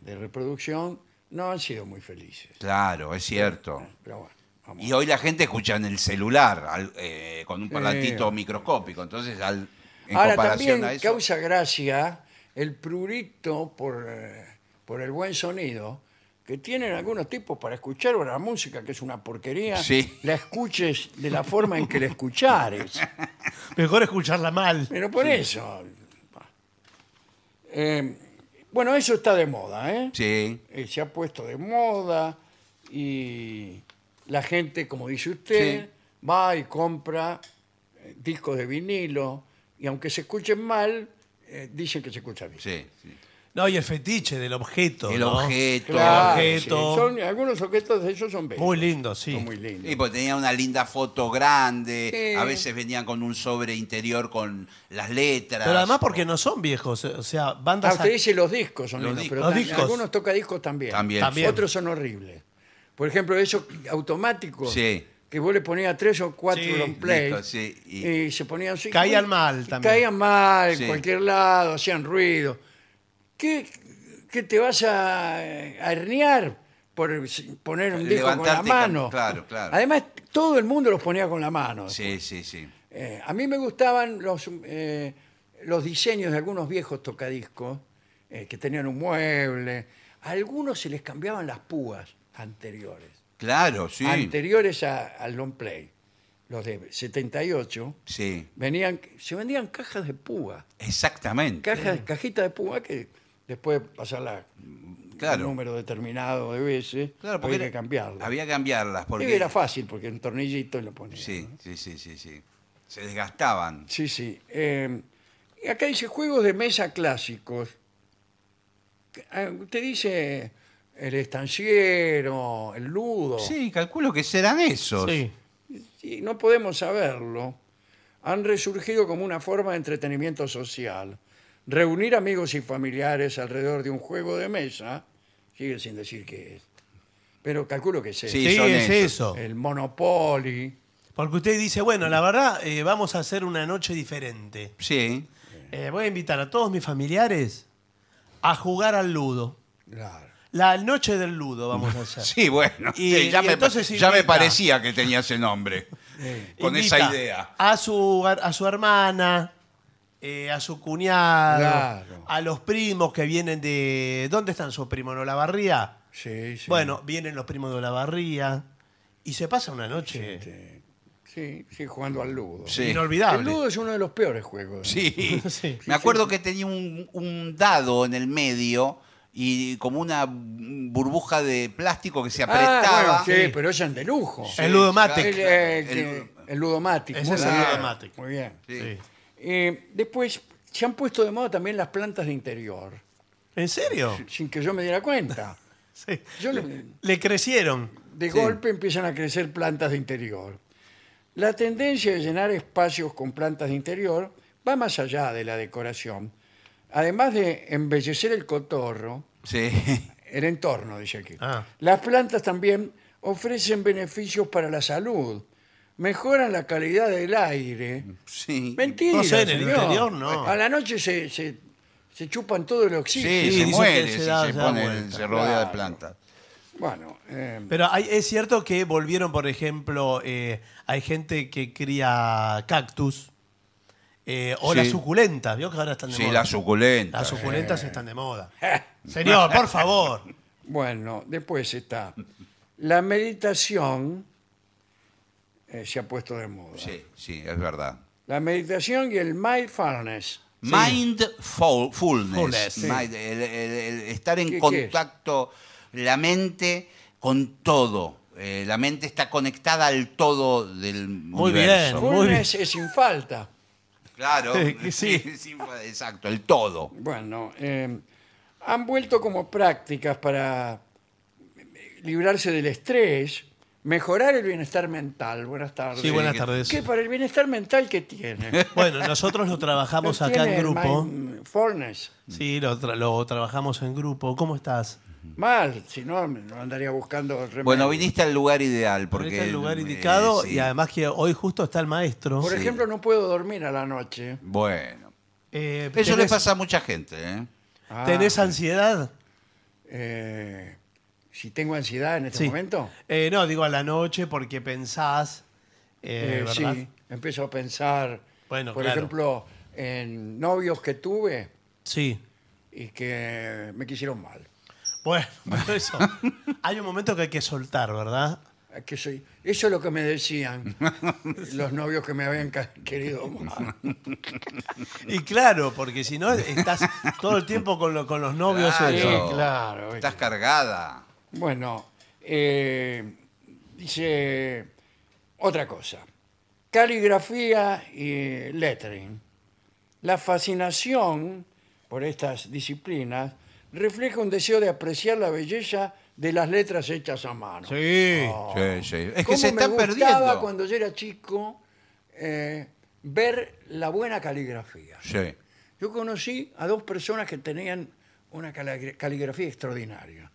[SPEAKER 1] de reproducción no han sido muy felices.
[SPEAKER 3] Claro, es cierto.
[SPEAKER 1] Pero bueno, vamos.
[SPEAKER 3] Y hoy la gente escucha en el celular al- eh, con un parlantito microscópico, entonces al- en
[SPEAKER 1] Ahora
[SPEAKER 3] comparación
[SPEAKER 1] también
[SPEAKER 3] a eso.
[SPEAKER 1] causa gracia el prurito por, eh, por el buen sonido que tienen algunos tipos para escuchar o la música, que es una porquería,
[SPEAKER 3] Sí.
[SPEAKER 1] la escuches de la forma en que la escuchares.
[SPEAKER 2] Mejor escucharla mal.
[SPEAKER 1] Pero por eso. Eh, bueno, eso está de moda, ¿eh?
[SPEAKER 3] Sí,
[SPEAKER 1] Eh, Se ha puesto de moda y la gente, como dice usted, va y compra eh, discos de vinilo y aunque se escuchen mal, eh, dicen que se escucha bien.
[SPEAKER 3] sí. sí.
[SPEAKER 2] No, y el fetiche del objeto.
[SPEAKER 3] El
[SPEAKER 2] ¿no?
[SPEAKER 3] objeto.
[SPEAKER 1] Claro,
[SPEAKER 2] El objeto.
[SPEAKER 1] sí, son- algunos objetos de esos son bellos.
[SPEAKER 2] Muy lindo, sí.
[SPEAKER 1] Son muy lindos.
[SPEAKER 3] Y pues tenía una linda foto grande,
[SPEAKER 1] Sí.
[SPEAKER 3] a veces venían con un sobre interior con las letras.
[SPEAKER 2] Pero además porque no son viejos, o sea,
[SPEAKER 1] Ah,
[SPEAKER 2] bandas...
[SPEAKER 1] usted dice los discos son
[SPEAKER 3] Los
[SPEAKER 1] lindos,
[SPEAKER 3] discos.
[SPEAKER 1] pero
[SPEAKER 2] Los
[SPEAKER 1] también-
[SPEAKER 2] discos.
[SPEAKER 1] algunos toca discos también.
[SPEAKER 3] También.
[SPEAKER 2] También.
[SPEAKER 1] Otros son horribles. Por ejemplo, esos automáticos
[SPEAKER 3] Sí.
[SPEAKER 1] que vos le ponías tres o cuatro
[SPEAKER 2] Sí,
[SPEAKER 1] long play
[SPEAKER 3] discos, sí,
[SPEAKER 1] y,
[SPEAKER 3] y-
[SPEAKER 1] se ponían así.
[SPEAKER 2] Caían
[SPEAKER 1] y-
[SPEAKER 2] mal
[SPEAKER 1] y
[SPEAKER 2] también.
[SPEAKER 1] Caían mal en
[SPEAKER 3] Sí.
[SPEAKER 1] cualquier lado, hacían ruido. ¿Qué, qué te vas a, a herniar por poner un disco con la
[SPEAKER 3] Levantarte con-
[SPEAKER 1] mano?
[SPEAKER 3] claro, claro.
[SPEAKER 1] Además, todo el mundo los ponía con la mano.
[SPEAKER 3] Sí, sí, sí.
[SPEAKER 1] Eh, a mí me gustaban los, eh, los diseños de algunos viejos tocadiscos eh, que tenían un mueble. A algunos se les cambiaban las púas anteriores,
[SPEAKER 3] Claro, sí.
[SPEAKER 1] anteriores a- al long play. Los de 78
[SPEAKER 3] Sí,
[SPEAKER 1] venían, se vendían cajas de púa,
[SPEAKER 3] exactamente.
[SPEAKER 1] cajas, cajitas de púa que después de pasarla un
[SPEAKER 3] Claro.
[SPEAKER 1] número determinado de veces,
[SPEAKER 3] Claro, porque
[SPEAKER 1] había que
[SPEAKER 3] era-
[SPEAKER 1] cambiarla.
[SPEAKER 3] Había que cambiarlas
[SPEAKER 1] Y
[SPEAKER 3] porque
[SPEAKER 1] era fácil porque un tornillito y lo ponía.
[SPEAKER 3] Sí, sí, sí, sí, sí. Se desgastaban.
[SPEAKER 1] Sí, sí. Eh, y acá dice juegos de mesa clásicos. Ah, Usted dice el estanciero, el ludo.
[SPEAKER 3] Sí, calculo que serán esos.
[SPEAKER 2] Sí.
[SPEAKER 1] Sí, no podemos saberlo. Han resurgido como una forma de entretenimiento social. Reunir amigos y familiares alrededor de un juego de mesa, sigue sin decir qué es. Pero calculo que es eso.
[SPEAKER 3] Sí,
[SPEAKER 2] Sí,
[SPEAKER 3] son
[SPEAKER 2] es eso.
[SPEAKER 3] esos.
[SPEAKER 1] El Monopoly.
[SPEAKER 2] Porque usted dice, bueno, la verdad, eh, vamos a hacer una noche diferente.
[SPEAKER 3] Sí.
[SPEAKER 2] Eh, voy a invitar a todos mis familiares a jugar al ludo.
[SPEAKER 1] Claro.
[SPEAKER 2] La noche del ludo vamos a hacer.
[SPEAKER 3] Sí, bueno.
[SPEAKER 2] Y-
[SPEAKER 3] sí, ya,
[SPEAKER 2] y
[SPEAKER 3] me,
[SPEAKER 2] entonces
[SPEAKER 3] ya me
[SPEAKER 2] invita.
[SPEAKER 3] parecía que tenía ese nombre. Con
[SPEAKER 2] Invita
[SPEAKER 3] esa idea.
[SPEAKER 2] A su, a su hermana, eh, a su cuñado,
[SPEAKER 1] Claro.
[SPEAKER 2] a los primos que vienen de... ¿Dónde están sus primos? ¿En Olavarría?
[SPEAKER 1] Sí, sí.
[SPEAKER 2] Bueno, vienen los primos de Olavarría y se pasa una noche
[SPEAKER 1] Sí, sí, jugando al ludo.
[SPEAKER 3] Sí.
[SPEAKER 1] El
[SPEAKER 2] inolvidable.
[SPEAKER 1] ludo es uno de los peores juegos.
[SPEAKER 3] Sí.
[SPEAKER 2] Sí.
[SPEAKER 3] Me acuerdo que tenía un, un dado en el medio y como una burbuja de plástico que se
[SPEAKER 1] Ah,
[SPEAKER 3] apretaba.
[SPEAKER 1] bueno, sí, pero echan de lujo.
[SPEAKER 2] el ludomatic.
[SPEAKER 1] El, eh, que- el ludomatic.
[SPEAKER 2] Ese
[SPEAKER 1] muy
[SPEAKER 2] es el
[SPEAKER 1] bien,
[SPEAKER 2] ludomatic.
[SPEAKER 1] Muy bien.
[SPEAKER 3] Sí.
[SPEAKER 2] Sí.
[SPEAKER 1] Eh, después se han puesto de moda también las plantas de interior,
[SPEAKER 2] ¿En serio?
[SPEAKER 1] sin que yo me diera cuenta.
[SPEAKER 2] Sí.
[SPEAKER 1] Yo le-
[SPEAKER 2] Le crecieron.
[SPEAKER 1] de
[SPEAKER 3] Sí.
[SPEAKER 1] golpe empiezan a crecer plantas de interior. La tendencia de llenar espacios con plantas de interior va más allá de la decoración. Además de embellecer el cotorro,
[SPEAKER 3] Sí.
[SPEAKER 1] el entorno, dice aquí.
[SPEAKER 2] Ah.
[SPEAKER 1] Las plantas también ofrecen beneficios para la salud, mejoran la calidad del aire.
[SPEAKER 3] Sí.
[SPEAKER 1] Mentira,
[SPEAKER 2] No sé, en el
[SPEAKER 1] señor.
[SPEAKER 2] interior no.
[SPEAKER 1] A la noche se, se- se chupan todo el
[SPEAKER 3] Sí,
[SPEAKER 1] oxígeno.
[SPEAKER 2] dicen
[SPEAKER 3] se
[SPEAKER 2] que
[SPEAKER 3] muere,
[SPEAKER 2] se
[SPEAKER 3] si se,
[SPEAKER 2] da- se da
[SPEAKER 3] pone-
[SPEAKER 2] vuelta,
[SPEAKER 3] se rodea
[SPEAKER 1] claro.
[SPEAKER 3] de plantas.
[SPEAKER 1] Bueno, eh,
[SPEAKER 2] Pero hay- es cierto que volvieron, por ejemplo, eh, hay gente que cría cactus eh, o
[SPEAKER 3] Sí.
[SPEAKER 2] las suculentas. ¿Vio que ahora están de
[SPEAKER 3] Sí, eh.
[SPEAKER 2] moda?
[SPEAKER 3] las suculentas.
[SPEAKER 2] Las suculentas están de moda. Señor, por favor.
[SPEAKER 1] bueno, después está. La meditación eh, se ha puesto de moda.
[SPEAKER 3] Sí, sí, es verdad.
[SPEAKER 1] La meditación y el mindfulness.
[SPEAKER 3] Mindfulness.
[SPEAKER 2] Sí.
[SPEAKER 3] Mind- el, el- el estar en
[SPEAKER 1] ¿Qué- qué es?
[SPEAKER 3] contacto, la mente con todo. Eh, la mente está conectada al todo del
[SPEAKER 2] Muy
[SPEAKER 3] universo.
[SPEAKER 2] bien.
[SPEAKER 1] Mindfulness es sin falta.
[SPEAKER 3] Claro,
[SPEAKER 2] Sí, sí.
[SPEAKER 3] sí, exacto, el todo.
[SPEAKER 1] Bueno, eh, han vuelto como prácticas para eh, librarse del estrés, mejorar el bienestar mental. Buenas tardes.
[SPEAKER 2] Sí, buenas
[SPEAKER 3] que-
[SPEAKER 2] tardes.
[SPEAKER 1] ¿Qué para el bienestar mental que tiene?
[SPEAKER 2] Bueno, nosotros lo trabajamos acá en grupo.
[SPEAKER 1] Fornes.
[SPEAKER 2] Sí, lo, tra- lo trabajamos en grupo. ¿Cómo estás?
[SPEAKER 1] Mal, si no, me- no andaría buscando remedio.
[SPEAKER 3] Bueno, viniste al lugar ideal. Porque,
[SPEAKER 2] Porque el lugar
[SPEAKER 3] eh,
[SPEAKER 2] indicado
[SPEAKER 3] sí.
[SPEAKER 2] y además que hoy justo está el maestro.
[SPEAKER 1] Por ejemplo, no puedo dormir a la noche.
[SPEAKER 3] Bueno,
[SPEAKER 2] Eh,
[SPEAKER 3] eso le
[SPEAKER 2] ¿tenés-
[SPEAKER 3] pasa a mucha gente. ¿eh?
[SPEAKER 1] Ah,
[SPEAKER 2] ¿Tenés ansiedad?
[SPEAKER 1] eh, si tengo ansiedad en este
[SPEAKER 2] Sí.
[SPEAKER 1] momento,
[SPEAKER 2] Eh, no, digo a la noche porque pensás. eh,
[SPEAKER 1] eh,
[SPEAKER 2] ¿verdad?
[SPEAKER 1] sí, empiezo a pensar,
[SPEAKER 2] Bueno,
[SPEAKER 1] por
[SPEAKER 2] claro.
[SPEAKER 1] ejemplo, en novios que tuve
[SPEAKER 2] Sí.
[SPEAKER 1] y que me quisieron mal.
[SPEAKER 2] Bueno, por eso. Hay un momento que hay que soltar, ¿verdad?
[SPEAKER 1] Que soy, eso es lo que me decían los novios que me habían ca- querido mal.
[SPEAKER 2] Y claro, porque si no estás todo el tiempo con, lo- con los novios.
[SPEAKER 3] Claro.
[SPEAKER 2] eh,
[SPEAKER 1] Sí, claro.
[SPEAKER 3] Estás cargada.
[SPEAKER 1] Bueno, eh, dice otra cosa. Caligrafía y lettering. La fascinación por estas disciplinas refleja un deseo de apreciar la belleza de las letras hechas a mano. Oh.
[SPEAKER 2] Sí.
[SPEAKER 3] Sí, sí. Es que
[SPEAKER 1] ¿Cómo
[SPEAKER 3] se
[SPEAKER 1] me
[SPEAKER 3] están
[SPEAKER 1] gustaba
[SPEAKER 3] perdiendo.
[SPEAKER 1] cuando yo era chico eh, ver la buena caligrafía.
[SPEAKER 3] Sí.
[SPEAKER 1] Yo conocí a dos personas que tenían una cali- caligrafía extraordinaria.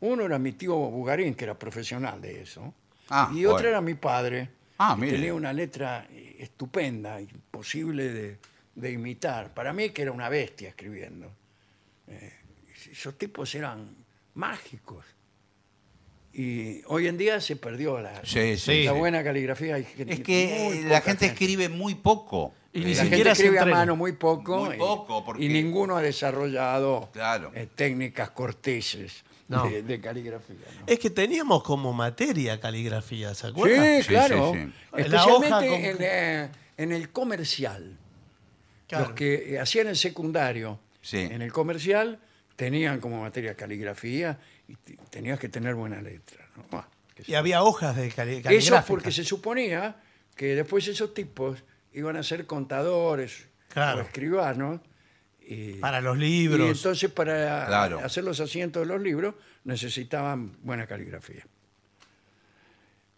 [SPEAKER 1] Uno era mi tío Bugarín, que era profesional de eso.
[SPEAKER 3] Ah,
[SPEAKER 1] y otro
[SPEAKER 3] bueno.
[SPEAKER 1] era mi padre,
[SPEAKER 3] Ah,
[SPEAKER 1] que
[SPEAKER 3] mire.
[SPEAKER 1] tenía una letra eh, estupenda, imposible de, de imitar. Para mí que era una bestia escribiendo. Eh, esos tipos eran mágicos. Y hoy en día se perdió la,
[SPEAKER 3] Sí, sí,
[SPEAKER 2] Sí.
[SPEAKER 1] la
[SPEAKER 3] sí.
[SPEAKER 1] buena caligrafía. Hay gente-
[SPEAKER 3] Es
[SPEAKER 1] muy
[SPEAKER 3] que eh, la
[SPEAKER 1] poca
[SPEAKER 3] gente escribe muy poco.
[SPEAKER 2] Y
[SPEAKER 3] Eh,
[SPEAKER 2] ni
[SPEAKER 1] la
[SPEAKER 2] siquiera
[SPEAKER 1] gente
[SPEAKER 2] se
[SPEAKER 1] escribe a
[SPEAKER 2] entrena.
[SPEAKER 1] mano muy poco.
[SPEAKER 3] Muy
[SPEAKER 1] y-
[SPEAKER 3] poco,
[SPEAKER 1] y,
[SPEAKER 3] porque-
[SPEAKER 1] ninguno ha desarrollado
[SPEAKER 3] Claro.
[SPEAKER 1] eh, técnicas corteses
[SPEAKER 2] No.
[SPEAKER 1] de, de caligrafía. ¿no?
[SPEAKER 2] Es que teníamos como materia caligrafía, ¿se acuerdan?
[SPEAKER 1] Sí,
[SPEAKER 3] Sí,
[SPEAKER 1] claro.
[SPEAKER 3] sí, sí.
[SPEAKER 2] La hoja
[SPEAKER 1] Especialmente
[SPEAKER 2] con-
[SPEAKER 1] en, eh, en el comercial.
[SPEAKER 2] Claro.
[SPEAKER 1] Los que eh, hacían el secundario
[SPEAKER 3] Sí.
[SPEAKER 1] en el comercial tenían como materia caligrafía y te- tenías que tener buena letra. ¿no? Buah, qué sé
[SPEAKER 2] Y había hojas de cali-
[SPEAKER 1] yo. Eso
[SPEAKER 2] caligráficas.
[SPEAKER 1] porque se suponía que después esos tipos iban a ser contadores
[SPEAKER 2] Claro.
[SPEAKER 1] o escribanos. y-
[SPEAKER 2] Para los
[SPEAKER 1] Y
[SPEAKER 2] libros.
[SPEAKER 1] entonces para
[SPEAKER 3] Claro.
[SPEAKER 1] hacer los asientos de los libros necesitaban buena caligrafía.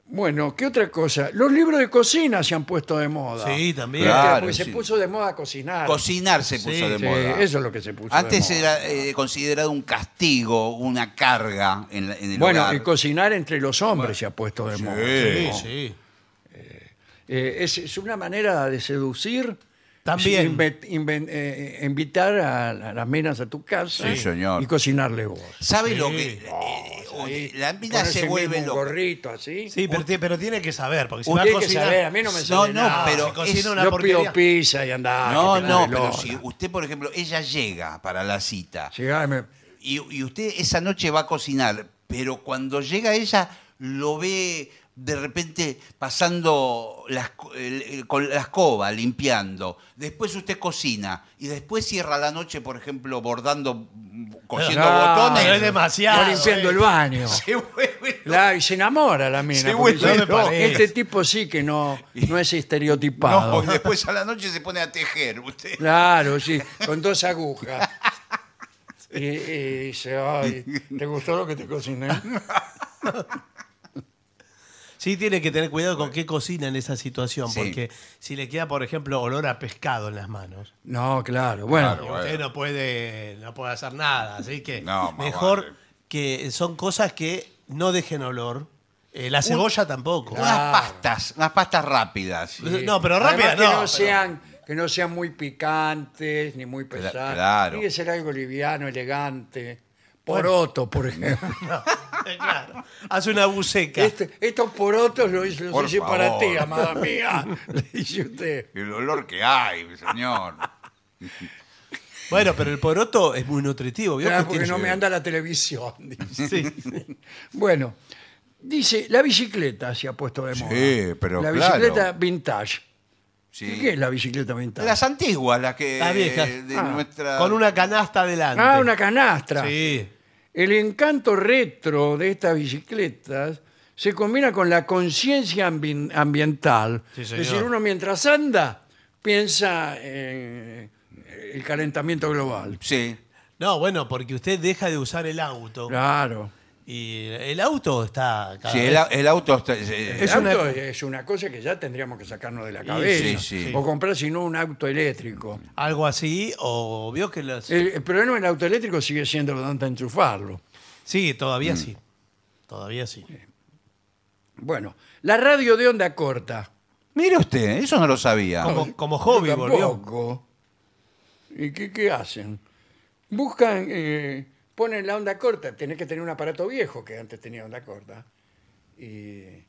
[SPEAKER 1] Bueno, ¿qué otra cosa? Los libros de cocina se han puesto de moda.
[SPEAKER 2] Sí, también.
[SPEAKER 3] Claro.
[SPEAKER 1] porque se
[SPEAKER 3] sí.
[SPEAKER 1] puso de moda cocinar.
[SPEAKER 3] Cocinar se puso de
[SPEAKER 1] Sí,
[SPEAKER 3] moda.
[SPEAKER 1] Eso es lo que se puso
[SPEAKER 3] Antes
[SPEAKER 1] de moda.
[SPEAKER 3] era eh, considerado un castigo, una carga en, la- en el
[SPEAKER 1] Bueno,
[SPEAKER 3] hogar.
[SPEAKER 1] y cocinar entre los hombres se ha puesto de moda.
[SPEAKER 2] Sí,
[SPEAKER 3] Sí.
[SPEAKER 2] sí.
[SPEAKER 1] Eh, es, es una manera de seducir.
[SPEAKER 2] También.
[SPEAKER 1] es inve- inven- eh, invitar a, a las minas a tu casa
[SPEAKER 3] Sí, señor.
[SPEAKER 1] y cocinarle vos.
[SPEAKER 3] ¿Sabe
[SPEAKER 2] Sí.
[SPEAKER 3] lo que? eh,
[SPEAKER 1] Ahí,
[SPEAKER 3] la mina
[SPEAKER 1] ponerse
[SPEAKER 3] se
[SPEAKER 1] mismo
[SPEAKER 3] vuelve
[SPEAKER 1] un
[SPEAKER 3] loca.
[SPEAKER 1] gorrito así.
[SPEAKER 2] Sí, pero, ti- pero tiene que saber, porque si
[SPEAKER 1] Usted
[SPEAKER 2] va a
[SPEAKER 1] tiene que
[SPEAKER 2] cocinar...
[SPEAKER 1] saber, a mí no me
[SPEAKER 3] No,
[SPEAKER 1] sale
[SPEAKER 3] no,
[SPEAKER 1] nada.
[SPEAKER 3] pero
[SPEAKER 2] se cocina
[SPEAKER 3] es-
[SPEAKER 2] una
[SPEAKER 1] Yo
[SPEAKER 2] porquería.
[SPEAKER 1] pido pizza y andá.
[SPEAKER 3] No,
[SPEAKER 1] que te
[SPEAKER 3] no,
[SPEAKER 1] la
[SPEAKER 3] pero
[SPEAKER 1] lona.
[SPEAKER 3] si usted, por ejemplo, ella llega para la cita
[SPEAKER 1] Llegá y me-
[SPEAKER 3] y, y usted esa noche va a cocinar, pero cuando llega ella lo ve de repente pasando la esco- el- el- con la escoba, limpiando. Después usted cocina y después cierra la noche, por ejemplo, bordando, cosiendo
[SPEAKER 1] No,
[SPEAKER 3] botones.
[SPEAKER 1] no
[SPEAKER 2] Ah, es demasiado.
[SPEAKER 1] O limpiando el baño.
[SPEAKER 3] ah, Se vuelve
[SPEAKER 1] La- y se enamora la mina.
[SPEAKER 3] Se
[SPEAKER 1] porque
[SPEAKER 3] vuelve
[SPEAKER 1] dice,
[SPEAKER 2] loca.
[SPEAKER 1] este tipo sí que no, no es
[SPEAKER 3] No,
[SPEAKER 1] estereotipado.
[SPEAKER 3] porque después a la noche se pone a tejer usted.
[SPEAKER 1] Claro, sí, con dos agujas. Y, y dice, ay, ¿te gustó lo que te cociné?
[SPEAKER 2] Sí, tiene que tener cuidado con qué cocina en esa situación,
[SPEAKER 3] Sí.
[SPEAKER 2] porque si le queda, por ejemplo, olor a pescado en las manos,
[SPEAKER 1] No, claro, bueno.
[SPEAKER 2] y usted no puede, no puede hacer nada. Así que
[SPEAKER 3] No, más
[SPEAKER 2] mejor
[SPEAKER 3] vale.
[SPEAKER 2] que son cosas que no dejen olor. Eh, la cebolla tampoco.
[SPEAKER 3] Unas pastas, unas pastas rápidas.
[SPEAKER 2] No, pero
[SPEAKER 1] Además
[SPEAKER 2] rápida
[SPEAKER 1] que no,
[SPEAKER 2] no. pero-
[SPEAKER 1] sean que no sean muy picantes ni muy pesadas.
[SPEAKER 3] claro.
[SPEAKER 1] Tiene que ser algo liviano, elegante. Poroto, por ejemplo.
[SPEAKER 2] Eh, claro. Hace una buceca.
[SPEAKER 1] Este- estos porotos los, hice- los
[SPEAKER 3] Por
[SPEAKER 1] hice para
[SPEAKER 3] favor.
[SPEAKER 1] ti, amada mía. Le dice usted.
[SPEAKER 3] El olor que hay, señor.
[SPEAKER 2] Bueno, pero el poroto es muy nutritivo. ¿vio?
[SPEAKER 1] Claro,
[SPEAKER 2] Que
[SPEAKER 1] porque
[SPEAKER 2] tiene-
[SPEAKER 1] no me anda la televisión. dice.
[SPEAKER 2] Sí.
[SPEAKER 1] Bueno, dice, la bicicleta se ha puesto de moda.
[SPEAKER 3] Sí, pero
[SPEAKER 1] La
[SPEAKER 3] claro.
[SPEAKER 1] bicicleta vintage.
[SPEAKER 3] Sí.
[SPEAKER 1] ¿Qué es la bicicleta vintage?
[SPEAKER 3] Las antiguas, las que.
[SPEAKER 2] Las viejas.
[SPEAKER 3] De
[SPEAKER 1] Ah,
[SPEAKER 3] nuestra...
[SPEAKER 2] Con una canasta adelante.
[SPEAKER 1] Ah, una canastra.
[SPEAKER 2] Sí.
[SPEAKER 1] El encanto retro de estas bicicletas se combina con la conciencia ambi- ambiental.
[SPEAKER 2] Sí,
[SPEAKER 1] es
[SPEAKER 2] señor.
[SPEAKER 1] decir, uno mientras anda piensa en eh, el calentamiento global.
[SPEAKER 3] Sí.
[SPEAKER 2] No, bueno, porque usted deja de usar el auto.
[SPEAKER 1] Claro.
[SPEAKER 2] Y el auto está. cada
[SPEAKER 3] Sí,
[SPEAKER 2] vez-
[SPEAKER 3] el, au- el auto está. eh, se-
[SPEAKER 1] El
[SPEAKER 2] Es
[SPEAKER 1] auto
[SPEAKER 2] una-
[SPEAKER 1] es una cosa que ya tendríamos que sacarnos de la cabeza.
[SPEAKER 3] sí, sí.
[SPEAKER 1] O comprar, si no, un auto eléctrico.
[SPEAKER 2] Algo así, o vio que las.
[SPEAKER 3] Eh.
[SPEAKER 1] El, el problema del auto eléctrico sigue siendo lo de antes de enchufarlo.
[SPEAKER 2] Sí,
[SPEAKER 3] Mm.
[SPEAKER 2] todavía sí. Todavía sí.
[SPEAKER 1] Bueno, la radio de onda corta.
[SPEAKER 3] Mire usted, eso no lo sabía.
[SPEAKER 2] Como, como hobby
[SPEAKER 1] Yo
[SPEAKER 2] volvió.
[SPEAKER 1] tampoco. ¿Y qué, qué hacen? Buscan, eh, ponen la onda corta. Tenés que tener un aparato viejo que antes tenía onda corta. Y, y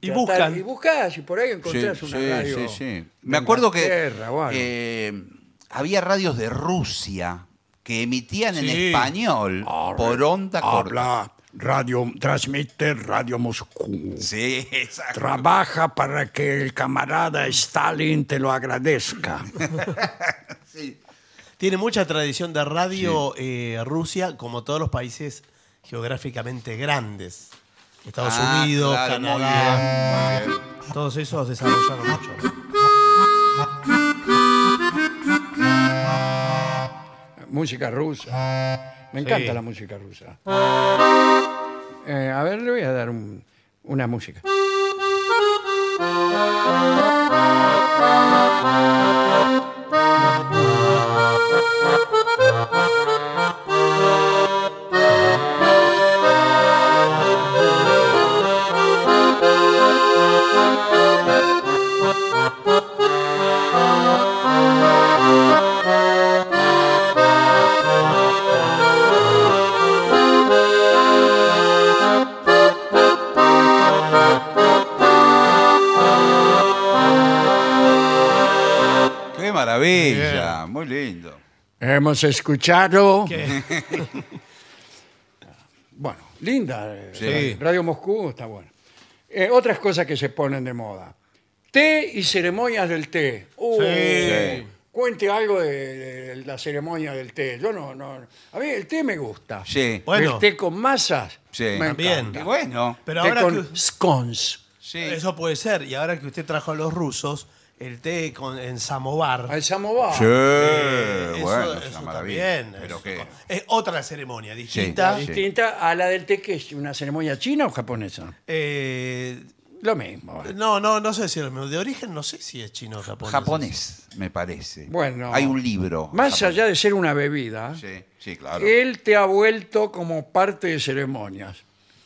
[SPEAKER 1] tratar-
[SPEAKER 2] buscan.
[SPEAKER 1] Y buscas, y por ahí encontrás
[SPEAKER 3] Sí,
[SPEAKER 1] una
[SPEAKER 3] sí,
[SPEAKER 1] radio.
[SPEAKER 3] sí, sí.
[SPEAKER 1] de
[SPEAKER 3] Me acuerdo que
[SPEAKER 1] Inglaterra o algo.
[SPEAKER 3] eh, había radios de Rusia que emitían en
[SPEAKER 2] Sí.
[SPEAKER 3] español
[SPEAKER 1] Arre,
[SPEAKER 3] por onda corta.
[SPEAKER 1] Habla, radio, transmite Radio Moscú.
[SPEAKER 3] Sí, exacto.
[SPEAKER 1] Trabaja para que el camarada Stalin te lo agradezca.
[SPEAKER 3] Sí.
[SPEAKER 2] Tiene mucha tradición de radio eh, Rusia, como todos los países geográficamente grandes. Estados
[SPEAKER 3] Ah,
[SPEAKER 2] Unidos,
[SPEAKER 3] claro, muy
[SPEAKER 2] Canadá,
[SPEAKER 3] bien, muy bien.
[SPEAKER 2] todos esos desarrollaron mucho.
[SPEAKER 1] Música rusa. Me encanta
[SPEAKER 2] Sí.
[SPEAKER 1] la música rusa. Eh, a ver, le voy a dar un- una música.
[SPEAKER 3] Qué maravilla, muy lindo.
[SPEAKER 1] Hemos escuchado. bueno, linda. eh,
[SPEAKER 3] Sí.
[SPEAKER 1] Radio Moscú está buena. Eh, otras cosas que se ponen de moda. Té y ceremonias del té. Uh,
[SPEAKER 3] Sí.
[SPEAKER 1] Cuente algo de, de la ceremonia del té. Yo no, no. A mí el té me gusta.
[SPEAKER 3] Sí,
[SPEAKER 2] Bueno.
[SPEAKER 1] el té con masas.
[SPEAKER 3] sí.
[SPEAKER 1] me
[SPEAKER 2] También.
[SPEAKER 1] encanta.
[SPEAKER 3] Y bueno,
[SPEAKER 2] Pero
[SPEAKER 1] Té
[SPEAKER 2] ahora
[SPEAKER 1] con
[SPEAKER 2] que-
[SPEAKER 1] scones.
[SPEAKER 3] sí.
[SPEAKER 2] Eso puede ser. Y ahora que usted trajo a los rusos, el té con, en samovar.
[SPEAKER 1] Al samovar.
[SPEAKER 3] Sí,
[SPEAKER 2] eh, eso-
[SPEAKER 3] bueno, es
[SPEAKER 2] eso
[SPEAKER 3] una maravilla.
[SPEAKER 2] también
[SPEAKER 3] Pero
[SPEAKER 2] es-
[SPEAKER 3] qué-
[SPEAKER 2] es otra ceremonia distinta.
[SPEAKER 3] sí.
[SPEAKER 1] Distinta a la del té, que es una ceremonia china o japonesa.
[SPEAKER 2] Eh,
[SPEAKER 1] Lo mismo. vale.
[SPEAKER 2] no, no, no sé si es lo mismo. De origen no sé si es chino o japonés.
[SPEAKER 3] japonés, me parece.
[SPEAKER 1] Bueno.
[SPEAKER 3] Hay un libro.
[SPEAKER 1] Más
[SPEAKER 3] japonés.
[SPEAKER 1] allá de ser una bebida,
[SPEAKER 3] Sí, sí, claro.
[SPEAKER 1] él te ha vuelto como parte de ceremonias.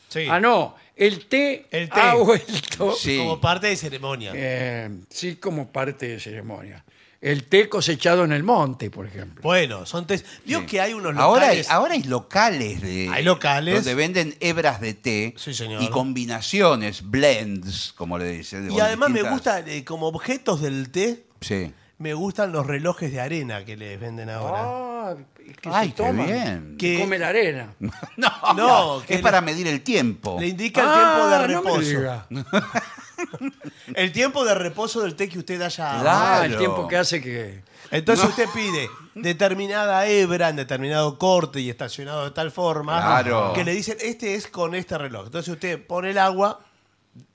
[SPEAKER 2] Sí.
[SPEAKER 1] Ah, no, el té,
[SPEAKER 2] El té.
[SPEAKER 1] ha vuelto, sí.
[SPEAKER 3] Sí.
[SPEAKER 2] Como parte de ceremonia.
[SPEAKER 1] Eh. sí, como parte de ceremonias. El té cosechado en el monte, por ejemplo.
[SPEAKER 2] Bueno, son tés. Vio que hay unos
[SPEAKER 3] Ahora hay,
[SPEAKER 2] locales.
[SPEAKER 3] ahora hay locales de.
[SPEAKER 2] Hay locales.
[SPEAKER 3] Donde venden hebras de té.
[SPEAKER 2] Sí, señor.
[SPEAKER 3] Y combinaciones, blends, como le dicen.
[SPEAKER 2] y además me gustan, eh, como objetos del té,
[SPEAKER 3] Sí.
[SPEAKER 2] me gustan los relojes de arena que les venden ahora.
[SPEAKER 1] Ah, Ah, y que
[SPEAKER 3] Ay,
[SPEAKER 1] se
[SPEAKER 3] qué
[SPEAKER 1] toman.
[SPEAKER 3] bien.
[SPEAKER 2] Que-
[SPEAKER 1] Come la arena.
[SPEAKER 3] No,
[SPEAKER 2] No, que
[SPEAKER 3] es
[SPEAKER 2] le-
[SPEAKER 3] para medir el tiempo.
[SPEAKER 2] Le indica
[SPEAKER 1] Ah,
[SPEAKER 2] el
[SPEAKER 1] no me
[SPEAKER 2] tiempo de reposo.
[SPEAKER 1] diga.
[SPEAKER 2] el tiempo de reposo del té que usted haya.
[SPEAKER 3] Claro.
[SPEAKER 1] Ah, el tiempo que hace que...
[SPEAKER 2] Entonces usted pide determinada hebra en determinado corte y estacionado de tal forma
[SPEAKER 3] Claro.
[SPEAKER 2] que le dicen, este es con este reloj. Entonces usted pone el agua,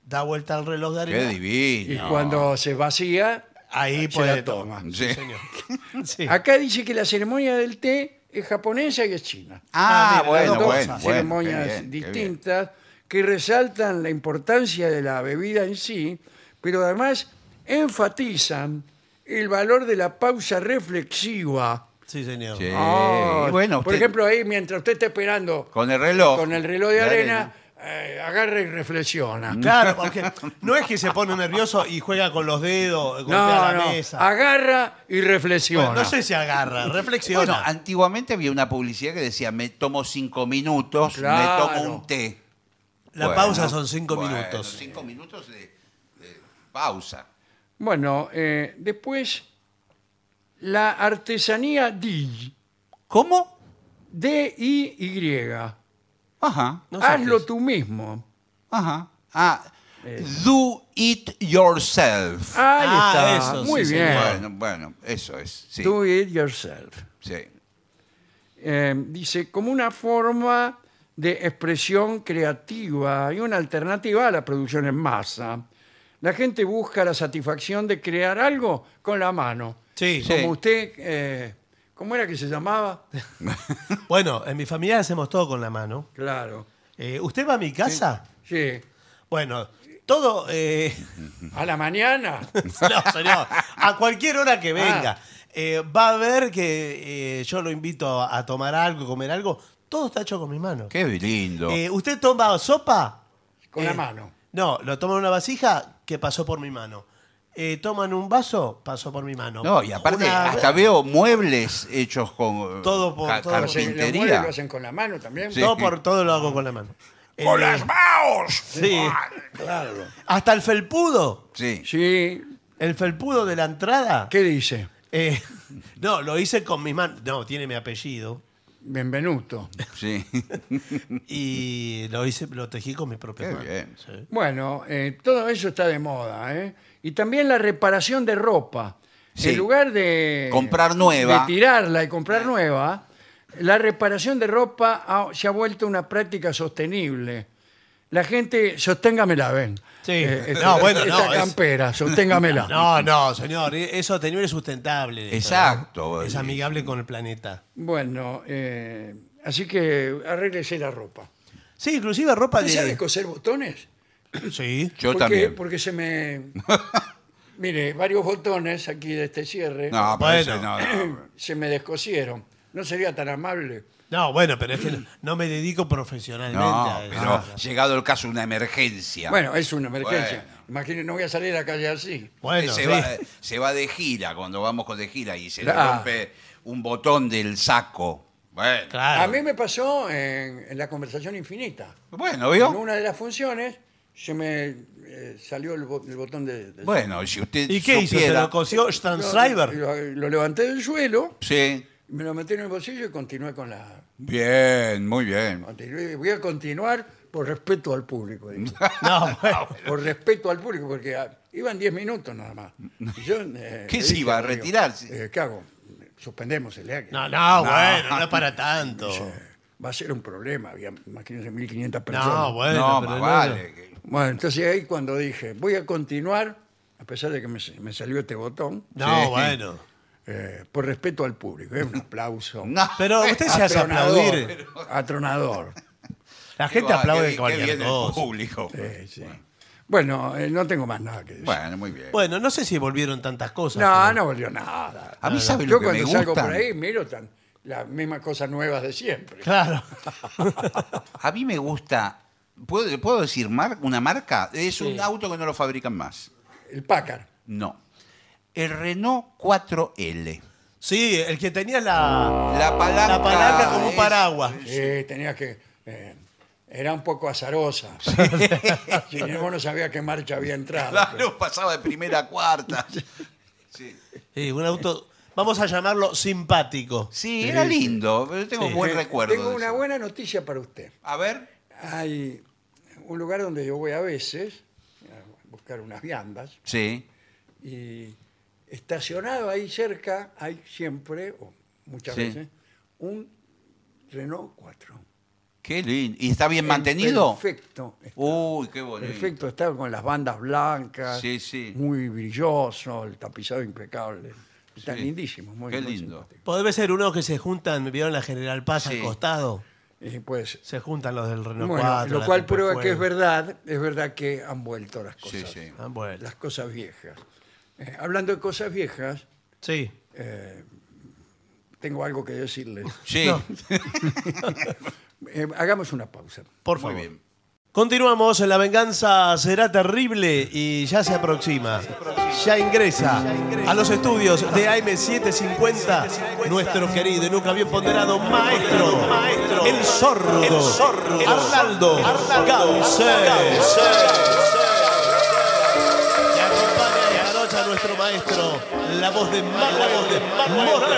[SPEAKER 2] da vuelta al reloj de
[SPEAKER 3] Qué
[SPEAKER 2] arena.
[SPEAKER 1] Y
[SPEAKER 3] divino.
[SPEAKER 1] cuando se vacía, se
[SPEAKER 2] Ahí
[SPEAKER 1] la
[SPEAKER 2] puede tomar.
[SPEAKER 1] toma.
[SPEAKER 3] Sí.
[SPEAKER 2] Señor. Sí.
[SPEAKER 1] Acá dice que la ceremonia del té es japonesa y es china.
[SPEAKER 3] Ah,
[SPEAKER 2] Ah, mira,
[SPEAKER 3] bueno,
[SPEAKER 2] las dos
[SPEAKER 3] bueno,
[SPEAKER 2] cosas.
[SPEAKER 3] bueno,
[SPEAKER 1] ceremonias
[SPEAKER 3] qué bien, qué bien.
[SPEAKER 1] distintas que resaltan la importancia de la bebida en sí, pero además enfatizan el valor de la pausa reflexiva.
[SPEAKER 2] Sí, señor.
[SPEAKER 3] Sí.
[SPEAKER 1] Ah,
[SPEAKER 3] Y bueno,
[SPEAKER 1] por
[SPEAKER 3] usted-
[SPEAKER 1] ejemplo, ahí mientras usted está esperando con,
[SPEAKER 3] con el reloj.
[SPEAKER 1] el reloj de, arena, eh, agarra y reflexiona.
[SPEAKER 2] Claro, porque no es que se pone nervioso y juega con los dedos, golpea
[SPEAKER 1] No,
[SPEAKER 2] la
[SPEAKER 1] no, Ah,
[SPEAKER 2] mesa.
[SPEAKER 1] agarra y reflexiona.
[SPEAKER 2] Bueno, no sé si agarra, reflexiona.
[SPEAKER 3] Bueno, antiguamente había una publicidad que decía, me tomo cinco minutos,
[SPEAKER 1] Claro.
[SPEAKER 3] me tomo un té.
[SPEAKER 2] La
[SPEAKER 3] Bueno,
[SPEAKER 2] pausa son cinco
[SPEAKER 3] bueno,
[SPEAKER 2] minutos.
[SPEAKER 3] Cinco minutos de, de pausa.
[SPEAKER 1] Bueno, eh, después la artesanía DIY,
[SPEAKER 3] ¿Cómo?
[SPEAKER 1] D-I-Y.
[SPEAKER 3] Ajá,
[SPEAKER 2] No sé qué
[SPEAKER 1] Hazlo
[SPEAKER 2] es.
[SPEAKER 1] tú mismo.
[SPEAKER 3] ajá. Ah,
[SPEAKER 2] Eh.
[SPEAKER 3] do it yourself.
[SPEAKER 1] Ahí
[SPEAKER 2] Ah,
[SPEAKER 1] está.
[SPEAKER 2] eso,
[SPEAKER 1] Muy
[SPEAKER 2] sí,
[SPEAKER 1] bien.
[SPEAKER 3] Bueno, bueno, eso es. Sí,
[SPEAKER 1] Do it yourself.
[SPEAKER 3] sí.
[SPEAKER 1] Eh, dice, como una forma de expresión creativa y una alternativa a la producción en masa. La gente busca la satisfacción de crear algo con la mano.
[SPEAKER 2] Sí.
[SPEAKER 1] Como usted, eh, ¿cómo era que se llamaba?
[SPEAKER 2] Bueno, en mi familia hacemos todo con la mano.
[SPEAKER 1] Claro.
[SPEAKER 2] Eh, ¿Usted va a mi casa?
[SPEAKER 1] Sí.
[SPEAKER 2] Bueno, todo... eh,
[SPEAKER 1] A la mañana.
[SPEAKER 2] no, señor, a cualquier hora que venga.
[SPEAKER 1] Ah.
[SPEAKER 2] Eh, va a ver que eh, yo lo invito a, a tomar algo, comer algo. Todo está hecho con mis manos.
[SPEAKER 3] Qué lindo.
[SPEAKER 2] Eh, ¿Usted toma sopa?
[SPEAKER 1] Con
[SPEAKER 2] Eh,
[SPEAKER 1] la mano.
[SPEAKER 2] No, lo toma en una vasija que pasó por mi mano. Eh, ¿Toman un vaso? Pasó por mi mano.
[SPEAKER 3] no, y aparte,
[SPEAKER 2] Una-
[SPEAKER 3] hasta veo muebles hechos con eh,
[SPEAKER 2] Todo por- todo por-
[SPEAKER 1] Los los
[SPEAKER 3] carpintería.
[SPEAKER 1] muebles lo hacen con la mano también.
[SPEAKER 3] Sí.
[SPEAKER 2] Todo, por, todo lo hago con la mano.
[SPEAKER 3] ¡Con
[SPEAKER 2] Eh,
[SPEAKER 3] las manos!
[SPEAKER 2] Sí.
[SPEAKER 1] Claro.
[SPEAKER 2] Hasta el felpudo.
[SPEAKER 3] Sí.
[SPEAKER 1] Sí.
[SPEAKER 2] El felpudo de la entrada.
[SPEAKER 1] ¿Qué dice?
[SPEAKER 2] Eh, no, lo hice con mis manos. No, tiene mi apellido.
[SPEAKER 1] Bienvenuto.
[SPEAKER 3] Sí.
[SPEAKER 2] Y lo hice, lo tejí con mis propias
[SPEAKER 3] Qué
[SPEAKER 2] manos.
[SPEAKER 3] bien.
[SPEAKER 2] Sí.
[SPEAKER 1] Bueno, eh, todo eso está de moda, ¿eh? Y también la reparación de ropa.
[SPEAKER 3] Sí.
[SPEAKER 1] En lugar de...
[SPEAKER 3] Comprar nueva.
[SPEAKER 1] De tirarla y comprar nueva, la reparación de ropa ha- se ha vuelto una práctica sostenible. La gente, sosténgamela, ven. Eh,
[SPEAKER 2] Sí.
[SPEAKER 1] esta,
[SPEAKER 2] No, bueno,
[SPEAKER 1] esta
[SPEAKER 2] no, es-
[SPEAKER 1] campera, sosténgamela.
[SPEAKER 3] Ah,
[SPEAKER 2] No, no, señor. eh, Es sostenible, es sustentable.
[SPEAKER 3] Exacto. eh.
[SPEAKER 2] Es amigable con el planeta.
[SPEAKER 1] Bueno, eh, así que arréglese la ropa.
[SPEAKER 2] Sí, inclusive ropa de.
[SPEAKER 1] ¿Usted sabe coser botones?
[SPEAKER 2] Sí.
[SPEAKER 3] Yo
[SPEAKER 1] Porque-
[SPEAKER 3] también.
[SPEAKER 1] Porque se me... Mire, varios botones aquí de este cierre.
[SPEAKER 3] No, pero eso
[SPEAKER 2] Bueno.
[SPEAKER 3] no, no.
[SPEAKER 1] se me descosieron. No sería tan amable.
[SPEAKER 2] No, bueno, pero es que no, no me dedico profesionalmente
[SPEAKER 3] No,
[SPEAKER 2] a eso.
[SPEAKER 3] pero llegado el caso, una emergencia.
[SPEAKER 1] Bueno, es una emergencia.
[SPEAKER 3] Bueno.
[SPEAKER 1] Imagínate, no voy a salir a la calle así.
[SPEAKER 2] Bueno,
[SPEAKER 3] se,
[SPEAKER 2] sí.
[SPEAKER 3] va, eh. se va de gira cuando vamos con de gira y se
[SPEAKER 1] Claro.
[SPEAKER 3] le rompe un botón del saco. Bueno,
[SPEAKER 2] Claro.
[SPEAKER 1] A mí me pasó en, en la conversación infinita.
[SPEAKER 3] bueno
[SPEAKER 1] En
[SPEAKER 3] ¿vio?
[SPEAKER 1] una de las funciones se me eh, salió el, bo- el botón de... de-
[SPEAKER 3] Bueno, si usted
[SPEAKER 2] ¿Y qué hizo? ¿Se
[SPEAKER 3] supiera-
[SPEAKER 2] lo coció
[SPEAKER 1] Y
[SPEAKER 2] Stanzreiber?
[SPEAKER 1] Lo, lo levanté del suelo,
[SPEAKER 3] Sí,
[SPEAKER 1] me lo metí en el bolsillo y continué con la...
[SPEAKER 3] bien, muy bien.
[SPEAKER 1] continué- Voy a continuar por respeto al público. dije.
[SPEAKER 2] No, bueno.
[SPEAKER 1] por respeto al público, porque ah, iban 10 minutos nada más. Y Yo, eh,
[SPEAKER 3] ¿Qué
[SPEAKER 1] le
[SPEAKER 3] se
[SPEAKER 1] dije
[SPEAKER 3] iba a
[SPEAKER 1] al amigo,
[SPEAKER 3] retirarse?
[SPEAKER 1] eh, ¿Qué hago? Suspendemos el acto. Eh,
[SPEAKER 2] No, no, bueno, no es para tanto.
[SPEAKER 1] Va a ser un problema, había, imagínense, 1.500 personas.
[SPEAKER 2] No, bueno,
[SPEAKER 3] no,
[SPEAKER 2] pero
[SPEAKER 3] más
[SPEAKER 2] no,
[SPEAKER 3] vale.
[SPEAKER 2] no.
[SPEAKER 3] que-
[SPEAKER 1] Bueno, entonces ahí cuando dije, voy a continuar, a pesar de que me, me salió este botón,
[SPEAKER 2] No,
[SPEAKER 3] Sí.
[SPEAKER 2] bueno.
[SPEAKER 1] eh, por respeto al público, es un aplauso.
[SPEAKER 3] No,
[SPEAKER 2] Pero usted se hace
[SPEAKER 1] Atronador,
[SPEAKER 2] aplaudir.
[SPEAKER 1] Atronador.
[SPEAKER 2] La
[SPEAKER 3] qué
[SPEAKER 2] gente
[SPEAKER 3] va, ah, qué
[SPEAKER 2] aplaude
[SPEAKER 3] bien- qué
[SPEAKER 2] cualquier
[SPEAKER 3] bien el
[SPEAKER 2] cosa.
[SPEAKER 3] público.
[SPEAKER 1] Eh, sí. Bueno, eh, no tengo más nada que decir.
[SPEAKER 3] Bueno, muy bien.
[SPEAKER 2] Bueno, no sé si volvieron tantas cosas.
[SPEAKER 1] no,
[SPEAKER 2] pero-
[SPEAKER 1] no volvió nada.
[SPEAKER 3] a mí, ¿sabe
[SPEAKER 1] Yo
[SPEAKER 3] lo que
[SPEAKER 1] cuando
[SPEAKER 3] me
[SPEAKER 1] salgo
[SPEAKER 3] gusta?
[SPEAKER 1] por ahí miro tan, las mismas cosas nuevas de siempre.
[SPEAKER 2] Claro.
[SPEAKER 3] A mí me gusta. ¿Puedo, puedo decir mar- una marca? Es un auto que no lo fabrican más.
[SPEAKER 1] El Packard.
[SPEAKER 3] No. El Renault 4L.
[SPEAKER 2] Sí, el que tenía la.
[SPEAKER 3] La palanca.
[SPEAKER 2] La palanca como un
[SPEAKER 3] es-
[SPEAKER 2] paraguas.
[SPEAKER 1] Sí, tenía que. eh, era un poco azarosa. Sin embargo, no sabía qué
[SPEAKER 3] Ah,
[SPEAKER 1] marcha había entrado.
[SPEAKER 3] Claro, pasaba de primera a cuarta. Sí.
[SPEAKER 2] Sí, un auto vamos a llamarlo simpático.
[SPEAKER 3] Sí, era lindo. Yo tengo
[SPEAKER 2] Sí.
[SPEAKER 3] buen
[SPEAKER 1] Eh,
[SPEAKER 3] recuerdo.
[SPEAKER 1] Tengo
[SPEAKER 3] de
[SPEAKER 1] una
[SPEAKER 3] eso.
[SPEAKER 1] buena noticia para usted.
[SPEAKER 3] A ver.
[SPEAKER 1] Hay un lugar donde yo voy a veces a buscar unas viandas
[SPEAKER 3] Sí.
[SPEAKER 1] y estacionado ahí cerca hay siempre, o muchas
[SPEAKER 3] Sí.
[SPEAKER 1] veces, un Renault 4.
[SPEAKER 3] Qué lindo. ¿Y está bien mantenido?
[SPEAKER 1] Perfecto.
[SPEAKER 3] Uy, qué bonito.
[SPEAKER 1] Perfecto, está con las bandas blancas,
[SPEAKER 3] Sí, sí.
[SPEAKER 1] muy brilloso, el tapizado impecable. Están
[SPEAKER 3] Sí.
[SPEAKER 1] lindísimos, muy
[SPEAKER 3] Qué
[SPEAKER 1] muy
[SPEAKER 3] lindo.
[SPEAKER 1] simpáticos.
[SPEAKER 2] Podés ser uno que se juntan, vieron la General Paz
[SPEAKER 3] Sí.
[SPEAKER 2] al costado.
[SPEAKER 1] Y pues,
[SPEAKER 2] Se juntan los del Renault
[SPEAKER 1] bueno,
[SPEAKER 2] 4.
[SPEAKER 1] lo
[SPEAKER 2] la
[SPEAKER 1] cual
[SPEAKER 2] Copa
[SPEAKER 1] prueba
[SPEAKER 2] Fuego.
[SPEAKER 1] que es verdad, es verdad que han vuelto las
[SPEAKER 3] Sí,
[SPEAKER 1] cosas,
[SPEAKER 3] sí.
[SPEAKER 2] Han vuelto.
[SPEAKER 1] las cosas viejas. Eh, hablando de cosas viejas,
[SPEAKER 2] Sí.
[SPEAKER 1] tengo algo que decirles.
[SPEAKER 3] Sí.
[SPEAKER 2] No.
[SPEAKER 1] Eh, hagamos una pausa.
[SPEAKER 2] Por
[SPEAKER 3] Muy
[SPEAKER 2] favor.
[SPEAKER 3] bien.
[SPEAKER 2] Continuamos, la venganza será terrible y ya se aproxima. Ya ingresa a los estudios de AM750 nuestro querido y nunca bien ponderado maestro, maestro, el sordo, Arnaldo, Gauce. Y acompaña y abrocha a nuestro maestro, la voz de Manuel Moreira.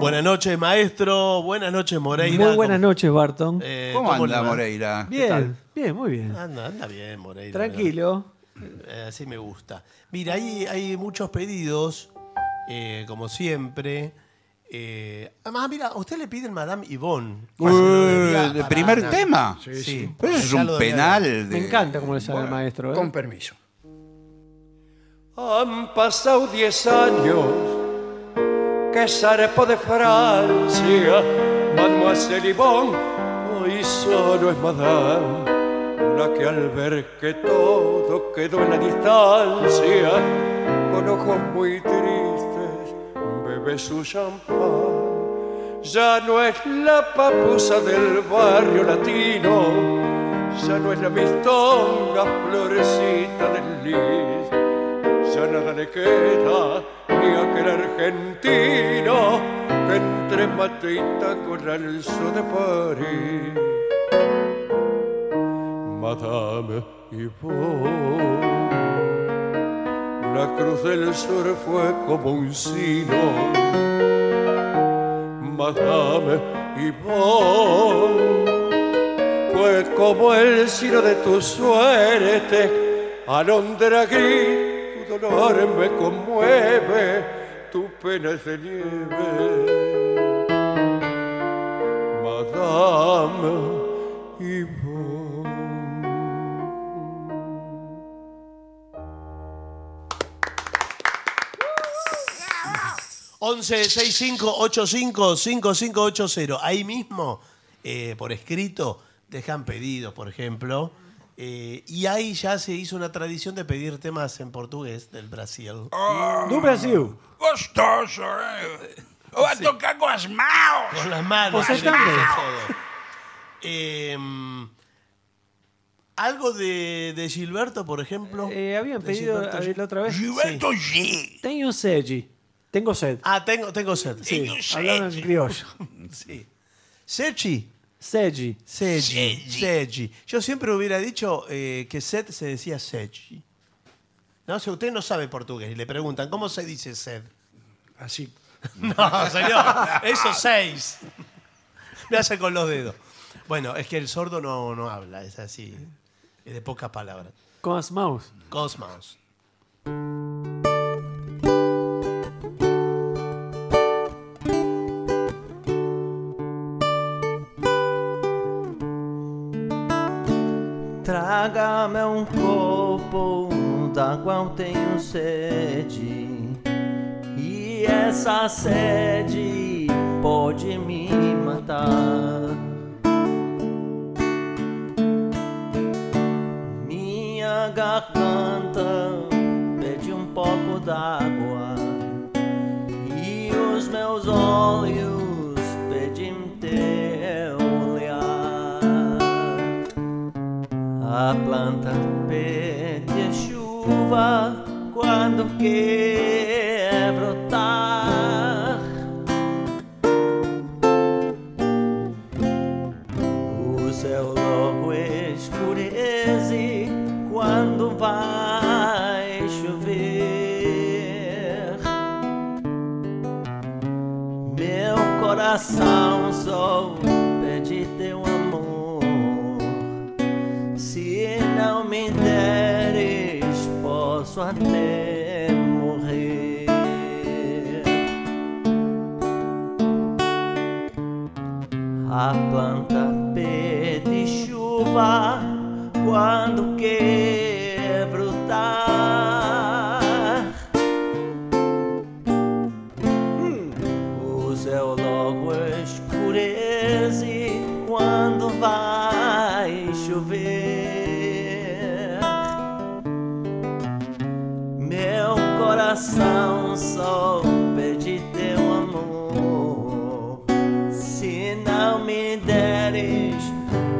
[SPEAKER 2] Buenas noches, maestro. Buenas noches, Moreira.
[SPEAKER 6] Muy buenas noches, Barton.
[SPEAKER 2] Eh,
[SPEAKER 3] ¿Cómo,
[SPEAKER 2] le
[SPEAKER 3] anda,
[SPEAKER 2] va?
[SPEAKER 3] Moreira?
[SPEAKER 6] bien, bien, muy bien.
[SPEAKER 2] Anda, anda bien, Moreira.
[SPEAKER 6] Tranquilo.
[SPEAKER 2] Eh, así me gusta. Mira, ahí hay muchos pedidos, eh, como siempre. Eh, además, mira, usted le piden Madame Yvonne.
[SPEAKER 3] Uy, ¿el primer tema.
[SPEAKER 1] Sí, sí.
[SPEAKER 3] Pero eso es un penal. de-
[SPEAKER 6] Me encanta como le sale al maestro. ¿eh?
[SPEAKER 1] Con permiso.
[SPEAKER 7] Han pasado diez años que zarpo de Francia. Mademoiselle Yvonne hoy solo es madame. La que al ver que todo quedó en la distancia, con ojos muy tristes, bebe su champán. Ya no es la papusa del barrio latino, ya no es la mistonga florecita del lis ya nada le queda ni a aquel argentino que entre mate y taco era el sur de París. Madame Yvonne, la cruz del sur fue como un sino. Madame Yvonne, fue Pues como el sino de tu suerte. Alondra gris, tu dolor me conmueve, tu pena es de nieve. Madame Yvonne.
[SPEAKER 2] ocho cero Ahí mismo, eh, por escrito, dejan pedidos, por ejemplo. Eh, y ahí ya se hizo una tradición de pedir temas en portugués del Brasil.
[SPEAKER 6] Do Brasil.
[SPEAKER 3] Gostoso, eh. Va a tocar con las manos.
[SPEAKER 2] Con las manos.
[SPEAKER 6] Pues
[SPEAKER 2] sí,
[SPEAKER 6] está bien.
[SPEAKER 2] todo. Em, algo de, de Gilberto, por ejemplo.
[SPEAKER 6] Eh, habían
[SPEAKER 2] De
[SPEAKER 6] pedido
[SPEAKER 2] Gilberto
[SPEAKER 6] a ver,
[SPEAKER 2] Gil-
[SPEAKER 6] la otra vez.
[SPEAKER 3] Gilberto G.
[SPEAKER 6] Tengo sed. Tengo sed.
[SPEAKER 2] Ah, tengo, tengo sed.
[SPEAKER 6] Sí, hablando en criollo.
[SPEAKER 2] Sí. Sechi.
[SPEAKER 6] Seji.
[SPEAKER 2] Sechi. Sechi. Yo siempre hubiera dicho eh, que sed se decía Sechi. No sé, usted no sabe portugués y le preguntan, ¿cómo se dice sed?
[SPEAKER 1] Así.
[SPEAKER 2] No, señor, eso seis. Me hace con los dedos. Bueno, es que el sordo no, no habla, es así. Es de pocas palabras.
[SPEAKER 6] Con las manos.
[SPEAKER 2] Cosmos.
[SPEAKER 8] Traga-me um copo um d'água, eu tenho sede. E essa sede pode me matar. Minha garganta pede um pouco d'água. E os meus olhos pedem teu olhar. A planta pede chuva quando quer brotar. O seu logo coração só pede teu amor. Se não me deres, posso até morrer. A planta pede chuva quando quer brotar. Hum. O céu logo escurece quando vai chover. Meu coração só pede teu amor. Se não me deres,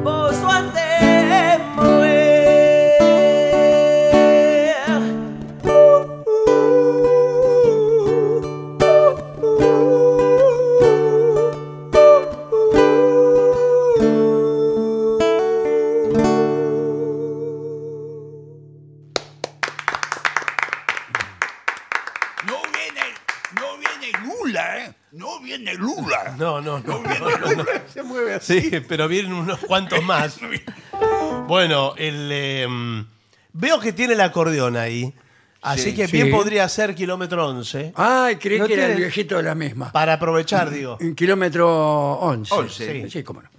[SPEAKER 8] posso até morrer.
[SPEAKER 3] No viene, no viene Lula, ¿eh? No viene Lula.
[SPEAKER 2] No, no, no.
[SPEAKER 7] Se mueve así.
[SPEAKER 2] Sí, pero vienen unos cuantos más. Bueno, el, eh, veo que tiene el acordeón ahí. Así
[SPEAKER 3] Sí,
[SPEAKER 2] que bien
[SPEAKER 1] sí.
[SPEAKER 2] podría ser kilómetro 11.
[SPEAKER 1] Ay, creí
[SPEAKER 6] No
[SPEAKER 1] que era el
[SPEAKER 6] tiene-
[SPEAKER 1] viejito de la misma.
[SPEAKER 2] Para aprovechar, digo.
[SPEAKER 1] En kilómetro 11.
[SPEAKER 3] Once.
[SPEAKER 1] Sí, cómo no.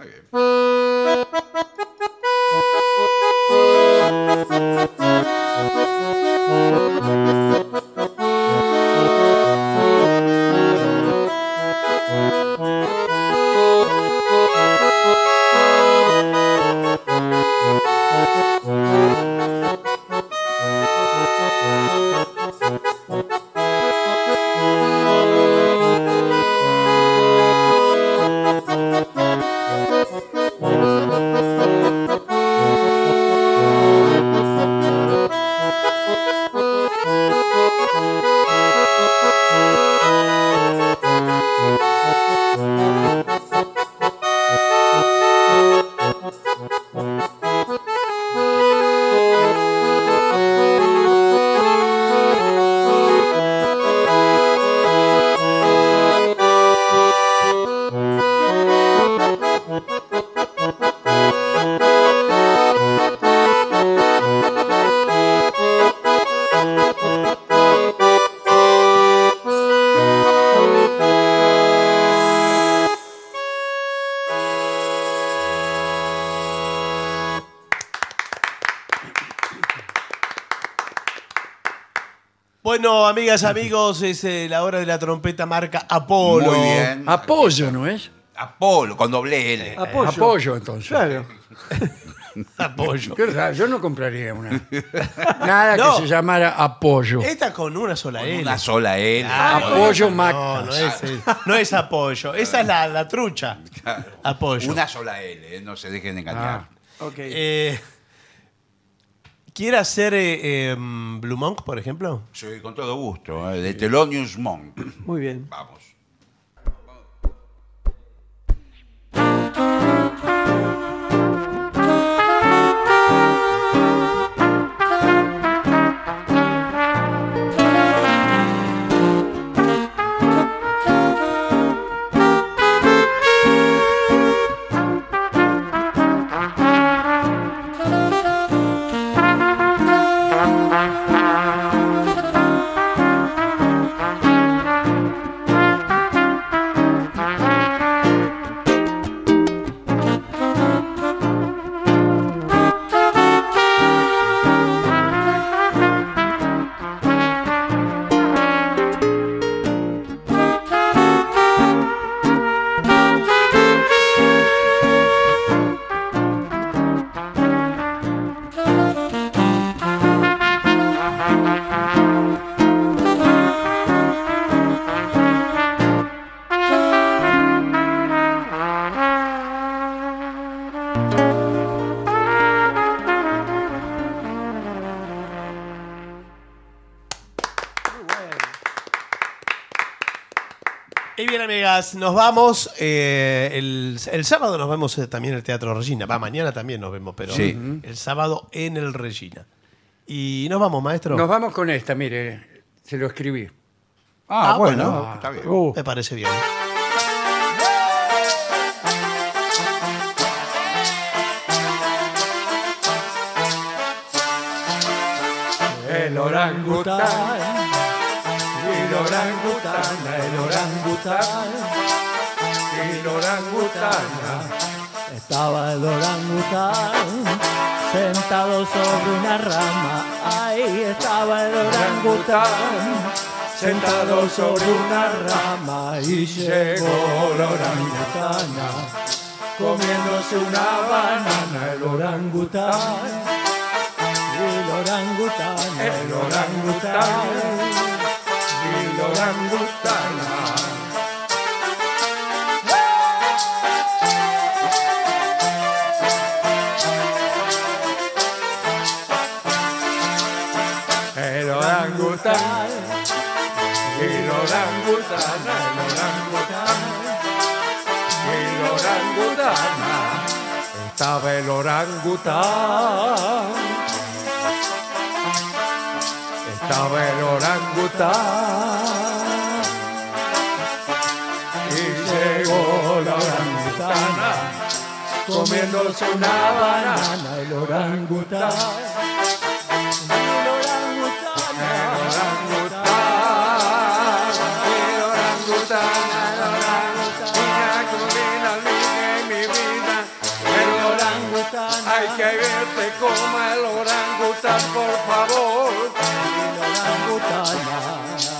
[SPEAKER 2] Bueno, amigas, amigos, es eh, la hora de la trompeta marca Apolo.
[SPEAKER 3] Muy bien.
[SPEAKER 1] Ah, Apoyo, ¿no es?
[SPEAKER 3] Apolo, con doble L.
[SPEAKER 6] Apoyo.
[SPEAKER 1] Apoyo, entonces.
[SPEAKER 6] Claro.
[SPEAKER 2] Apoyo.
[SPEAKER 1] Qué raro, yo no compraría una. Nada
[SPEAKER 2] No.
[SPEAKER 1] que se llamara apoyo.
[SPEAKER 2] Esta con una sola
[SPEAKER 3] Con
[SPEAKER 2] Ah, L.
[SPEAKER 3] una sola L.
[SPEAKER 1] Ah,
[SPEAKER 2] Claro.
[SPEAKER 1] Apoyo
[SPEAKER 2] No,
[SPEAKER 1] Magna.
[SPEAKER 2] no es, no es apoyo. Esa es la, la trucha. Apoyo.
[SPEAKER 3] Una sola L, ¿eh? no se dejen
[SPEAKER 1] Ah.
[SPEAKER 3] engañar.
[SPEAKER 6] Ok.
[SPEAKER 2] Eh, ¿Quiere hacer eh, em, Blue Monk, por ejemplo?
[SPEAKER 3] Sí, con todo gusto, ¿eh? de Thelonious Monk.
[SPEAKER 6] Muy bien.
[SPEAKER 3] Vamos.
[SPEAKER 2] Y bien, amigas, nos vamos. eh, el, el sábado nos vemos eh, también en el Teatro Regina. Va, mañana también nos vemos, pero
[SPEAKER 3] Sí.
[SPEAKER 2] el sábado en el Regina. Y nos vamos, maestro.
[SPEAKER 1] Nos vamos con esta, mire, se lo escribí.
[SPEAKER 3] Ah,
[SPEAKER 2] Ah, bueno.
[SPEAKER 3] está bien.
[SPEAKER 6] Uh,
[SPEAKER 2] Me parece bien.
[SPEAKER 1] el orangután, el orangutana, el orangután, el orangutana.
[SPEAKER 6] Estaba el orangután sentado sobre una rama. Ahí estaba el orangután sentado sobre una rama y llegó la orangutana comiéndose una banana. El orangután, el orangután, el orangután, el orangután.
[SPEAKER 1] El orangután, el orangután, el orangután, el orangután. Estaba el orangután. Estaba el orangután. Y llegó la orangutana comiéndose una banana. El orangután. Hay que verte como el orangután, por favor.
[SPEAKER 6] orangutana.